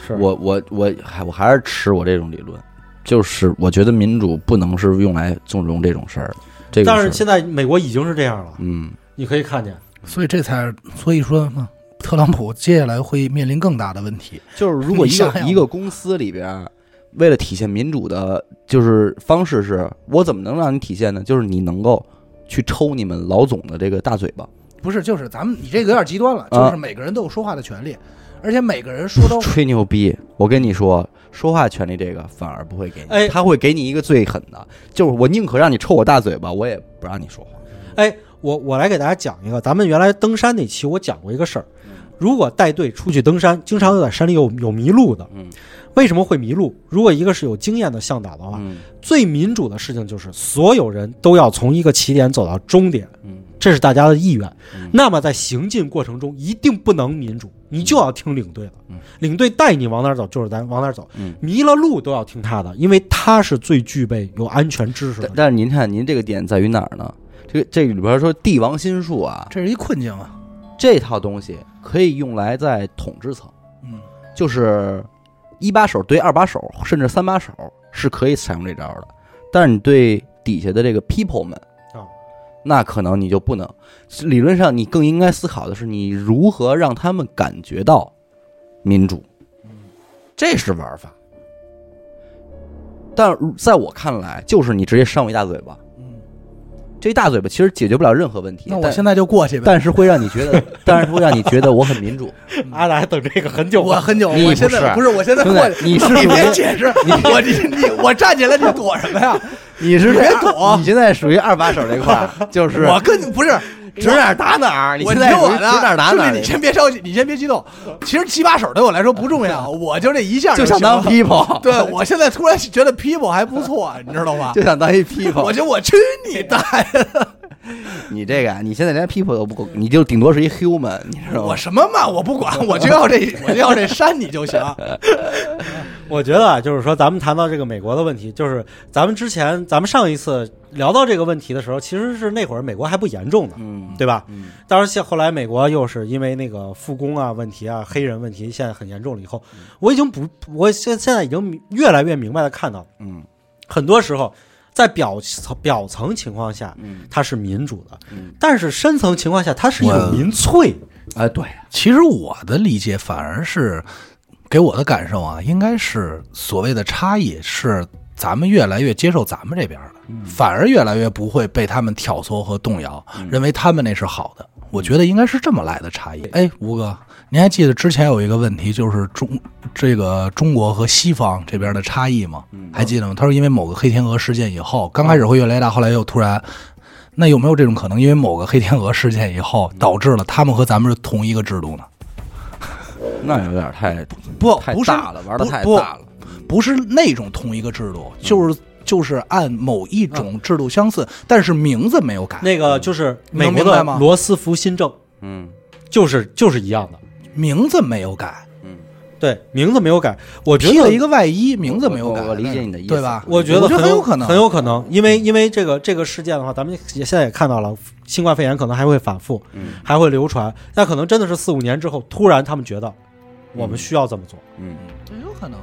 Speaker 3: 是
Speaker 1: 我我我还我还是持我这种理论，就是我觉得民主不能是用来纵容这种事儿，这
Speaker 3: 但
Speaker 1: 个
Speaker 3: 是现在美国已经是这样了，
Speaker 1: 嗯
Speaker 3: 你可以看见，
Speaker 2: 所以这才是所以说嘛，特朗普接下来会面临更大的问题。
Speaker 1: 就是如果一
Speaker 2: 你想
Speaker 1: 个
Speaker 2: 想
Speaker 1: 一个公司里边儿，为了体现民主的，就是方式是，我怎么能让你体现呢？就是你能够去抽你们老总的这个大嘴巴，
Speaker 2: 不是，就是咱们你这个有点极端了，
Speaker 1: 啊
Speaker 2: 就是每个人都有说话的权利，而且每个人 说都
Speaker 1: 吹牛逼。我跟你说，说话权利这个反而不会给你，
Speaker 3: 哎
Speaker 1: 他会给你一个最狠的，就是我宁可让你抽我大嘴巴，我也不让你说话。
Speaker 3: 哎，我我来给大家讲一个，咱们原来登山那期我讲过一个事儿，
Speaker 1: 嗯
Speaker 3: 如果带队出去登山，经常有在山里有有迷路的，
Speaker 1: 嗯
Speaker 3: 为什么会迷路？如果一个是有经验的向导的话，
Speaker 1: 嗯
Speaker 3: 最民主的事情就是所有人都要从一个起点走到终点，
Speaker 1: 嗯
Speaker 3: 这是大家的意愿
Speaker 1: 嗯。
Speaker 3: 那么在行进过程中，一定不能民主，你就要听领队的
Speaker 1: 嗯，
Speaker 3: 领队带你往哪儿走就是咱往哪儿走，
Speaker 1: 嗯。
Speaker 3: 迷了路都要听他的，因为他是最具备有安全知识的
Speaker 1: 但。但是您看，您这个点在于哪儿呢？这个这里边说帝王心术啊，
Speaker 2: 这是一困境啊。
Speaker 1: 这套东西可以用来在统治层。
Speaker 2: 嗯，
Speaker 1: 就是一把手对二把手，甚至三把手是可以采用这招的，但是你对底下的这个 people 们
Speaker 3: 啊，
Speaker 2: 哦
Speaker 1: 那可能你就不能。理论上，你更应该思考的是，你如何让他们感觉到民主，
Speaker 2: 嗯
Speaker 1: 这是玩法。但在我看来，就是你直接扇我一大嘴巴，
Speaker 2: 嗯
Speaker 1: 这一大嘴巴其实解决不了任何问题。
Speaker 2: 那我
Speaker 1: 但
Speaker 2: 现在就过去呗。
Speaker 1: 但是会让你觉得，但是会让你觉得我很 民主。
Speaker 3: 阿达还等这个很久
Speaker 2: 我
Speaker 3: 了，
Speaker 2: 很久，
Speaker 1: 啊你
Speaker 2: 我现在
Speaker 1: 不
Speaker 2: 是，我现在
Speaker 1: 兄
Speaker 2: 过
Speaker 1: 弟
Speaker 2: 去。
Speaker 1: 你是
Speaker 2: 你
Speaker 1: 属于
Speaker 2: 别解释，我你你我站起来你躲什么呀？
Speaker 1: 你是
Speaker 2: 别躲
Speaker 1: 你现在属于二把手这块 儿，就是
Speaker 2: 我跟你不是
Speaker 1: 指哪儿打哪儿，你
Speaker 2: 我
Speaker 1: 现
Speaker 2: 听
Speaker 1: 在属
Speaker 2: 我
Speaker 1: 于指
Speaker 2: 的，啊
Speaker 1: 哪儿打哪
Speaker 2: 兄
Speaker 1: 儿
Speaker 2: 弟，你，先别着急，你先别激动。其实七八手对我来说不 重要，我就这一下
Speaker 1: 就想
Speaker 2: 行了
Speaker 1: 当 people，
Speaker 2: 对我现在突然觉得 people 还不错，你知道 吗
Speaker 1: 就？想当一
Speaker 2: 我
Speaker 1: people。
Speaker 2: 觉得我去你大爷！
Speaker 1: 你这个啊，你现在连 people 都不够，你就顶多是一 human，你知道吗
Speaker 2: 我？什么嘛，我不管，我就要这，我就要这删你就行。
Speaker 3: 我觉得啊，就是说，咱们谈到这个美国的问题，就是咱们之前，咱们上一次聊到这个问题的时候，其实是那会儿美国还不严重呢，
Speaker 1: 嗯，
Speaker 3: 对吧？
Speaker 1: 嗯
Speaker 3: 当然，现后来美国又是因为那个复工啊问题啊、黑人问题，现在很严重了。以后
Speaker 2: 嗯
Speaker 3: 我已经不，我现现在已经明越来越明白的看到，
Speaker 1: 嗯
Speaker 3: 很多时候在表层表层情况下，
Speaker 1: 嗯，
Speaker 3: 它是民主的
Speaker 1: 嗯，
Speaker 3: 但是深层情况下，它是一
Speaker 2: 我
Speaker 3: 种民粹。
Speaker 1: 哎，对，
Speaker 2: 其实我的理解反而是，给我的感受啊，应该是所谓的差异是咱们越来越接受咱们这边的，反而越来越不会被他们挑唆和动摇，认为他们那是好的。我觉得应该是这么来的差异。哎，吴哥，您还记得之前有一个问题，就是中这个中国和西方这边的差异吗？还记得吗？他说因为某个黑天鹅事件以后，刚开始会越来越大，后来又突然那有没有这种可能？因为某个黑天鹅事件以后，导致了他们和咱们是同一个制度呢？
Speaker 1: 那有点太
Speaker 2: 不，
Speaker 1: 太
Speaker 2: 不是
Speaker 1: 大了，玩的
Speaker 2: 不
Speaker 1: 太
Speaker 2: 不
Speaker 1: 大了。
Speaker 2: 不是那种同一个制度，就是就是按某一种制度相似，但是名字没有改，
Speaker 3: 那个就是
Speaker 2: 嗯你能
Speaker 3: 美国
Speaker 2: 明白
Speaker 3: 的
Speaker 2: 吗
Speaker 3: 罗斯福新政，
Speaker 1: 嗯
Speaker 3: 就是就是一样的，
Speaker 2: 名字没有改，
Speaker 1: 嗯，
Speaker 3: 对，名字没有改。我觉
Speaker 2: 披
Speaker 3: 得
Speaker 2: 了一个外衣，名字没有改。
Speaker 1: 我我理解你的意思
Speaker 2: 对吧？
Speaker 3: 我觉得
Speaker 2: 我觉得很
Speaker 3: 很
Speaker 2: 有可能
Speaker 3: 很有可能，因为因为这个这个事件的话，咱们也现在也看到了，新冠肺炎可能还会反复，
Speaker 1: 嗯
Speaker 3: 还会流传。那可能真的是四五年之后，突然他们觉得我们需要这么做。
Speaker 1: 嗯
Speaker 2: 很有可能。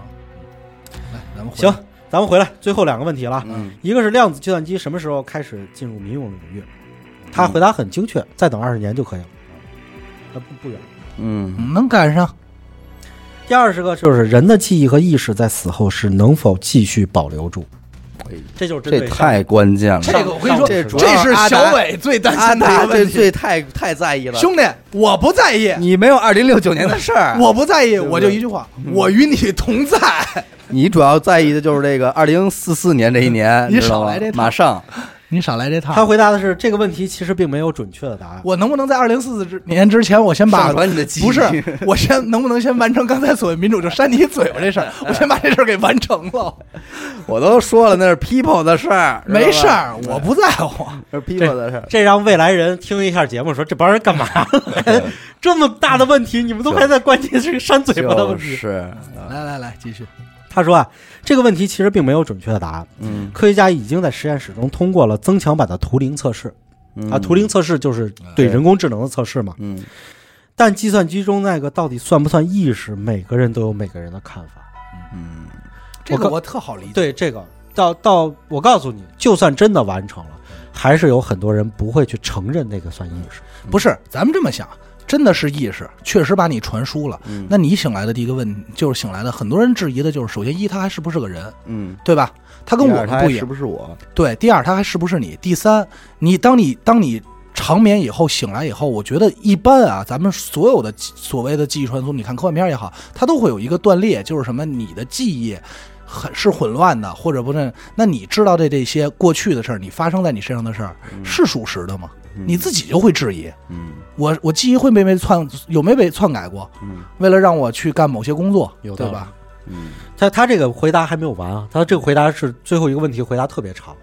Speaker 2: 来，咱们回
Speaker 3: 行，咱们回来，最后两个问题了，
Speaker 1: 嗯
Speaker 3: 一个是量子计算机什么时候开始进入民用领域？他回答很精确，再等二十年就可以了，那不不远。
Speaker 1: 嗯
Speaker 2: 嗯能赶上。
Speaker 3: 第二十个就是人的记忆和意识在死后是能否继续保留住，
Speaker 1: 哎
Speaker 3: 这就是针
Speaker 1: 这
Speaker 3: 对上
Speaker 1: 太关键了。
Speaker 2: 这个我跟你说，
Speaker 1: 这主要
Speaker 2: 这是
Speaker 1: 阿达
Speaker 2: 小伟最担
Speaker 1: 阿
Speaker 2: 心的一
Speaker 1: 达
Speaker 2: 个
Speaker 1: 这
Speaker 2: 问题。
Speaker 1: 这太太在意了，
Speaker 2: 兄弟，我不在意，
Speaker 1: 你没有二零六九年的事儿，
Speaker 2: 我哎不在嗯意，
Speaker 1: 对
Speaker 2: 我就一句话，我与你同在。
Speaker 1: 你主要在意的就是这个二零四四年这一年，
Speaker 2: 你
Speaker 1: 知道
Speaker 2: 少
Speaker 1: 吗
Speaker 2: 来这套
Speaker 1: 马上
Speaker 2: 你少来这
Speaker 3: 他
Speaker 2: 套。
Speaker 3: 回答的是这个问题其实并没有准确的答案。
Speaker 2: 我能不能在二零四四年之前，我先把
Speaker 1: 上传你的记忆
Speaker 2: 不是我先能不能先完成刚才所谓民主就扇你嘴巴这 事儿，我先把这事儿给完成了。
Speaker 1: 我都说了那是 people 的事儿，
Speaker 2: 没
Speaker 1: 知
Speaker 2: 事
Speaker 1: 道吧，
Speaker 2: 儿，我不在乎。
Speaker 1: 是 people 的事儿。
Speaker 3: 这让未来人听一下节目，说这帮人干嘛？ 这么大的问题，你们都还在关键是扇嘴巴的问
Speaker 1: 就
Speaker 3: 题。
Speaker 1: 是，
Speaker 2: 来来来，继续。
Speaker 3: 他说啊，这个问题其实并没有准确的答案。
Speaker 1: 嗯
Speaker 3: 科学家已经在实验室中通过了增强版的图灵测试啊，图灵，测试就是
Speaker 1: 对
Speaker 3: 对人工智能的测试嘛。
Speaker 1: 嗯
Speaker 3: 但计算机中那个到底算不算意识，每个人都有每个人的看法。
Speaker 1: 嗯
Speaker 2: 这个
Speaker 3: 告
Speaker 2: 我特好理解。
Speaker 3: 对这个，到到我告诉你，就算真的完成了，还是有很多人不会去承认那个算意识。
Speaker 2: 不是，咱们这么想，真的是意识，确实把你传输了。
Speaker 1: 嗯
Speaker 2: 那你醒来的第一个问就是醒来的，很多人质疑的就是，首先一他还是不是个人，
Speaker 1: 嗯，
Speaker 2: 对吧？
Speaker 1: 他
Speaker 2: 他跟我们不一
Speaker 1: 是
Speaker 2: 样。
Speaker 1: 不是我？
Speaker 2: 对，第二他还是不是你？第三，你当你当你长眠以后醒来以后，我觉得一般啊，咱们所有的记所谓的记忆传输，你看科幻片也好，它都会有一个断裂，就是什么你的记忆。很是混乱的，或者不是？那你知道的这些过去的事儿，你发生在你身上的事儿
Speaker 3: 嗯
Speaker 2: 是属实的吗？你自己就会质疑。
Speaker 1: 嗯
Speaker 2: 我我记忆会没被篡，有没被篡改过？
Speaker 1: 嗯
Speaker 2: 为了让我去干某些工作，
Speaker 3: 有道
Speaker 2: 对
Speaker 3: 理
Speaker 2: 吧？
Speaker 1: 嗯
Speaker 3: 他他这个回答还没有完啊，他这个回答是最后一个问题回答特别长。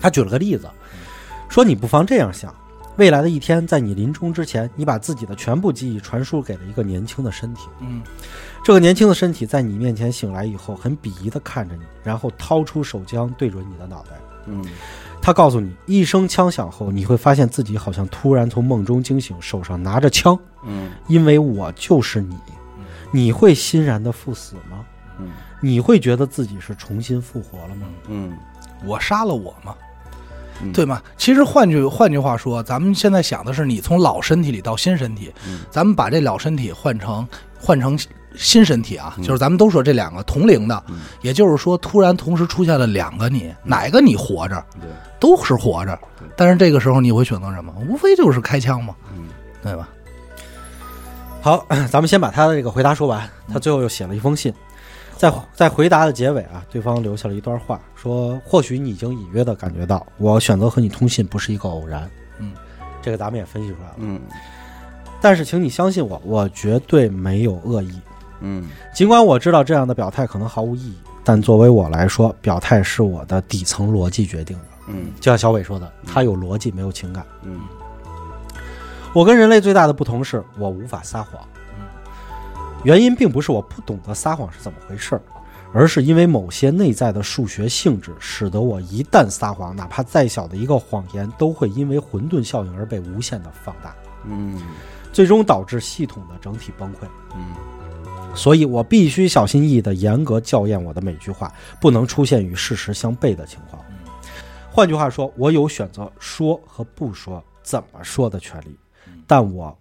Speaker 3: 他举了个例子，说你不妨这样想：未来的一天，在你临终之前，你把自己的全部记忆传输给了一个年轻的身体。
Speaker 2: 嗯，
Speaker 3: 这个年轻的身体在你面前醒来以后，很鄙夷地看着你，然后掏出手枪对准你的脑袋。
Speaker 1: 嗯
Speaker 3: 他告诉你，一声枪响后，你会发现自己好像突然从梦中惊醒，手上拿着枪，
Speaker 1: 嗯
Speaker 3: 因为我就是你。你会欣然的赴死吗？
Speaker 1: 嗯
Speaker 3: 你会觉得自己是重新复活了吗？
Speaker 1: 嗯
Speaker 2: 我杀了我嘛，
Speaker 1: 嗯
Speaker 2: 对吗？其实换句换句话说，咱们现在想的是你从老身体里到新身体，
Speaker 1: 嗯
Speaker 2: 咱们把这老身体换成换成新身体啊，就是咱们都说这两个同龄的，
Speaker 1: 嗯
Speaker 2: 也就是说，突然同时出现了两个你，哪个你活着
Speaker 1: 对，
Speaker 2: 都是活着，但是这个时候你会选择什么？无非就是开枪嘛，
Speaker 1: 嗯
Speaker 2: 对吧？
Speaker 3: 好， 咱们先把他的这个回答说完。他最后又写了一封信，在在回答的结尾啊，对方留下了一段话，说：“或许你已经隐约的感觉到，我选择和你通信不是一个偶然。”
Speaker 2: 嗯，
Speaker 3: 这个咱们也分析出来了。
Speaker 1: 嗯
Speaker 3: 但是，请你相信我，我绝对没有恶意。
Speaker 1: 嗯
Speaker 3: 尽管我知道这样的表态可能毫无意义，但作为我来说，表态是我的底层逻辑决定的。
Speaker 1: 嗯
Speaker 3: 就像小伟说的，他有逻辑，没有情感。
Speaker 1: 嗯
Speaker 3: 我跟人类最大的不同是我无法撒谎。
Speaker 1: 嗯
Speaker 3: 原因并不是我不懂得撒谎是怎么回事儿，而是因为某些内在的数学性质，使得我一旦撒谎，哪怕再小的一个谎言，都会因为混沌效应而被无限的放大，
Speaker 1: 嗯
Speaker 3: 最终导致系统的整体崩溃。
Speaker 1: 嗯
Speaker 3: 所以我必须小心翼翼地严格校验我的每句话，不能出现与事实相悖的情况。换句话说，我有选择说和不说、怎么说的权利，但我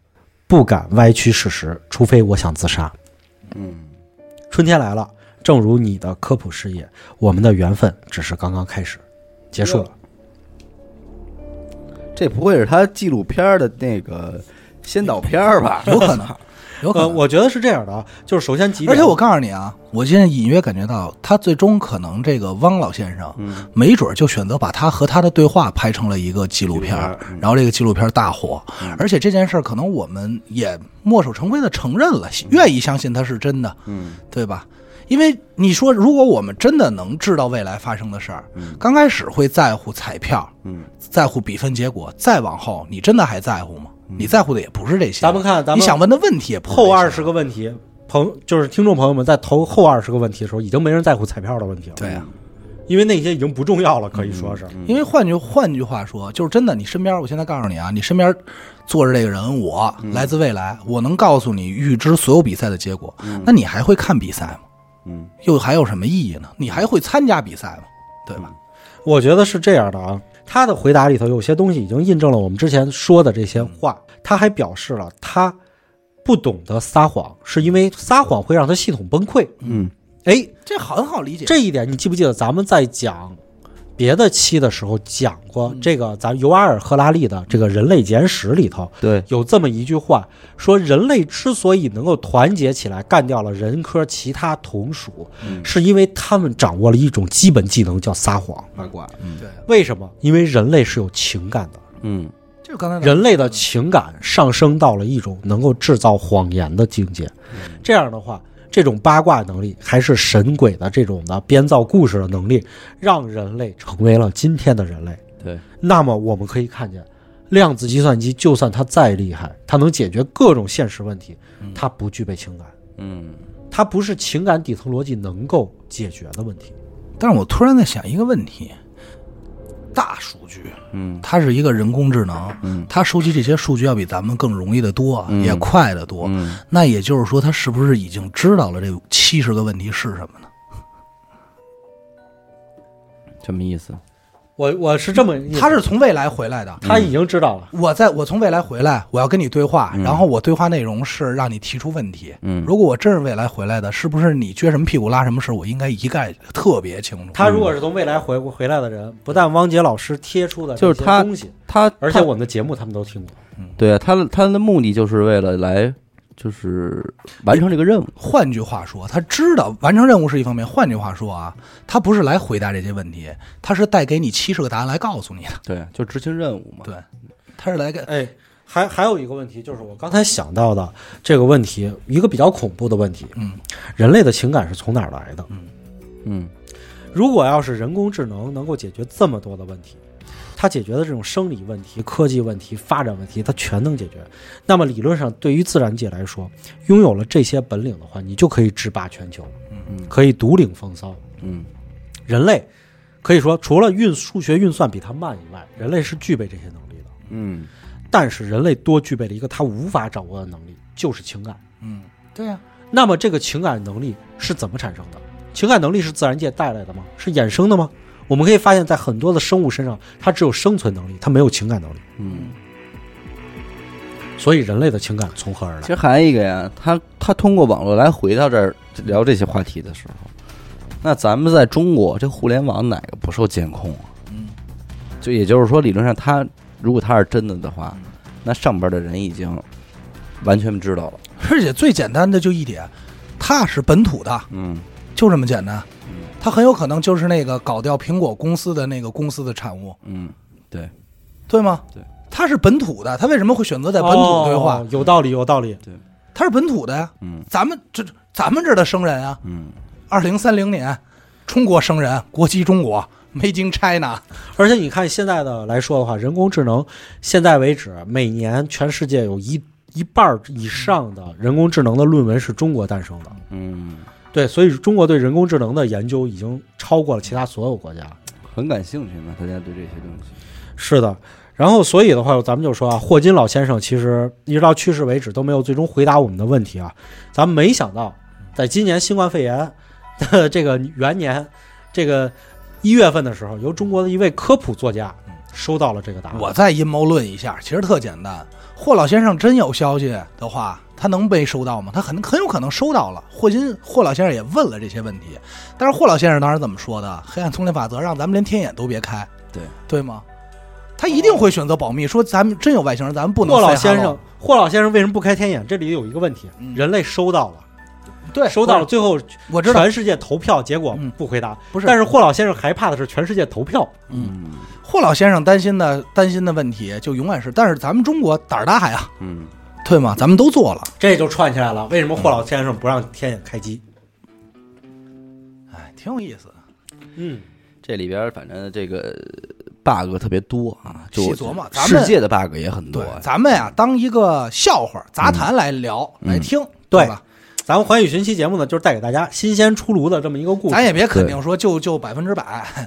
Speaker 3: 不敢歪曲事实，除非我想自杀。
Speaker 1: 嗯
Speaker 3: 春天来了，正如你的科普事业，我们的缘分只是刚刚开始，结束了。
Speaker 1: 这不会是他纪录片儿的那个先导片儿吧？
Speaker 2: 有可能，有可
Speaker 3: 呃，
Speaker 2: 能。
Speaker 3: 我觉得是这样的啊，就是首先几
Speaker 2: 而
Speaker 3: 点，
Speaker 2: 且我告诉你啊，我现在隐约感觉到，他最终可能这个汪老先生，
Speaker 1: 嗯
Speaker 2: 没准儿就选择把他和他的对话拍成了一个纪录片儿
Speaker 1: 纪录片儿嗯，
Speaker 2: 然后这个纪录片儿大火
Speaker 1: 嗯。
Speaker 2: 而且这件事儿，可能我们也墨守成规的承认了，愿意相信它是真的，
Speaker 1: 嗯
Speaker 2: 对吧？因为你说，如果我们真的能知道未来发生的事儿
Speaker 1: 嗯，
Speaker 2: 刚开始会在乎彩票，
Speaker 1: 嗯
Speaker 2: 在乎比分结果，再往后，你真的还在乎吗？你在乎的也不是这些。
Speaker 3: 咱们看咱们
Speaker 2: 你想问的问题也不是这
Speaker 3: 后
Speaker 2: 些
Speaker 3: 二十个问题，朋就是听众朋友们在投后二十个问题的时候，已经没人在乎彩票的问题了。
Speaker 2: 对啊。
Speaker 3: 因为那些已经不重要了，可以说是。
Speaker 1: 嗯
Speaker 2: 因为换句换句话说，就是真的，你身边，我现在告诉你啊，你身边坐着这个人，我来自未来，我能告诉你预知所有比赛的结果，那你还会看比赛吗？
Speaker 1: 嗯
Speaker 2: 又还有什么意义呢？你还会参加比赛吗？对吧？
Speaker 3: 我觉得是这样的啊，他的回答里头有些东西已经印证了我们之前说的这些话。他还表示了他不懂得撒谎，是因为撒谎会让他系统崩溃。
Speaker 1: 嗯
Speaker 3: 哎，
Speaker 2: 这很好理解，
Speaker 3: 这一点你记不记得咱们在讲别的期的时候讲过
Speaker 2: 嗯
Speaker 3: 这个，咱尤瓦尔·赫拉利的这个《人类简史》里头
Speaker 1: 对，
Speaker 3: 有这么一句话，说人类之所以能够团结起来干掉了人科其他同属，
Speaker 1: 嗯
Speaker 3: 是因为他们掌握了一种基本技能，叫撒谎。
Speaker 1: 八卦，
Speaker 2: 对，
Speaker 3: 为什么？因为人类是有情感的，
Speaker 1: 嗯
Speaker 2: 就是刚才咱们
Speaker 3: 人类的情感上升到了一种能够制造谎言的境界。这样的话，这种八卦能力还是神鬼的这种的编造故事的能力，让人类成为了今天的人类。
Speaker 1: 对，
Speaker 3: 那么我们可以看见，量子计算机就算它再厉害，它能解决各种现实问题，它不具备情感，
Speaker 1: 嗯
Speaker 3: 它不是情感底层逻辑能够解决的问题。
Speaker 2: 但是我突然在想一个问题：大数据
Speaker 1: 嗯
Speaker 2: 它是一个人工智能，
Speaker 1: 嗯
Speaker 2: 它收集这些数据要比咱们更容易的多，
Speaker 1: 嗯
Speaker 2: 也快得多。
Speaker 1: 嗯，
Speaker 2: 那也就是说，它是不是已经知道了这七十个问题是什么呢？
Speaker 1: 什么意思？
Speaker 3: 我我是这么意思，
Speaker 2: 它是从未来回来的。
Speaker 3: 他已经知道了。
Speaker 2: 我在我从未来回来，我要跟你对话，然后我对话内容是让你提出问题。
Speaker 1: 嗯
Speaker 2: 如果我真是未来回来的，是不是你撅什么屁股拉什么事，我应该一概特别清楚？
Speaker 3: 他如果
Speaker 1: 嗯
Speaker 3: 是从未来回回来的人，不但汪杰老师贴出的
Speaker 1: 就是
Speaker 3: 这些
Speaker 1: 他
Speaker 3: 东西，
Speaker 1: 他
Speaker 3: 而且
Speaker 1: 他
Speaker 3: 我们的节目他们都听过。
Speaker 1: 对啊，他他的目的就是为了来就是完成这个任务，
Speaker 2: 换句话说，他知道完成任务是一方面。换句话说啊，他不是来回答这些问题，他是带给你七十个答案来告诉你的。
Speaker 1: 对，就执行任务嘛。
Speaker 2: 对，他是来给
Speaker 3: 哎，还还有一个问题，就是我刚才想到的这个问题，一个比较恐怖的问题。
Speaker 2: 嗯，
Speaker 3: 人类的情感是从哪儿来的？
Speaker 1: 嗯
Speaker 3: 如果要是人工智能能够解决这么多的问题，它解决的这种生理问题、科技问题、发展问题，它全能解决。那么理论上，对于自然界来说，拥有了这些本领的话，你就可以制霸全球，
Speaker 1: 嗯
Speaker 3: 可以独领风骚。
Speaker 1: 嗯
Speaker 3: 人类可以说，除了运数学运算比它慢以外，人类是具备这些能力的。
Speaker 1: 嗯
Speaker 3: 但是人类多具备了一个他无法掌握的能力，就是情感。
Speaker 2: 嗯，对呀、
Speaker 3: 那么这个情感能力是怎么产生的？情感能力是自然界带来的吗？是衍生的吗？我们可以发现，在很多的生物身上，它只有生存能力，它没有情感能力。
Speaker 1: 嗯，
Speaker 3: 所以人类的情感从何而
Speaker 1: 其实
Speaker 3: 来？
Speaker 1: 还有一个呀，他他通过网络来回到这儿聊这些话题的时候，那咱们在中国这互联网哪个不受监控啊？
Speaker 2: 嗯，
Speaker 1: 就也就是说，理论上他如果他是真的的话，那上边的人已经完全知道了。
Speaker 2: 而且最简单的就一点，他是本土的，
Speaker 1: 嗯
Speaker 2: 就这么简单。他很有可能就是那个搞掉苹果公司的那个公司的产物，
Speaker 1: 嗯，对，
Speaker 2: 对吗？
Speaker 1: 对，
Speaker 2: 他是本土的，他为什么会选择在本土对话？
Speaker 3: 哦有道理，有道理。
Speaker 2: 他是本土的呀，
Speaker 1: 嗯
Speaker 2: 咱们这咱们这儿的生人啊，
Speaker 1: 嗯
Speaker 2: 二零三零年中国生人，国籍中国，Made in
Speaker 3: 啊
Speaker 2: China。
Speaker 3: 而且你看现在的来说的话，人工智能现在为止，每年全世界有一一半儿以上的人工智能的论文是中国诞生的。
Speaker 1: 嗯，
Speaker 3: 对，所以中国对人工智能的研究已经超过了其他所有国家。
Speaker 1: 很感兴趣嘛，大家对这些东西。
Speaker 3: 是的，然后所以的话，咱们就说啊，霍金老先生其实一直到去世为止都没有最终回答我们的问题啊。咱们没想到，在今年新冠肺炎的这个元年，这个一月份的时候，由中国的一位科普作家收到了这个答案。
Speaker 2: 我再阴谋论一下，其实特简单。霍老先生真有消息的话，他能没收到吗？他很很有可能收到了。霍金霍老先生也问了这些问题，但是霍老先生当时怎么说的？黑暗丛林法则让咱们连天眼都别开，
Speaker 1: 对
Speaker 2: 对吗？他一定会选择保密，说咱们真有外星人，咱们不能。
Speaker 3: 霍老先生，，霍老先生为什么不开天眼？这里有一个问题，
Speaker 2: 嗯
Speaker 3: 人类收到了，
Speaker 2: 对，
Speaker 3: 收到了，，最后
Speaker 2: 我知道，
Speaker 3: 全世界投票，结果
Speaker 2: 嗯
Speaker 3: 不回答。
Speaker 2: 不是
Speaker 3: 但是霍老先生害怕的是全世界投票。
Speaker 1: 嗯
Speaker 2: 霍老先生担心的担心的问题就永远是，但是咱们中国胆儿大呀，
Speaker 1: 嗯
Speaker 2: 对吗？咱们都做了，
Speaker 3: 这就串起来了，为什么霍老先生不让天眼开机？
Speaker 2: 哎，挺有意思的，
Speaker 3: 嗯，
Speaker 1: 这里边儿反正这个 bug 特别多啊，就
Speaker 2: 细
Speaker 1: 我
Speaker 2: 琢磨咱
Speaker 1: 世
Speaker 2: 们
Speaker 1: 界的 bug 也很多
Speaker 2: 对
Speaker 1: 啊，。
Speaker 2: 咱们呀、当一个笑话杂谈来聊、
Speaker 1: 嗯
Speaker 2: 来听，
Speaker 3: 对
Speaker 2: 吧？
Speaker 3: 咱们环宇寻奇节目呢，就是带给大家新鲜出炉的这么一个故事。
Speaker 2: 咱也别肯定说就就百分之百，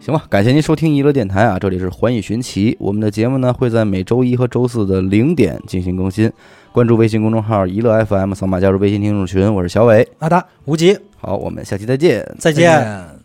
Speaker 1: 行吧，感谢您收听娱乐电台啊，这里是环宇寻奇，我们的节目呢会在每周一和周四的零点进行更新，关注微信公众号“娱乐 FM”，扫码加入微信听众群，我是小伟。
Speaker 2: 阿达，
Speaker 3: 无极，
Speaker 1: 好，我们下期再见。
Speaker 3: 再见。
Speaker 2: 见